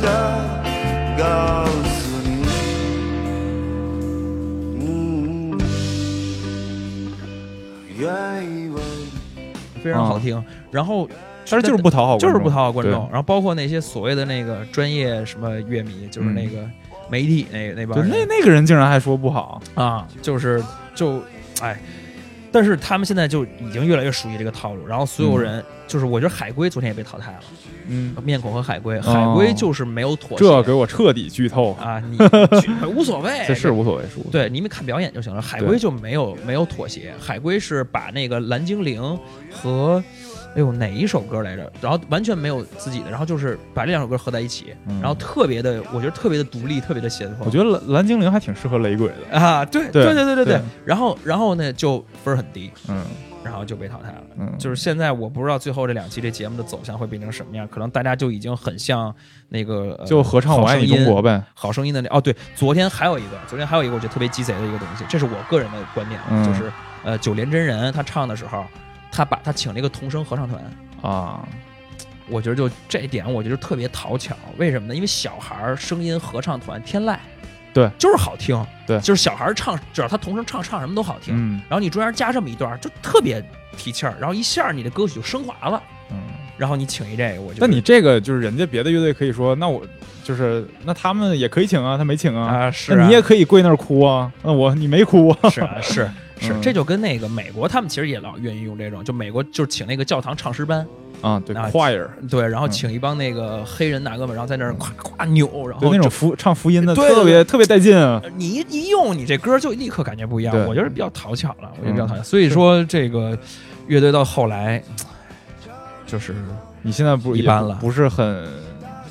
Speaker 4: 的告诉你。嗯，愿意为
Speaker 2: 非常好听。然后，
Speaker 1: 但是就是不讨好观
Speaker 2: 就
Speaker 1: 众，
Speaker 2: 是不讨好观众。
Speaker 1: 嗯对。
Speaker 2: 然后包括那些所谓的那个专业什么乐迷，就是那个媒体那那帮
Speaker 1: 嗯对，
Speaker 2: 人，
Speaker 1: 那那个人竟然还说不好，
Speaker 2: 啊，就是就哎，但是他们现在就已经越来越熟悉这个套路，然后所有人、就是我觉得海龟昨天也被淘汰了，
Speaker 1: 嗯，
Speaker 2: 面孔和海龟，
Speaker 1: 哦
Speaker 2: 海龟就是没有妥协，
Speaker 1: 这给我彻底剧透，
Speaker 2: 啊，你去无所谓，
Speaker 1: 这是无所谓，是无所谓。
Speaker 2: 哎对，你们看表演就行了。海
Speaker 1: 对
Speaker 2: 龟就没有没有妥协，海龟是把那个蓝精灵和哎呦哪一首歌来着，然后完全没有自己的，然后就是把这两首歌合在一起，
Speaker 1: 嗯
Speaker 2: 然后特别的，我觉得特别的独立，特别的先锋。
Speaker 1: 我觉得蓝蓝精灵还挺适合雷鬼的，
Speaker 2: 啊，对
Speaker 1: 对
Speaker 2: 对对对
Speaker 1: 对
Speaker 2: 对，然后然后呢就分儿很低，
Speaker 1: 嗯
Speaker 2: 然后就被淘汰了。
Speaker 1: 嗯，
Speaker 2: 就是现在我不知道最后这两期这节目的走向会变成什么样，可能大家就已经很像那个、呃
Speaker 1: 就合唱《我爱你中国》。呗，
Speaker 2: 好声音的那哦，对，昨天还有一个，昨天还有一个我觉得特别鸡贼的一个东西，这是我个人的观点啊，
Speaker 1: 嗯
Speaker 2: 就是呃，九连真人他唱的时候，他把他请了一个童声合唱团，
Speaker 1: 啊，
Speaker 2: 我觉得就这一点，我觉得特别讨巧。为什么呢？因为小孩儿声音合唱团天籁，
Speaker 1: 对，
Speaker 2: 就是好听，
Speaker 1: 对
Speaker 2: 就是小孩儿唱，只要他童声唱，唱什么都好听。
Speaker 1: 嗯
Speaker 2: 然后你中间加这么一段儿，就特别提气儿，然后一下儿你的歌曲就升华了。
Speaker 1: 嗯。
Speaker 2: 然后你请一这个，我就
Speaker 1: 那你这个就是人家别的乐队可以说，那我就是那他们也可以请啊，他没请啊，
Speaker 2: 啊是
Speaker 1: 那
Speaker 2: 啊
Speaker 1: 你也可以跪那儿哭啊，那我你没哭 啊，
Speaker 2: 是啊是是，
Speaker 1: 嗯
Speaker 2: 这就跟那个美国他们其实也老愿意用这种，就美国就是请那个教堂唱诗班，
Speaker 1: 啊，对
Speaker 2: 啊
Speaker 1: ，choir，
Speaker 2: 对，然后
Speaker 1: 嗯
Speaker 2: 请一帮那个黑人大哥们，然后在那儿夸夸扭，然
Speaker 1: 对
Speaker 2: 后
Speaker 1: 那种
Speaker 2: 就
Speaker 1: 福唱福音的，
Speaker 2: 对
Speaker 1: 特别特别带劲啊，
Speaker 2: 你一一用你这歌就立刻感觉不一样
Speaker 1: 对，嗯
Speaker 2: 我觉得比较讨巧了，我觉得比较讨巧。所以说这个乐队到后来就是
Speaker 1: 你现在不
Speaker 2: 一
Speaker 1: 也
Speaker 2: 般了
Speaker 1: 不是很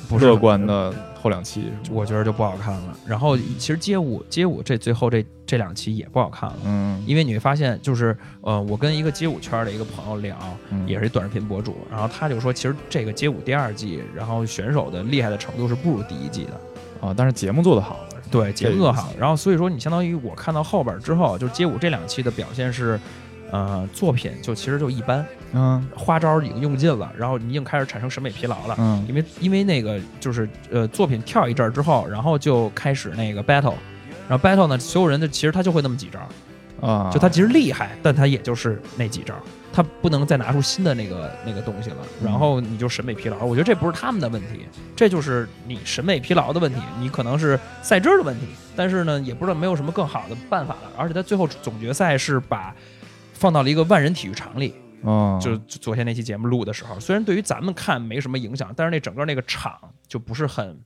Speaker 2: 不是
Speaker 1: 乐观的后两期，
Speaker 2: 我觉得就不好看了。然后其实街舞街舞这最后这这两期也不好看了。
Speaker 1: 嗯，
Speaker 2: 因为你会发现，就是呃，我跟一个街舞圈的一个朋友聊，
Speaker 1: 嗯
Speaker 2: 也是一短视频博主，然后他就说，其实这个街舞第二季，然后选手的厉害的程度是不如第一季的，
Speaker 1: 啊，但是节目做得好，
Speaker 2: 对，节
Speaker 1: 这
Speaker 2: 目
Speaker 1: 个
Speaker 2: 做
Speaker 1: 意
Speaker 2: 好，然后所以说你相当于我看到后边儿之后，就街舞这两期的表现是，呃，作品就其实就一般，
Speaker 1: 嗯
Speaker 2: 花招已经用尽了，然后你已经开始产生审美疲劳了。
Speaker 1: 嗯
Speaker 2: 因为因为那个就是呃作品跳一阵儿之后，然后就开始那个 battle，然后 battle 呢，所有人的其实他就会那么几招，
Speaker 1: 啊，
Speaker 2: 就他其实厉害，但他也就是那几招，他不能再拿出新的那个那个东西了。然后你就审美疲劳，我觉得这不是他们的问题，这就是你审美疲劳的问题，你可能是赛制的问题，但是呢，也不知道没有什么更好的办法了。而且他最后总决赛是把放到了一个万人体育场里，
Speaker 1: 啊，
Speaker 2: 就就昨天那期节目录的时候，虽然对于咱们看没什么影响，但是那整个那个场就不是很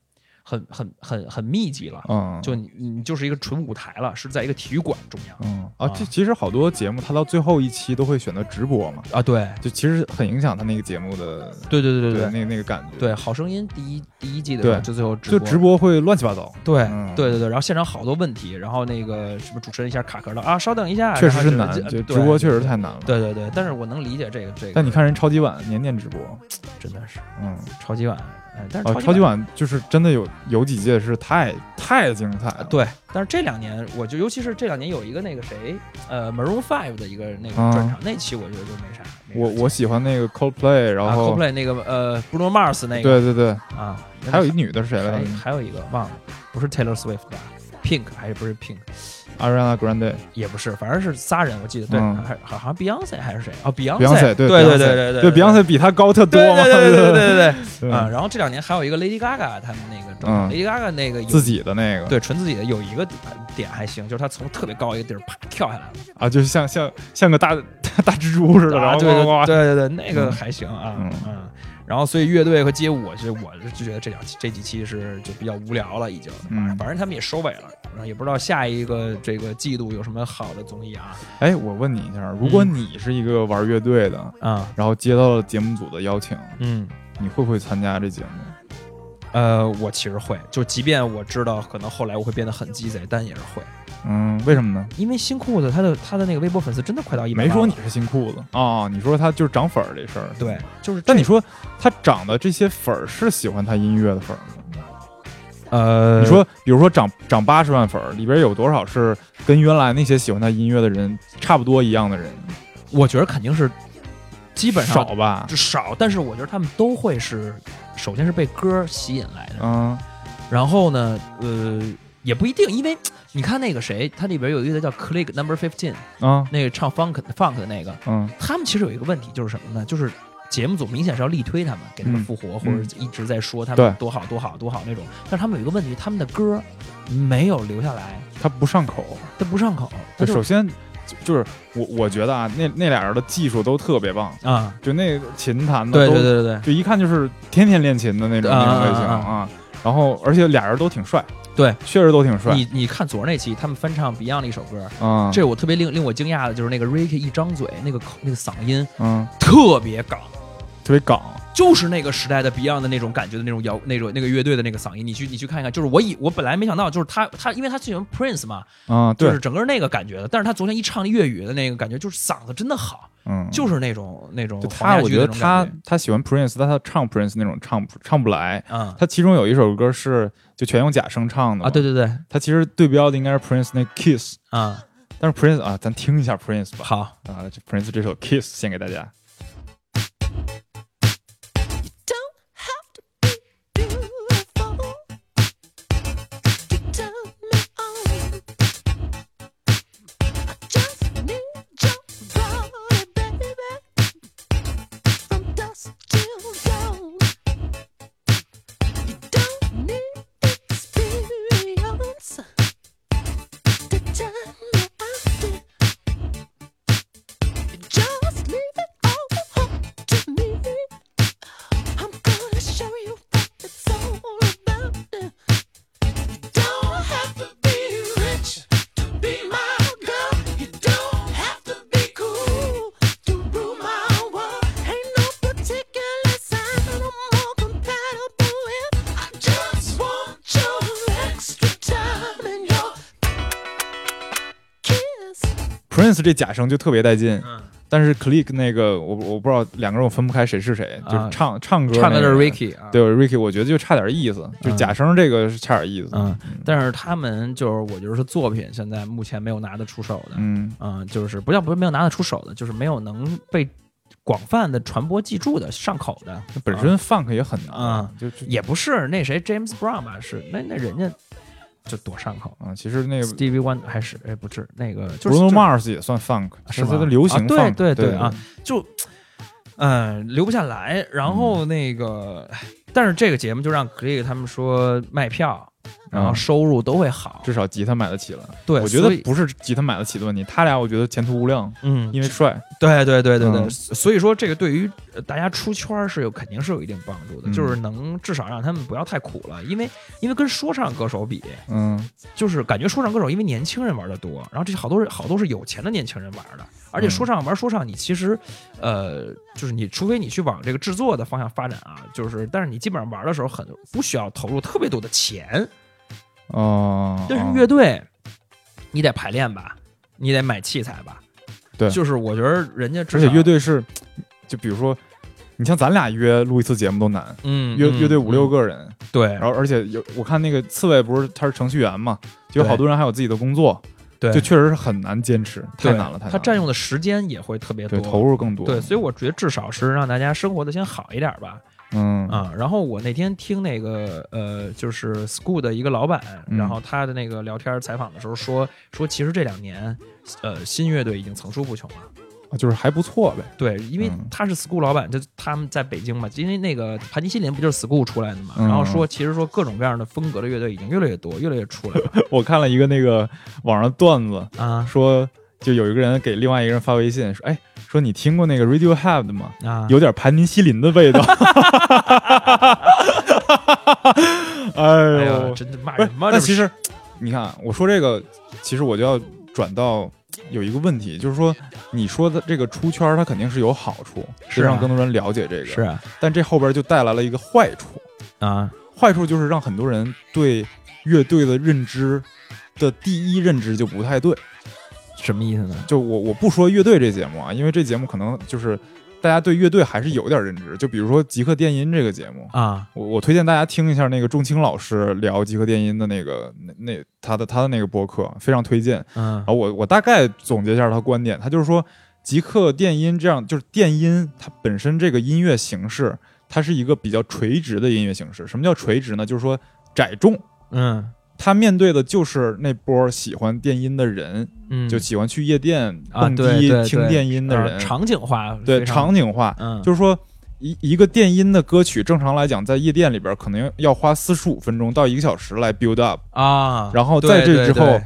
Speaker 2: 很很很很密集了。
Speaker 1: 嗯，
Speaker 2: 就你你就是一个纯舞台了，是在一个体育馆中央
Speaker 1: 嗯啊，
Speaker 2: 啊
Speaker 1: 这其实好多节目，它到最后一期都会选择直播嘛，
Speaker 2: 啊，对，
Speaker 1: 就其实很影响它那个节目的
Speaker 2: 对对对对
Speaker 1: 那那个感觉，
Speaker 2: 对，《好声音》第一第一季的时候
Speaker 1: 对
Speaker 2: 就最后直
Speaker 1: 就
Speaker 2: 播
Speaker 1: 直播会乱七八糟，
Speaker 2: 对、
Speaker 1: 嗯
Speaker 2: 对对对，然后现场好多问题，然后那个什么主持人一下卡壳了啊，稍等一下，
Speaker 1: 确实是
Speaker 2: 然
Speaker 1: 难
Speaker 2: 后，就
Speaker 1: 就
Speaker 2: 呃
Speaker 1: 直播确实
Speaker 2: 对
Speaker 1: 太难了。，
Speaker 2: 对对对，但是我能理解这个这个，
Speaker 1: 但你看人超级碗年年直播，
Speaker 2: 真的是
Speaker 1: 嗯，
Speaker 2: 超级碗，哎，但是
Speaker 1: 哦，超级
Speaker 2: 碗。
Speaker 1: 碗就是真的有有几届是太太精彩了，，
Speaker 2: 对，但是这两年，我就尤其是这两年有一个那个谁，呃，Maroon Five 的一个那个
Speaker 1: 啊
Speaker 2: 专场，那期我觉得就没啥。没啥
Speaker 1: 我我喜欢那个 Coldplay，然
Speaker 2: 啊
Speaker 1: 后、
Speaker 2: ，Coldplay 那个呃，Bruno Mars 那个
Speaker 1: 对对对，
Speaker 2: 啊，
Speaker 1: 还有一女的是谁来
Speaker 2: 还
Speaker 1: 着
Speaker 2: 还有一个忘了，不是 Taylor Swift 吧？Pink 还是不是 Pink？
Speaker 1: ？Ariana Grande，
Speaker 2: 也不是，反正是仨人，我记得对，
Speaker 1: 嗯
Speaker 2: 还好像 Beyonce 还是谁啊？Beyonce，
Speaker 1: Beyonce，
Speaker 2: 对
Speaker 1: 对
Speaker 2: 对对
Speaker 1: 对
Speaker 2: 对
Speaker 1: Beyonce 比她高特多
Speaker 2: 对
Speaker 1: 嘛，
Speaker 2: 对对对对对
Speaker 1: 对
Speaker 2: 对啊！然后这两年还有一个 Lady Gaga 他们那个专场
Speaker 1: 嗯
Speaker 2: ，Lady Gaga 那个有
Speaker 1: 自己的那个，
Speaker 2: 对纯自己的有一个点还行，就是她从特别高一个地儿啪跳下来了。
Speaker 1: 啊，就像像像个大 大蜘蛛似的，然
Speaker 2: 啊
Speaker 1: 后
Speaker 2: 对对
Speaker 1: 哇哇哇，
Speaker 2: 对对对，那个
Speaker 1: 嗯
Speaker 2: 还行啊，
Speaker 1: 嗯
Speaker 2: 嗯。然后，所以乐队和街舞，我是我就觉得这两期这几期是就比较无聊了，已经。
Speaker 1: 嗯
Speaker 2: 反正他们也收尾了，然后也不知道下一个这个季度有什么好的综艺啊
Speaker 1: 哎，我问你一下，如
Speaker 2: 嗯
Speaker 1: 果你是一个玩乐队的，
Speaker 2: 啊
Speaker 1: 然后接到了节目组的邀请，
Speaker 2: 嗯
Speaker 1: 你会不会参加这节目？
Speaker 2: 呃，我其实会，就即便我知道可能后来我会变得很鸡贼，但也是会，
Speaker 1: 嗯，为什么呢？
Speaker 2: 因为新裤子他的他的那个微博粉丝真的快到一百，
Speaker 1: 没说你是新裤子哦，你说他就是涨粉儿这事儿。
Speaker 2: 对，就是
Speaker 1: 但
Speaker 2: 这
Speaker 1: 你说他涨的这些粉儿是喜欢他音乐的粉儿吗？
Speaker 2: 呃，
Speaker 1: 你说，比如说涨涨八十万粉儿，里边有多少是跟原来那些喜欢他音乐的人差不多一样的人？
Speaker 2: 我觉得肯定是基本上
Speaker 1: 少吧？
Speaker 2: 就少，但是我觉得他们都会是，首先是被歌吸引来的，
Speaker 1: 嗯
Speaker 2: 然后呢，呃，也不一定，因为你看那个谁，他里边有一个叫 Click Number Fifteen，
Speaker 1: 嗯
Speaker 2: 那个唱 Funk Funk 的那个，
Speaker 1: 嗯
Speaker 2: 他们其实有一个问题就是什么呢？就是节目组明显是要力推他们，给他们
Speaker 1: 嗯
Speaker 2: 复活，
Speaker 1: 嗯
Speaker 2: 或者一直在说他
Speaker 1: 对
Speaker 2: 们多好多好多好那种，但是他们有一个问题，他们的歌没有留下来，
Speaker 1: 他不上口。
Speaker 2: 他不上口，他
Speaker 1: 对，
Speaker 2: 就
Speaker 1: 首先就就是我我觉得啊，那那俩人的技术都特别棒，
Speaker 2: 啊，
Speaker 1: 就那个琴弹的
Speaker 2: 对
Speaker 1: 都
Speaker 2: 对对对
Speaker 1: 就一看就是天天练琴的那种
Speaker 2: 啊
Speaker 1: 那种类型
Speaker 2: 啊
Speaker 1: 啊。然后，而且俩人都挺帅，
Speaker 2: 对，
Speaker 1: 确实都挺
Speaker 2: 对，
Speaker 1: 帅。
Speaker 2: 你你看昨儿那期他们翻唱 Beyond 的一首歌，
Speaker 1: 嗯，
Speaker 2: 这我特别令令我惊讶的就是那个 Ricky 一张嘴那个口那个嗓音
Speaker 1: 嗯
Speaker 2: 特别港，
Speaker 1: 特别港，
Speaker 2: 就是那个时代的 Beyond 的那种感觉的那种摇那种那个乐队的那个嗓音，你去你去看一看，就是我以我本来没想到，就是他他因为他喜欢 Prince 嘛，
Speaker 1: 嗯，
Speaker 2: 就
Speaker 1: 对
Speaker 2: 是，整个那个感觉的，但是他昨天一唱粤语的那个感觉，就是嗓子真的好，
Speaker 1: 嗯，
Speaker 2: 就是那种那种
Speaker 1: 就
Speaker 2: 黄
Speaker 1: 他，
Speaker 2: 家
Speaker 1: 我
Speaker 2: 驹
Speaker 1: 觉
Speaker 2: 的
Speaker 1: 得
Speaker 2: 那种
Speaker 1: 他
Speaker 2: 感觉
Speaker 1: 他喜欢 Prince，但他唱 Prince 那种唱不唱不来。
Speaker 2: 嗯
Speaker 1: 他其中有一首歌是就全用假声唱的
Speaker 2: 啊，对
Speaker 1: 对，
Speaker 2: 对对
Speaker 1: 他其实对标的应该是 Prince 那 Kiss，
Speaker 2: 啊，
Speaker 1: 但是 Prince 啊，咱听一下 Prince 吧。
Speaker 2: 好，
Speaker 1: 啊，这 Prince 这首 Kiss 献给大家。
Speaker 9: don't have to be beautiful to turn me on. I just need your body, baby, from dusk till dawn. You don't need experience to turn me on. You just leave it all up to me. I'm gonna show you what it's all about. You don't have to be rich to be my girl. You don't have to be cool to rule my world. Ain't no particular sign that I'm more compatible with. I just want your extra time and your kiss.
Speaker 1: Prince 这假声就特别带劲，
Speaker 2: 嗯
Speaker 1: 但是 Click 那个我我不知道两个人我分不开谁是谁，
Speaker 2: 啊
Speaker 1: 就是唱唱歌、那个、
Speaker 2: 唱的是 Ricky 啊，
Speaker 1: 对 Ricky，我觉得就差点意思，就假声这个是差点意思。
Speaker 2: 嗯，但是他们就是我觉得是作品现在目前没有拿得出手的，
Speaker 1: 嗯
Speaker 2: 嗯，就是不叫不是没有拿得出手的，就是没有能被广泛的传播记住的、上口的。
Speaker 1: 那本身 Funk 也很难，
Speaker 2: 啊
Speaker 1: 就就
Speaker 2: 也不是那谁 James Brown 吧，是那那人家就多上口。
Speaker 1: 啊，其实那个
Speaker 2: Stevie Wonder 还是哎不是那个就是
Speaker 1: Bruno
Speaker 2: 就
Speaker 1: Mars 也算 Funk，
Speaker 2: 是
Speaker 1: 它
Speaker 2: 吗
Speaker 1: 的流行 Funk，
Speaker 2: 啊对对
Speaker 1: 对
Speaker 2: 啊，，就嗯、留不下来。然
Speaker 1: 嗯
Speaker 2: 后那个，但是这个节目就让 Click 他们说卖票，然后
Speaker 1: 嗯
Speaker 2: 收入都会好。
Speaker 1: 至少吉他买得起了。
Speaker 2: 对，
Speaker 1: 我觉
Speaker 2: 所
Speaker 1: 得
Speaker 2: 以
Speaker 1: 不是吉他买得起的问题，他俩我觉得前途无量，
Speaker 2: 嗯，
Speaker 1: 因为帅。
Speaker 2: 对对对对对，
Speaker 1: 嗯
Speaker 2: 所以说这个对于呃大家出圈儿是有肯定是有一定帮助的，
Speaker 1: 嗯
Speaker 2: 就是能至少让他们不要太苦了，因为因为跟说唱歌手比，
Speaker 1: 嗯
Speaker 2: 就是感觉说唱歌手因为年轻人玩的多，然后这好多人好多是有钱的年轻人玩的，而且说唱玩说唱，你其实呃就是你除非你去往这个制作的方向发展啊，就是但是你基本上玩的时候很不需要投入特别多的钱，
Speaker 1: 哦，
Speaker 2: 但是乐队，你得排练吧，你得买器材吧。
Speaker 1: 对
Speaker 2: 就是我觉得人家至
Speaker 1: 而且
Speaker 2: 少
Speaker 1: 乐队是，就比如说，你像咱俩约录一次节目都难，
Speaker 2: 嗯，
Speaker 1: 乐
Speaker 2: 嗯
Speaker 1: 乐队五六
Speaker 2: 嗯
Speaker 1: 个人，
Speaker 2: 对
Speaker 1: 然后而且有我看那个刺猬不是他是程序员嘛，就有好多人还有自己的工作，
Speaker 2: 对，
Speaker 1: 就确实是很难坚持，太
Speaker 2: 对
Speaker 1: 难了，太难了
Speaker 2: 他占用的时间也会特别多，
Speaker 1: 对投入更多，
Speaker 2: 对，所以我觉得至少是让大家生活的先好一点吧，
Speaker 1: 嗯
Speaker 2: 啊。然后我那天听那个呃，就是 School 的一个老板，
Speaker 1: 嗯
Speaker 2: 然后他的那个聊天采访的时候说说，其实这两年呃新乐队已经层出不穷了。
Speaker 1: 啊就是还不错呗，
Speaker 2: 对，因为
Speaker 1: 嗯
Speaker 2: 他是 school 老板，就他们在北京嘛，因为那个盘尼西林不就是 school 出来的嘛，
Speaker 1: 嗯
Speaker 2: 然后说其实说各种各样的风格的乐队已经越来越多，越来越出来 了
Speaker 1: 我看了一个那个网上段子，
Speaker 2: 啊
Speaker 1: 说就有一个人给另外一个人发微信说，哎，说你听过那个 Radiohead 吗？
Speaker 2: 啊，
Speaker 1: 有点盘尼西林的 味道，
Speaker 2: 哎
Speaker 1: 哎
Speaker 2: 呦，
Speaker 1: 呦，
Speaker 2: 真的骂
Speaker 1: 不是
Speaker 2: 人，骂
Speaker 1: 那
Speaker 2: 人
Speaker 1: 其实你看啊，我说这个，其实我就要转到有一个问题，就是说你说的这个出圈儿，它肯定是有好处，
Speaker 2: 是啊
Speaker 1: 让更多人了解这个。
Speaker 2: 是啊
Speaker 1: 但这后边就带来了一个坏处，
Speaker 2: 啊，
Speaker 1: 坏处就是让很多人对乐队的认知的第一认知就不太对。
Speaker 2: 什么意思呢？
Speaker 1: 就我我不说乐队这节目啊，因为这节目可能就是大家对乐队还是有点认知。就比如说《极客电音》这个节目，
Speaker 2: 啊，
Speaker 1: 我我推荐大家听一下那个仲青老师聊《极客电音》的那个那那他的他的那个播客，非常推荐。
Speaker 2: 嗯
Speaker 1: 然后我我大概总结一下他观点，他就是说，极客电音这样就是电音，它本身这个音乐形式，它是一个比较垂直的音乐形式。什么叫垂直呢？就是说窄众，
Speaker 2: 嗯
Speaker 1: 他面对的就是那波喜欢电音的人，
Speaker 2: 嗯，
Speaker 1: 就喜欢去夜店
Speaker 2: 啊
Speaker 1: 蹦迪、
Speaker 2: 对对
Speaker 1: 听
Speaker 2: 对
Speaker 1: 电音的
Speaker 2: 啊
Speaker 1: 人，
Speaker 2: 场景化，
Speaker 1: 对
Speaker 2: 非常
Speaker 1: 场景化，
Speaker 2: 嗯
Speaker 1: 就是说一一个电音的歌曲，正常来讲在夜店里边可能要花四十五分钟到一个小时来 build up，
Speaker 2: 啊，
Speaker 1: 然后
Speaker 2: 对
Speaker 1: 在这
Speaker 2: 对
Speaker 1: 之后
Speaker 2: 对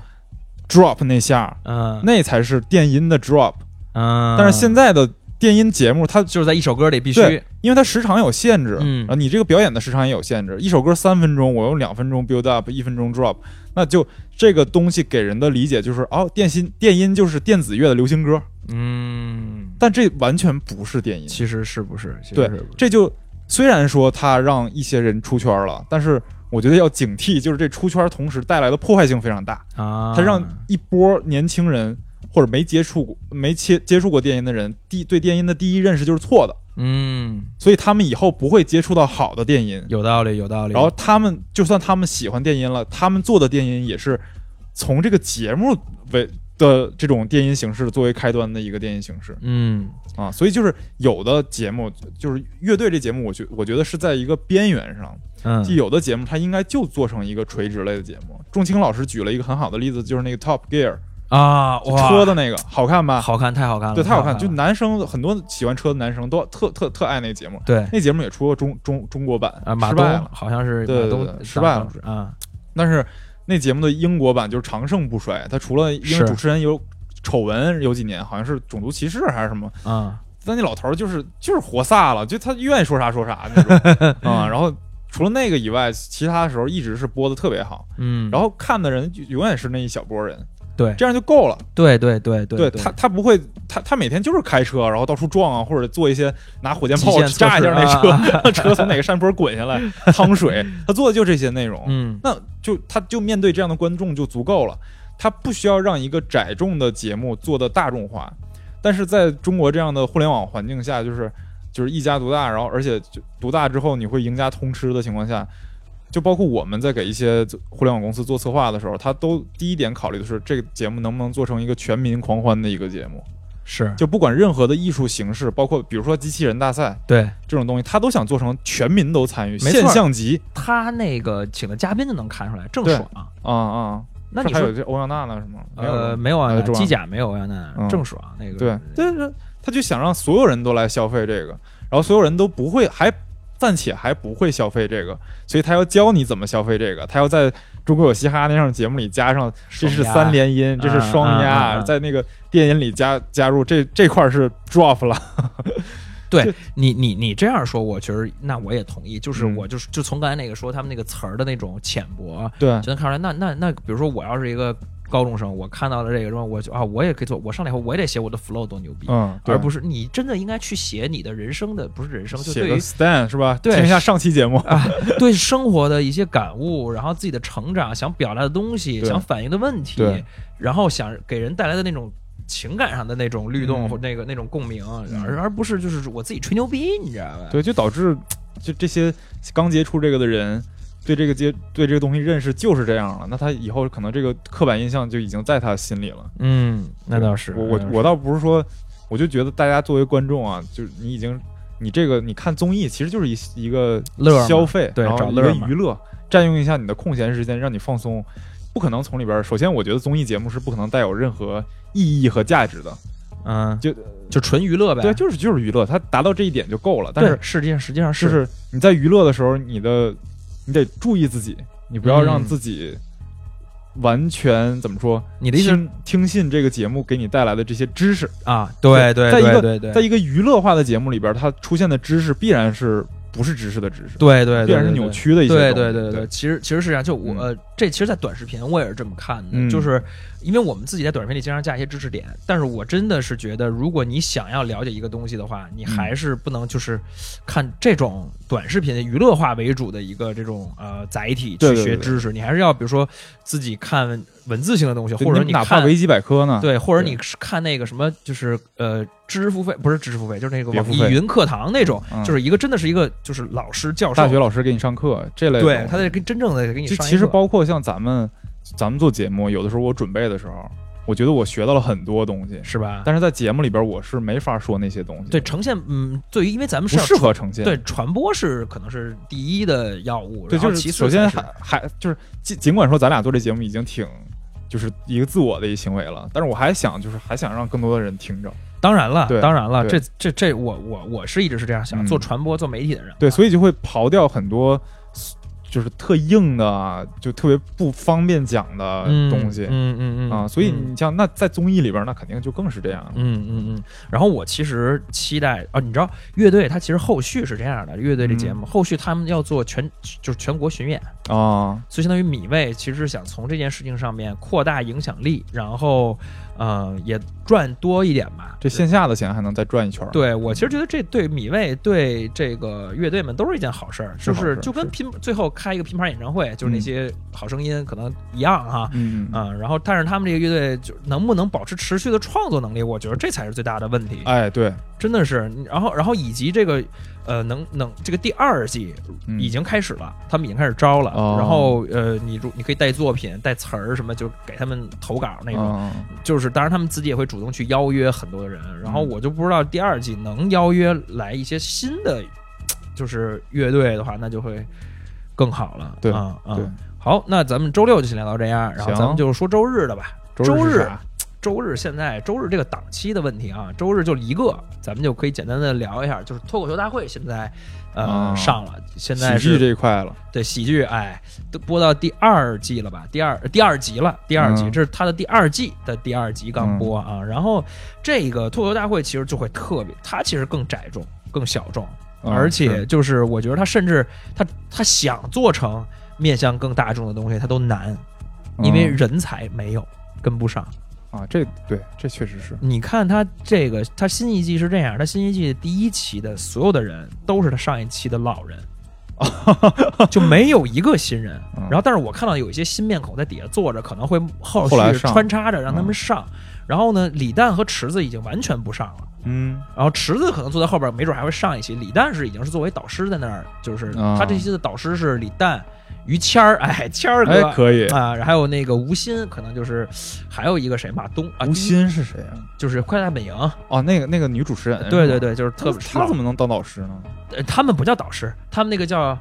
Speaker 1: drop 那下，
Speaker 2: 嗯
Speaker 1: 那才是电音的 drop。
Speaker 2: 嗯，
Speaker 1: 但是现在的电音节目，它
Speaker 2: 就是在一首歌里必须
Speaker 1: 对，因为它时长有限制，
Speaker 2: 嗯
Speaker 1: 啊，你这个表演的时长也有限制，一首歌三分钟，我用两分钟 build up，一分钟 drop，那就这个东西给人的理解就是，哦，电音电音就是电子乐的流行歌，
Speaker 2: 嗯，
Speaker 1: 但这完全不是电音。
Speaker 2: 其实是不是？其实
Speaker 1: 对
Speaker 2: 是不是，
Speaker 1: 这就虽然说它让一些人出圈了，但是我觉得要警惕，就是这出圈同时带来的破坏性非常大，
Speaker 2: 啊，
Speaker 1: 它让一波年轻人。或者没接触过、没接接触过电音的人，第对电音的第一认识就是错的，
Speaker 2: 嗯
Speaker 1: 所以他们以后不会接触到好的电音。
Speaker 2: 有道理有道理，
Speaker 1: 然后他们就算他们喜欢电音了，他们做的电音也是从这个节目为的这种电音形式作为开端的一个电音形式
Speaker 2: 嗯
Speaker 1: 啊。所以就是有的节目，就是乐队这节目，我觉我觉得是在一个边缘上，
Speaker 2: 嗯
Speaker 1: 就有的节目它应该就做成一个垂直类的节目。仲青老师举了一个很好的例子，就是那个 Top Gear
Speaker 2: 啊，
Speaker 1: 就
Speaker 2: 哇，
Speaker 1: 车的那个，好看吧？
Speaker 2: 好看太好看了，
Speaker 1: 对，太好看，
Speaker 2: 了
Speaker 1: 就男生很多喜欢车的男生都特特特爱那节目。
Speaker 2: 对
Speaker 1: 那节目也出过中中中国版，
Speaker 2: 啊，马
Speaker 1: 失
Speaker 2: 东
Speaker 1: 败了。
Speaker 2: 好像是
Speaker 1: 对
Speaker 2: 马
Speaker 1: 对
Speaker 2: 东
Speaker 1: 对
Speaker 2: 当
Speaker 1: 失败了
Speaker 2: 当时啊，
Speaker 1: 但是那节目的英国版就是长盛不衰，它除了因为
Speaker 2: 是
Speaker 1: 主持人有丑闻有几年，好像是种族歧视还是什么，
Speaker 2: 啊，
Speaker 1: 但那老头儿就是就是活撒了，就他愿意说啥说啥那 种啊、然后除了那个以外，其他的时候一直是播的特别好，
Speaker 2: 嗯，
Speaker 1: 然后看的人就永远是那一小波人，
Speaker 2: 对
Speaker 1: 这样就够了。
Speaker 2: 对对对对
Speaker 1: 他，他不会，他他每天就是开车，然后到处撞啊，或者做一些拿火箭炮
Speaker 2: 极限测
Speaker 1: 炸一
Speaker 2: 试
Speaker 1: 下那
Speaker 2: 啊
Speaker 1: 车， 让车从哪个山坡滚 下来，趟水，他做的就这些内容。
Speaker 2: 嗯
Speaker 1: 那就他就面对这样的观众就足够了，他不需要让一个窄众的节目做的大众化。但是在中国这样的互联网环境下，就是就是一家独大，然后而且就独大之后你会赢家通吃的情况下，就包括我们在给一些互联网公司做策划的时候，他都第一点考虑的是这个节目能不能做成一个全民狂欢的一个节目，
Speaker 2: 是
Speaker 1: 就不管任何的艺术形式，包括比如说机器人大赛
Speaker 2: 对
Speaker 1: 这种东西，他都想做成全民都参与，
Speaker 2: 没错
Speaker 1: 现象级
Speaker 2: 他那个请的嘉宾就能看出来，郑
Speaker 1: 对
Speaker 2: 爽。
Speaker 1: 啊啊！
Speaker 2: 那
Speaker 1: 是
Speaker 2: 你
Speaker 1: 还
Speaker 2: 说
Speaker 1: 有这欧阳娜娜是吗？没有
Speaker 2: 呃，没有啊，
Speaker 1: 是吧
Speaker 2: 机甲没有啊，那
Speaker 1: 嗯
Speaker 2: 郑爽那个
Speaker 1: 对，但是他就想让所有人都来消费这个，然后所有人都不会，还暂且还不会消费这个，所以他要教你怎么消费这个，他要在《中国有嘻哈》那样的节目里加上这是
Speaker 2: 双压
Speaker 1: 三连音，这是双
Speaker 2: 啊啊啊
Speaker 1: 压，
Speaker 2: 啊
Speaker 1: 在那个电音里加加入这这块是 drop 了，
Speaker 2: 对你你你这样说，我觉得那我也同意，就是
Speaker 1: 嗯
Speaker 2: 我就是就从刚才那个说他们那个词儿的那种浅薄，
Speaker 1: 对
Speaker 2: 就能看出来。那那那，比如说我要是一个高中生，我看到了这个之后，我就啊，我也可以做，我上来以后我也得写我的 flow 多牛逼，
Speaker 1: 嗯，
Speaker 2: 而不
Speaker 1: 是
Speaker 2: 是你真的应该去写你的人生的，不是人生，就
Speaker 1: 写
Speaker 2: 对
Speaker 1: 个
Speaker 2: 于
Speaker 1: stand 是吧？
Speaker 2: 对
Speaker 1: 听一下上期节目，
Speaker 2: 啊，对生活的一些感悟，然后自己的成长，想表达的东西，
Speaker 1: 对
Speaker 2: 想反映的问题
Speaker 1: 对，
Speaker 2: 然后想给人带来的那种情感上的那种律动
Speaker 1: 嗯
Speaker 2: 或那个那种共鸣，而而不是就是我自己吹牛逼，你知道吧？
Speaker 1: 对，就导致就这些刚接触这个的人。对这个接对这个东西认识就是这样了，那他以后可能这个刻板印象就已经在他心里了。
Speaker 2: 嗯，那倒是，
Speaker 1: 我我
Speaker 2: 那倒是
Speaker 1: 我倒不是说，我就觉得大家作为观众啊，就是你已经你这个你看综艺其实就是一一个
Speaker 2: 乐儿嘛
Speaker 1: 消费，
Speaker 2: 对
Speaker 1: 然后
Speaker 2: 找
Speaker 1: 一
Speaker 2: 乐
Speaker 1: 个
Speaker 2: 儿嘛
Speaker 1: 娱乐，占用一下你的空闲时间，让你放松。不可能从里边儿，首先我觉得综艺节目是不可能带有任何意义和价值的，
Speaker 2: 嗯，
Speaker 1: 就
Speaker 2: 就纯娱乐呗。
Speaker 1: 啊对，就是就是娱乐，它达到这一点就够了。但
Speaker 2: 对
Speaker 1: 是
Speaker 2: 实际上实际上
Speaker 1: 就是是你在娱乐的时候，你的你得注意自己，你不要让
Speaker 2: 嗯
Speaker 1: 自己完全怎么说，
Speaker 2: 你的意思
Speaker 1: 听听信这个节目给你带来的这些知识。
Speaker 2: 啊？对对
Speaker 1: 在一
Speaker 2: 对
Speaker 1: 个
Speaker 2: 对
Speaker 1: 在
Speaker 2: 对。
Speaker 1: 一个娱乐化的节目里边，它出现的知识必然是不是知识的知识，
Speaker 2: 对对，
Speaker 1: 必然
Speaker 2: 对
Speaker 1: 是
Speaker 2: 对
Speaker 1: 扭曲的一些
Speaker 2: 对
Speaker 1: 东
Speaker 2: 对
Speaker 1: 西
Speaker 2: 对对，
Speaker 1: 对
Speaker 2: 其实其实是这样，就我、
Speaker 1: 嗯
Speaker 2: 呃这其实，在短视频我也是这么看的，
Speaker 1: 嗯
Speaker 2: 就是因为我们自己在短视频里经常加一些知识点，但是我真的是觉得，如果你想要了解一个东西的话，
Speaker 1: 嗯
Speaker 2: 你还是不能就是看这种短视频娱乐化为主的一个这种呃载体
Speaker 1: 对
Speaker 2: 去
Speaker 1: 对
Speaker 2: 学
Speaker 1: 对
Speaker 2: 知识，你还是要比如说自己看文字性的东西，
Speaker 1: 对
Speaker 2: 或者
Speaker 1: 你
Speaker 2: 你
Speaker 1: 哪怕
Speaker 2: 看
Speaker 1: 维基百科呢，
Speaker 2: 对，或者你是看那个什么，就是呃，知识付费不是知识付费，就是那个
Speaker 1: 别
Speaker 2: 网
Speaker 1: 付
Speaker 2: 易
Speaker 1: 费
Speaker 2: 云课堂那种，
Speaker 1: 嗯
Speaker 2: 就是一个真的是一个就是老师教授，
Speaker 1: 大学老师给你上课这类的东
Speaker 2: 对
Speaker 1: 西，
Speaker 2: 他在跟真正的给你
Speaker 1: 就
Speaker 2: 上一
Speaker 1: 其实
Speaker 2: 课
Speaker 1: 包括像咱们咱们做节目，有的时候我准备的时候，我觉得我学到了很多东西，
Speaker 2: 是吧？
Speaker 1: 但是在节目里边我是没法说那些东西，
Speaker 2: 对，呈现，嗯，对于因为咱们是
Speaker 1: 不
Speaker 2: 要
Speaker 1: 适合呈现。
Speaker 2: 对传播是可能是第一的要务，
Speaker 1: 对，
Speaker 2: 然后
Speaker 1: 就是
Speaker 2: 其次
Speaker 1: 首先
Speaker 2: 才是
Speaker 1: 还还就是尽尽管说咱俩做这节目已经挺就是一个自我的一个行为了，但是我还想就是还想让更多的人听着，
Speaker 2: 当然了，
Speaker 1: 对
Speaker 2: 当然了，这
Speaker 1: 对
Speaker 2: 这这我我我是一直是这样想，
Speaker 1: 嗯
Speaker 2: 做传播做媒体的人啊，
Speaker 1: 对，所以就会刨掉很多就是特硬的啊，就特别不方便讲的
Speaker 2: 嗯
Speaker 1: 东西。
Speaker 2: 嗯嗯嗯
Speaker 1: 啊，所以
Speaker 2: 嗯
Speaker 1: 你像那在综艺里边，那肯定就更是这样了。
Speaker 2: 嗯嗯嗯，然后我其实期待啊，你知道乐队它其实后续是这样的，乐队这节
Speaker 1: 嗯
Speaker 2: 目、后续他们要做全就是全国巡演，
Speaker 1: 啊，
Speaker 2: 所以相当于米未其实是想从这件事情上面扩大影响力，然后呃也赚多一点吧。
Speaker 1: 这线下的钱还能再转一圈儿。
Speaker 2: 对我其实觉得这对米未对这个乐队们都是一件好事儿，
Speaker 1: 是
Speaker 2: 就
Speaker 1: 好事
Speaker 2: 是
Speaker 1: 儿
Speaker 2: 就跟
Speaker 1: 是
Speaker 2: 拼最后开一个拼盘演唱会，就是那
Speaker 1: 嗯
Speaker 2: 些好声音可能一样哈、
Speaker 1: 嗯，嗯，
Speaker 2: 嗯，然后但是他们这个乐队就能不能保持持续的创作能力，我觉得这才是最大的问题。
Speaker 1: 哎，对，
Speaker 2: 真的是，然后然后以及这个呃，能能这个第二季
Speaker 1: 嗯
Speaker 2: 已经开始了，他们已经开始招了，
Speaker 1: 哦
Speaker 2: 然后呃，你如你可以带作品、带词儿什么，就给他们投稿那种。
Speaker 1: 嗯
Speaker 2: 就是当然他们自己也会主动去邀约很多的人，然
Speaker 1: 嗯
Speaker 2: 后我就不知道第二季能邀约来一些新的，就是乐队的话，那就会更好了。
Speaker 1: 对
Speaker 2: 啊、啊
Speaker 1: 对
Speaker 2: 好，那咱们周六就先聊到这样，然后
Speaker 1: 行
Speaker 2: 咱们就说周日的吧。
Speaker 1: 周
Speaker 2: 周
Speaker 1: 日是
Speaker 2: 日
Speaker 1: 啥
Speaker 2: 周日现在周日这个档期的问题啊，周日就一个，咱们就可以简单的聊一下，就是脱口秀大会现在呃、
Speaker 1: 啊
Speaker 2: 上了，现在
Speaker 1: 喜剧
Speaker 2: 是
Speaker 1: 这一块了，
Speaker 2: 对喜剧，哎，都播到第二季了吧？第二呃第二集了，第二集、
Speaker 1: 嗯
Speaker 2: 这是它的第二季的第二集刚播啊。然后这个脱口秀大会其实就会特别，它其实更窄众、更小众，
Speaker 1: 嗯
Speaker 2: 而且
Speaker 1: 是
Speaker 2: 就是我觉得它甚至它它想做成面向更大众的东西，它都难，因为
Speaker 1: 嗯
Speaker 2: 人才没有跟不上。
Speaker 1: 啊，这对这确实是，
Speaker 2: 你看他这个，他新一季是这样，他新一季第一期的所有的人都是他上一期的 老人，就没有一个新人。
Speaker 1: 嗯
Speaker 2: 然后，但是我看到有一些新面孔在底下坐着，可能会后
Speaker 1: 后来
Speaker 2: 续
Speaker 1: 上
Speaker 2: 穿插着让他们上。然后呢，李诞和池子已经完全不上了。
Speaker 1: 嗯
Speaker 2: 然后池子可能坐在后边，没准还会上一期。李诞是已经是作为导师在那儿，就是
Speaker 1: 啊
Speaker 2: 他这期的导师是李诞、于谦儿， 哎，谦儿哥
Speaker 1: 哎可以
Speaker 2: 啊，还有那个吴昕，可能就是还有一个谁马东啊，
Speaker 1: 吴昕是谁啊？
Speaker 2: 就是《快乐大本营》，
Speaker 1: 哦，那个那个女主持人，是
Speaker 2: 对对
Speaker 1: 吗，
Speaker 2: 对，就是特别
Speaker 1: 她怎么能当导师呢？
Speaker 2: 呃他们不叫导师，他们那个叫。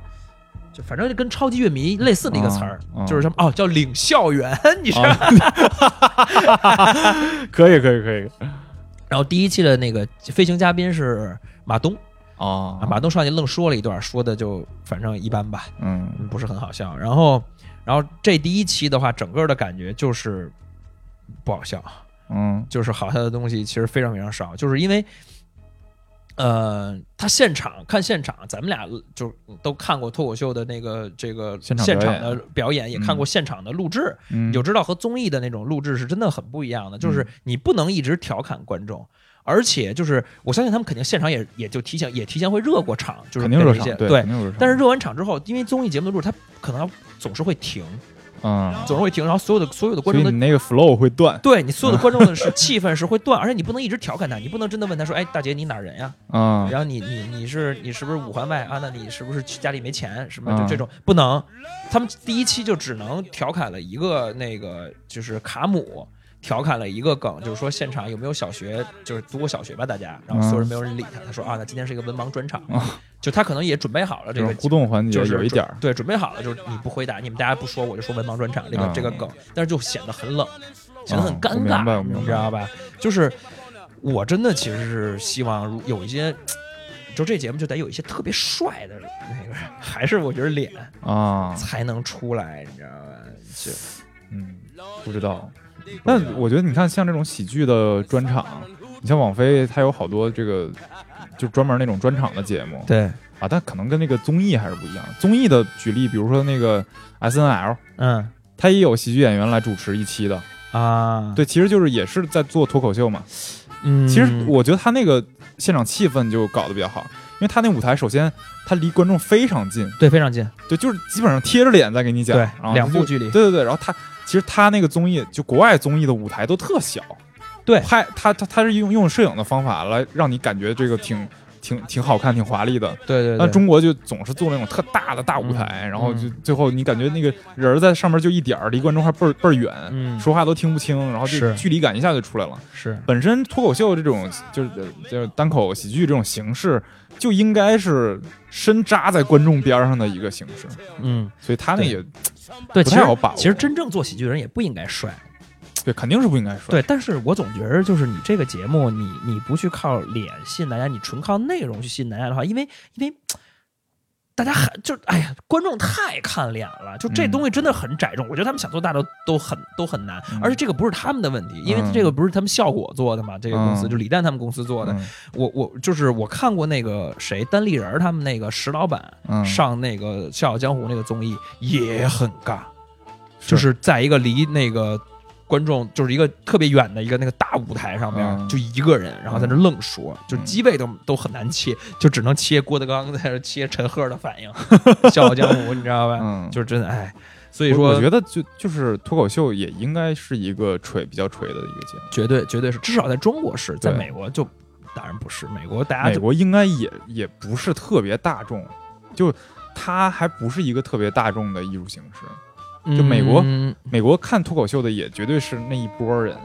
Speaker 2: 就反正就跟超级乐迷类似的一个词儿，
Speaker 1: 啊啊
Speaker 2: 就是什么哦，叫领校园， 你知道
Speaker 1: 哦
Speaker 2: 吗？
Speaker 1: 可以可以可以
Speaker 2: 然后第一期的那个飞行嘉宾是马东，
Speaker 1: 啊
Speaker 2: 啊，马东上去愣说了一段，说的就反正一般吧，嗯
Speaker 1: 嗯
Speaker 2: 不是很好笑。然后，然后这第一期的话，整个的感觉就是不好笑，
Speaker 1: 嗯
Speaker 2: 就是好笑的东西其实非常非常少，就是因为，呃，他现场看现场，咱们俩就都看过脱口秀的那个这个
Speaker 1: 现场表演
Speaker 2: 的表演，也看过现场的录制，
Speaker 1: 嗯，
Speaker 2: 你就知道和综艺的那种录制是真的很不一样的，就是你不能一直调侃观众。而且就是，我相信他们肯定现场也也就提前也提前会热过场，就是
Speaker 1: 肯定
Speaker 2: 跟
Speaker 1: 热
Speaker 2: 这些
Speaker 1: 场，
Speaker 2: 对
Speaker 1: 肯，定热场，
Speaker 2: 但是热完场之后，因为综艺节目的录制，它可能总是会停，
Speaker 1: 嗯，
Speaker 2: 总是会停，然后所有的所有的观
Speaker 1: 所以
Speaker 2: 众
Speaker 1: 你
Speaker 2: 的
Speaker 1: 那个 flow 会断
Speaker 2: 对你所有的观众的是气氛是会断，而且你不能一直调侃他，你不能真的问他说：“哎，大姐你哪儿人呀？
Speaker 1: 啊
Speaker 2: 然后你你你是你是不是五环外啊？那你是不是家里没钱？什么
Speaker 1: 嗯
Speaker 2: 就这种不能。”他们第一期就只能调侃了一个那个就是卡姆。调侃了一个梗，就是说现场有没有小学，就是读过小学吧，大家，然后所有人没有人理他。他说啊，那今天是一个文盲专场，就他可能也准备好了
Speaker 1: 这
Speaker 2: 这
Speaker 1: 种
Speaker 2: 个
Speaker 1: 互动环节
Speaker 2: 嗯就是
Speaker 1: 有一
Speaker 2: 准
Speaker 1: 点儿，
Speaker 2: 对，准备好了，就是你不回答，你们大家不说，我就说文盲专场这个、
Speaker 1: 嗯
Speaker 2: 这个梗，但是就显得很冷，显得很
Speaker 1: 嗯
Speaker 2: 尴
Speaker 1: 我明白
Speaker 2: 尬，
Speaker 1: 我明白
Speaker 2: 你知道吧？就是我真的其实是希望如有一些，就这节目就得有一些特别帅的那个，还是我觉得脸
Speaker 1: 啊，
Speaker 2: 才能出来，你知道吧？就
Speaker 1: 嗯，不知道。那我觉得你看，像这种喜剧的专场，你像网飞，它有好多这个就专门那种专场的节目
Speaker 2: 对，
Speaker 1: 啊，但可能跟那个综艺还是不一样。综艺的举例，比如说那个 S N L，
Speaker 2: 嗯，
Speaker 1: 他也有喜剧演员来主持一期的。
Speaker 2: 啊，，
Speaker 1: 对，其实就是也是在做脱口秀嘛。
Speaker 2: 嗯，
Speaker 1: 其实我觉得他那个现场气氛就搞得比较好，因为他那舞台首先他离观众非常近，
Speaker 2: 对非常近，
Speaker 1: 对，就是基本上贴着脸在给你讲，
Speaker 2: 对
Speaker 1: 然后
Speaker 2: 两
Speaker 1: 就
Speaker 2: 步距离
Speaker 1: 对对对，然后他其实他那个综艺就国外综艺的舞台都特小，
Speaker 2: 对
Speaker 1: 拍他他他是用用摄影的方法来让你感觉这个挺挺挺好看、挺华丽的。
Speaker 2: 对对
Speaker 1: 但
Speaker 2: 对，嗯
Speaker 1: 中国就总是做那种特大的大舞台，然后就最后你感觉那个人儿在上面就一点儿，离观众还倍儿倍儿远，
Speaker 2: 嗯
Speaker 1: 说话都听不清，然后就是距离感一下就出来了。
Speaker 2: 是
Speaker 1: 本身脱口秀这种就是就是单口喜剧这种形式，就应该是深扎在观众边儿上的一个形式，
Speaker 2: 嗯，
Speaker 1: 所以他那
Speaker 2: 对
Speaker 1: 也不
Speaker 2: 对，其
Speaker 1: 太
Speaker 2: 实
Speaker 1: 好把握
Speaker 2: 其实真正做喜剧的人也不应该帅，
Speaker 1: 对肯定是不应该说。
Speaker 2: 对，但是我总觉得就是你这个节目，你你不去靠脸吸引大家，你纯靠内容去吸引大家的话，因为因为。大家还就哎呀，观众太看脸了，就这
Speaker 1: 嗯
Speaker 2: 东西真的很窄众。我觉得他们想做大都都很都很难，
Speaker 1: 嗯
Speaker 2: 而且这个不是他们的问题，因为
Speaker 1: 嗯
Speaker 2: 这个不是他们效果做的嘛，这个公司
Speaker 1: 嗯
Speaker 2: 就李诞他们公司做的。
Speaker 1: 嗯
Speaker 2: 我我就是我看过那个谁单立人儿他们那个石老板，
Speaker 1: 嗯
Speaker 2: 上那个《笑傲江湖》那个综艺也很尬，
Speaker 1: 是
Speaker 2: 就是在一个离那个观众就是一个特别远的一个那个大舞台上面，
Speaker 1: 嗯
Speaker 2: 就一个人，然后在那愣说，就机位都都很难切，就只能切郭德纲在那切陈赫 的反应，《笑傲江湖》你知道吧？
Speaker 1: 嗯
Speaker 2: 就是真的哎，所以
Speaker 1: 我
Speaker 2: 说
Speaker 1: 我觉得就就是脱口秀也应该是一个锤比较锤的一个节目，
Speaker 2: 绝对绝对是，至少在中国是，在
Speaker 1: 对
Speaker 2: 美国就当然不是，美国大家
Speaker 1: 美
Speaker 2: 就
Speaker 1: 国应该也也不是特别大众，就它还不是一个特别大众的艺术形式。就美国
Speaker 2: 嗯
Speaker 1: 美国看脱口秀的也绝对是那一波人，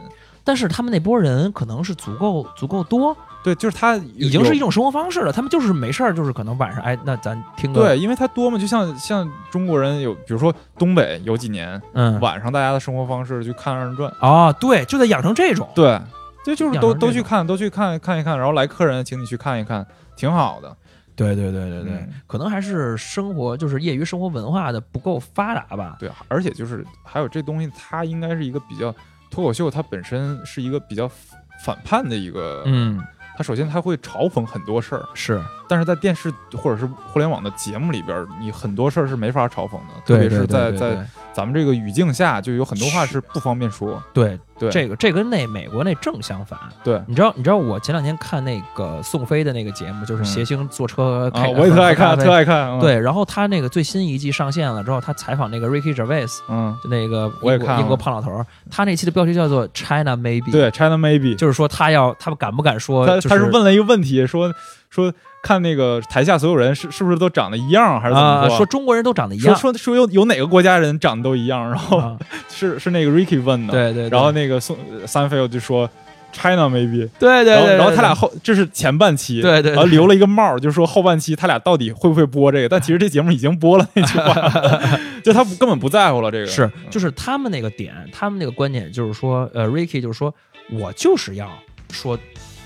Speaker 2: 但是他们那波人可能是足够足够多，
Speaker 1: 对，就是他
Speaker 2: 已经是一种生活方式了。他们就是没事儿，就是可能晚上，哎，那咱听个，
Speaker 1: 对，因为它多嘛，就像像中国人有，比如说东北有几年、
Speaker 2: 嗯，
Speaker 1: 晚上大家的生活方式去看二人转，
Speaker 2: 哦，对，就得养成这种，
Speaker 1: 对，这就是
Speaker 2: 养
Speaker 1: 都
Speaker 2: 成
Speaker 1: 都
Speaker 2: 这
Speaker 1: 去
Speaker 2: 种
Speaker 1: 看，都去看看一看，然后来客人请你去看一看，挺好的。
Speaker 2: 对对对对
Speaker 1: 嗯
Speaker 2: 可能还是生活就是业余生活文化的不够发达吧。
Speaker 1: 对，而且就是还有这东西，它应该是一个比较脱口秀，它本身是一个比较反反叛的一个，，
Speaker 2: 嗯，
Speaker 1: 它首先它会嘲讽很多事儿，
Speaker 2: 是
Speaker 1: 但是在电视或者是互联网的节目里边儿，你很多事儿是没法嘲讽的，特
Speaker 2: 对，
Speaker 1: 别
Speaker 2: 对
Speaker 1: 是在
Speaker 2: 对对
Speaker 1: 在咱们这个语境下，就有很多话
Speaker 2: 是
Speaker 1: 是不方便说，
Speaker 2: 对
Speaker 1: 对，
Speaker 2: 这个这跟那美国那正相反。
Speaker 1: 对。
Speaker 2: 你知道，你知道我前两天看那个宋飞的那个节目，就是
Speaker 1: 嗯
Speaker 2: 谐星坐
Speaker 1: 啊，
Speaker 2: 车开，
Speaker 1: 我也特爱看，
Speaker 2: 喝咖啡
Speaker 1: 特爱看。嗯，
Speaker 2: 对，然后他那个最新一季上线了之后，他采访那个 Ricky Gervais，
Speaker 1: 嗯，
Speaker 2: 就那个
Speaker 1: 我也
Speaker 2: 英国
Speaker 1: 看了
Speaker 2: 英国胖老头儿，他那期的标题叫做 China Maybe，，
Speaker 1: 对，China Maybe，
Speaker 2: 嗯就是说他要他敢不敢说，
Speaker 1: 他
Speaker 2: 就
Speaker 1: 他是问了一个问题，说说看那个台下所有人是是不是都长得一样，还是怎
Speaker 2: 啊、
Speaker 1: 么
Speaker 2: 说中国人都长得一
Speaker 1: 说
Speaker 2: 样，
Speaker 1: 说说有有哪个国家人长得都一样？然后
Speaker 2: 啊
Speaker 1: 是是那个 Ricky 问的，
Speaker 2: 对对，对
Speaker 1: 然后那个宋 Sunfield 就说 China Maybe，
Speaker 2: 对对对
Speaker 1: 然后
Speaker 2: 对，
Speaker 1: 然后他俩
Speaker 2: 对
Speaker 1: 后这是前半期，
Speaker 2: 对对
Speaker 1: 然后
Speaker 2: 对
Speaker 1: 留了一个帽儿，就说后半期他俩到底会不会播这个？但其实这节目已经播了那句话， 就他不根本不在乎了这个，
Speaker 2: 是
Speaker 1: 嗯
Speaker 2: 就是他们那个点，他们那个观点就是说，呃，Ricky 就是说我就是要说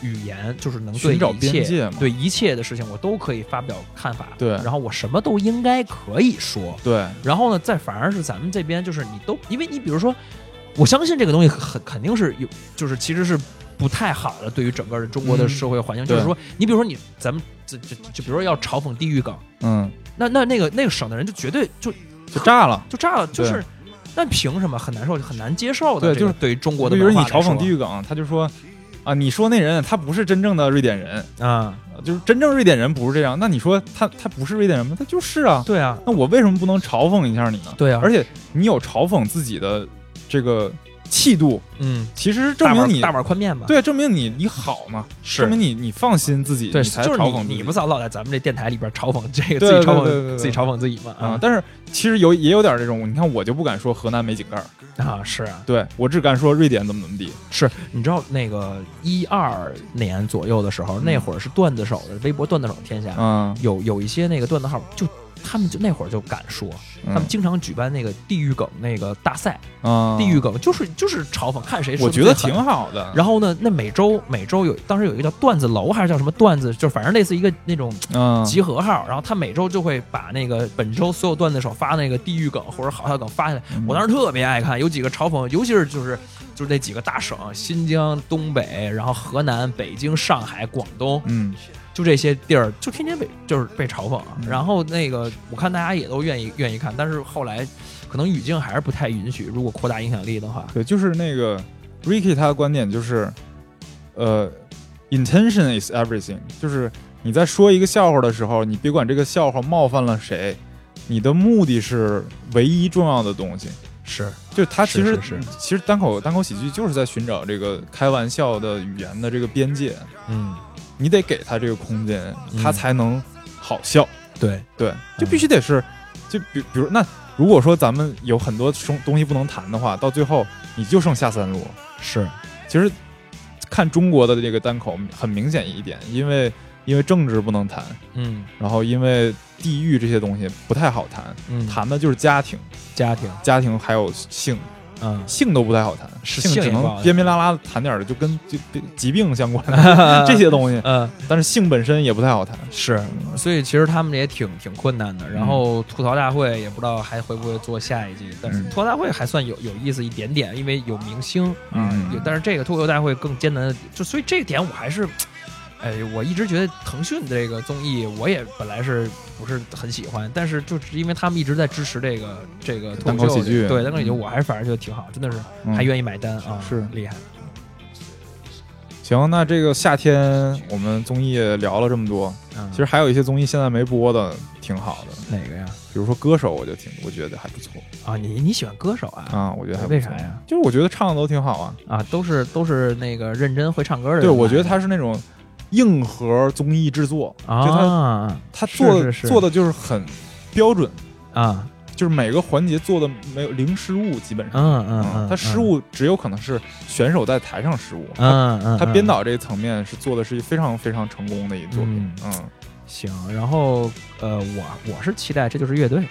Speaker 2: 语言，就是能对
Speaker 1: 寻找
Speaker 2: 一
Speaker 1: 边
Speaker 2: 切
Speaker 1: 界嘛
Speaker 2: 对一切的事情我都可以发表看法，
Speaker 1: 对
Speaker 2: 然后我什么都应该可以说，
Speaker 1: 对，
Speaker 2: 然后呢，再反而是咱们这边就是你都，因为你比如说，我相信这个东西很肯定是有，就是其实是不太好的，对于整个的中国的
Speaker 1: 嗯
Speaker 2: 社会环境，
Speaker 1: 对
Speaker 2: 就是说，你比如说你咱们这这就比如说要嘲讽地域梗，
Speaker 1: 嗯，
Speaker 2: 那那那个那个省的人就绝对就
Speaker 1: 就炸了。
Speaker 2: 就炸了，就
Speaker 1: 对
Speaker 2: 是。那凭什么很难受，很难接受的？
Speaker 1: 对
Speaker 2: 这个
Speaker 1: 就是
Speaker 2: 对于中国的
Speaker 1: 比如
Speaker 2: 文
Speaker 1: 你
Speaker 2: 化来说，
Speaker 1: 嘲讽地狱梗，他就说啊，你说那人他不是真正的瑞典人，
Speaker 2: 啊，
Speaker 1: 就是真正瑞典人不是这样。那你说他他不是瑞典人吗？他就是啊。
Speaker 2: 对啊，
Speaker 1: 那我为什么不能嘲讽一下你呢？
Speaker 2: 对啊
Speaker 1: 而且你有嘲讽自己的这个气度，
Speaker 2: 嗯，
Speaker 1: 其实证
Speaker 2: 大碗
Speaker 1: 明你
Speaker 2: 大碗宽面吧，
Speaker 1: 对，啊证明你你好嘛，证明你你放心自己，
Speaker 2: 对，
Speaker 1: 你才
Speaker 2: 就是
Speaker 1: 嘲
Speaker 2: 你
Speaker 1: 讽自己
Speaker 2: 你不老老在咱们这电台里边嘲讽这个
Speaker 1: 对
Speaker 2: 自己
Speaker 1: 对
Speaker 2: 嘲
Speaker 1: 对对
Speaker 2: 讽
Speaker 1: 对
Speaker 2: 自己嘲讽自己嘛
Speaker 1: 啊、但是其实有也有点这种，你看我就不敢说河南没井盖儿，
Speaker 2: 啊是啊，
Speaker 1: 对我只敢说瑞典怎么怎么地。
Speaker 2: 是，你知道那个一二年左右的时候，那会儿是段子手的微博段子手天下，
Speaker 1: 嗯，
Speaker 2: 有有一些那个段子号，就他们就那会儿就敢说，
Speaker 1: 嗯
Speaker 2: 他们经常举办那个地狱梗那个大赛，
Speaker 1: 啊，
Speaker 2: 地狱梗就是就是嘲讽，看谁说
Speaker 1: 我
Speaker 2: 得
Speaker 1: 觉得
Speaker 2: 最
Speaker 1: 挺
Speaker 2: 狠。
Speaker 1: 好的。
Speaker 2: 然后呢，那每周每周有当时有一个叫段子楼还是叫什么段子，就反正类似一个那种
Speaker 1: 嗯，
Speaker 2: 集合号，然后他每周就会把那个本周所有段子手发那个地狱梗或者好笑梗发下来。我当时特别爱看，有几个嘲讽，尤其是就是就是那几个大省，新疆、东北，然后河南、北京、上海、广东，
Speaker 1: 嗯，
Speaker 2: 就这些地儿，就嗯天天被就是被嘲讽啊。然后那个我看大家也都愿意愿意看，但是后来可能语境还是不太允许。如果扩大影响力的话，
Speaker 1: 对，就是那个 Ricky 他的观点就是，呃，intention is everything，就是你在说一个笑话的时候，你别管这个笑话冒犯了谁，你的目的是唯一重要的东西。
Speaker 2: 是
Speaker 1: 就他其实
Speaker 2: 是是是
Speaker 1: 其实单口单口喜剧就是在寻找这个开玩笑的语言的这个边界，
Speaker 2: 嗯，
Speaker 1: 你得给他这个空间，他
Speaker 2: 嗯
Speaker 1: 才能好笑。
Speaker 2: 对，
Speaker 1: 对，就必须得是，就比比如那如果说咱们有很多东东西不能谈的话，到最后你就剩下三路。
Speaker 2: 是
Speaker 1: 其实看中国的这个单口很明显一点，因为因为政治不能谈，
Speaker 2: 嗯
Speaker 1: 然后因为地域这些东西不太好谈，
Speaker 2: 嗯，
Speaker 1: 谈的就是家庭，
Speaker 2: 家庭，
Speaker 1: 家庭还有性，
Speaker 2: 嗯，
Speaker 1: 性都不太好谈，
Speaker 2: 是
Speaker 1: 性
Speaker 2: 性
Speaker 1: 只
Speaker 2: 也不好
Speaker 1: 能
Speaker 2: 谈
Speaker 1: 边边拉拉地谈点儿的，就跟就疾病相关的 这些东西，
Speaker 2: 嗯，
Speaker 1: 但是性本身也不太好谈。
Speaker 2: 是，所以其实他们也挺挺困难的。
Speaker 1: 嗯
Speaker 2: 然后吐槽大会也不知道还会不会做下一季，但是
Speaker 1: 嗯
Speaker 2: 吐槽大会还算有有意思一点点，因为有明星啊、
Speaker 1: 嗯
Speaker 2: 有但是这个脱口秀大会更艰难的，就所以这点我还是。哎，我一直觉得腾讯这个综艺，我也本来是不是很喜欢，但是就是因为他们一直在支持这个这个脱
Speaker 1: 单
Speaker 2: 口
Speaker 1: 口
Speaker 2: 秀
Speaker 1: 喜剧
Speaker 2: 对单口喜剧，
Speaker 1: 嗯
Speaker 2: 我还是反而觉得挺好，真的是
Speaker 1: 嗯
Speaker 2: 还愿意买单啊，
Speaker 1: 是
Speaker 2: 厉害，
Speaker 1: 行，那这个夏天我们综艺聊了这么多，
Speaker 2: 嗯，
Speaker 1: 其实还有一些综艺现在没播的，挺好的，
Speaker 2: 哪个呀？
Speaker 1: 比如说歌手，我就挺我觉得还不错
Speaker 2: 啊，你你喜欢歌手啊？
Speaker 1: 啊、我觉得还不错
Speaker 2: 为啥呀？
Speaker 1: 就是我觉得唱的都挺好啊。
Speaker 2: 啊，都是都是那个认真会唱歌的人吧。
Speaker 1: 对，我觉得他是那种硬核综艺制作，就他
Speaker 2: 啊
Speaker 1: 他做
Speaker 2: 是
Speaker 1: 的
Speaker 2: 是是
Speaker 1: 做的就是很标准，
Speaker 2: 啊
Speaker 1: 就是每个环节做的没有零失误，基本上。
Speaker 2: 嗯嗯嗯，
Speaker 1: 他啊失误只有可能是选手在台上失误，
Speaker 2: 嗯，嗯嗯，
Speaker 1: 他
Speaker 2: 嗯
Speaker 1: 编导这一层面是做的是非常非常成功的一作品，嗯
Speaker 2: 行，然后呃，我我是期待这就是乐队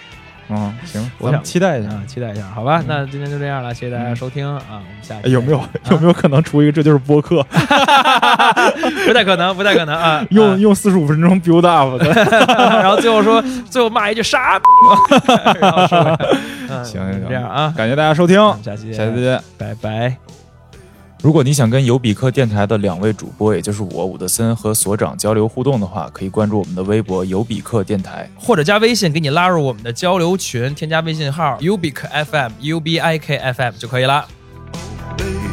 Speaker 1: 嗯行，
Speaker 2: 我
Speaker 1: 咱
Speaker 2: 想
Speaker 1: 们期待一下
Speaker 2: 啊，，期待一下，好吧
Speaker 1: 嗯？
Speaker 2: 那今天就这样了，谢谢大家
Speaker 1: 嗯
Speaker 2: 收听啊，我们下期
Speaker 1: 哎有没有
Speaker 2: 再见
Speaker 1: 有没有可能出一个这就是播客，
Speaker 2: 不太可能，不太可能啊，
Speaker 1: 用
Speaker 2: 啊
Speaker 1: 用四十五分钟 build up 的？
Speaker 2: 然后最后说最后骂一句傻逼，然后收 尾嗯
Speaker 1: 行行行
Speaker 2: 这样啊，
Speaker 1: 感谢大家收听，
Speaker 2: 下期
Speaker 1: 下期再见。
Speaker 2: 拜拜。
Speaker 10: 如果你想跟尤比克电台的两位主播，也就是我伍德森和所长交流互动的话，可以关注我们的微博“尤比克电台”。
Speaker 2: 或者加微信给你拉入我们的交流群，添加微信号 ubic fm u b i k f m 就可以了。
Speaker 4: baby。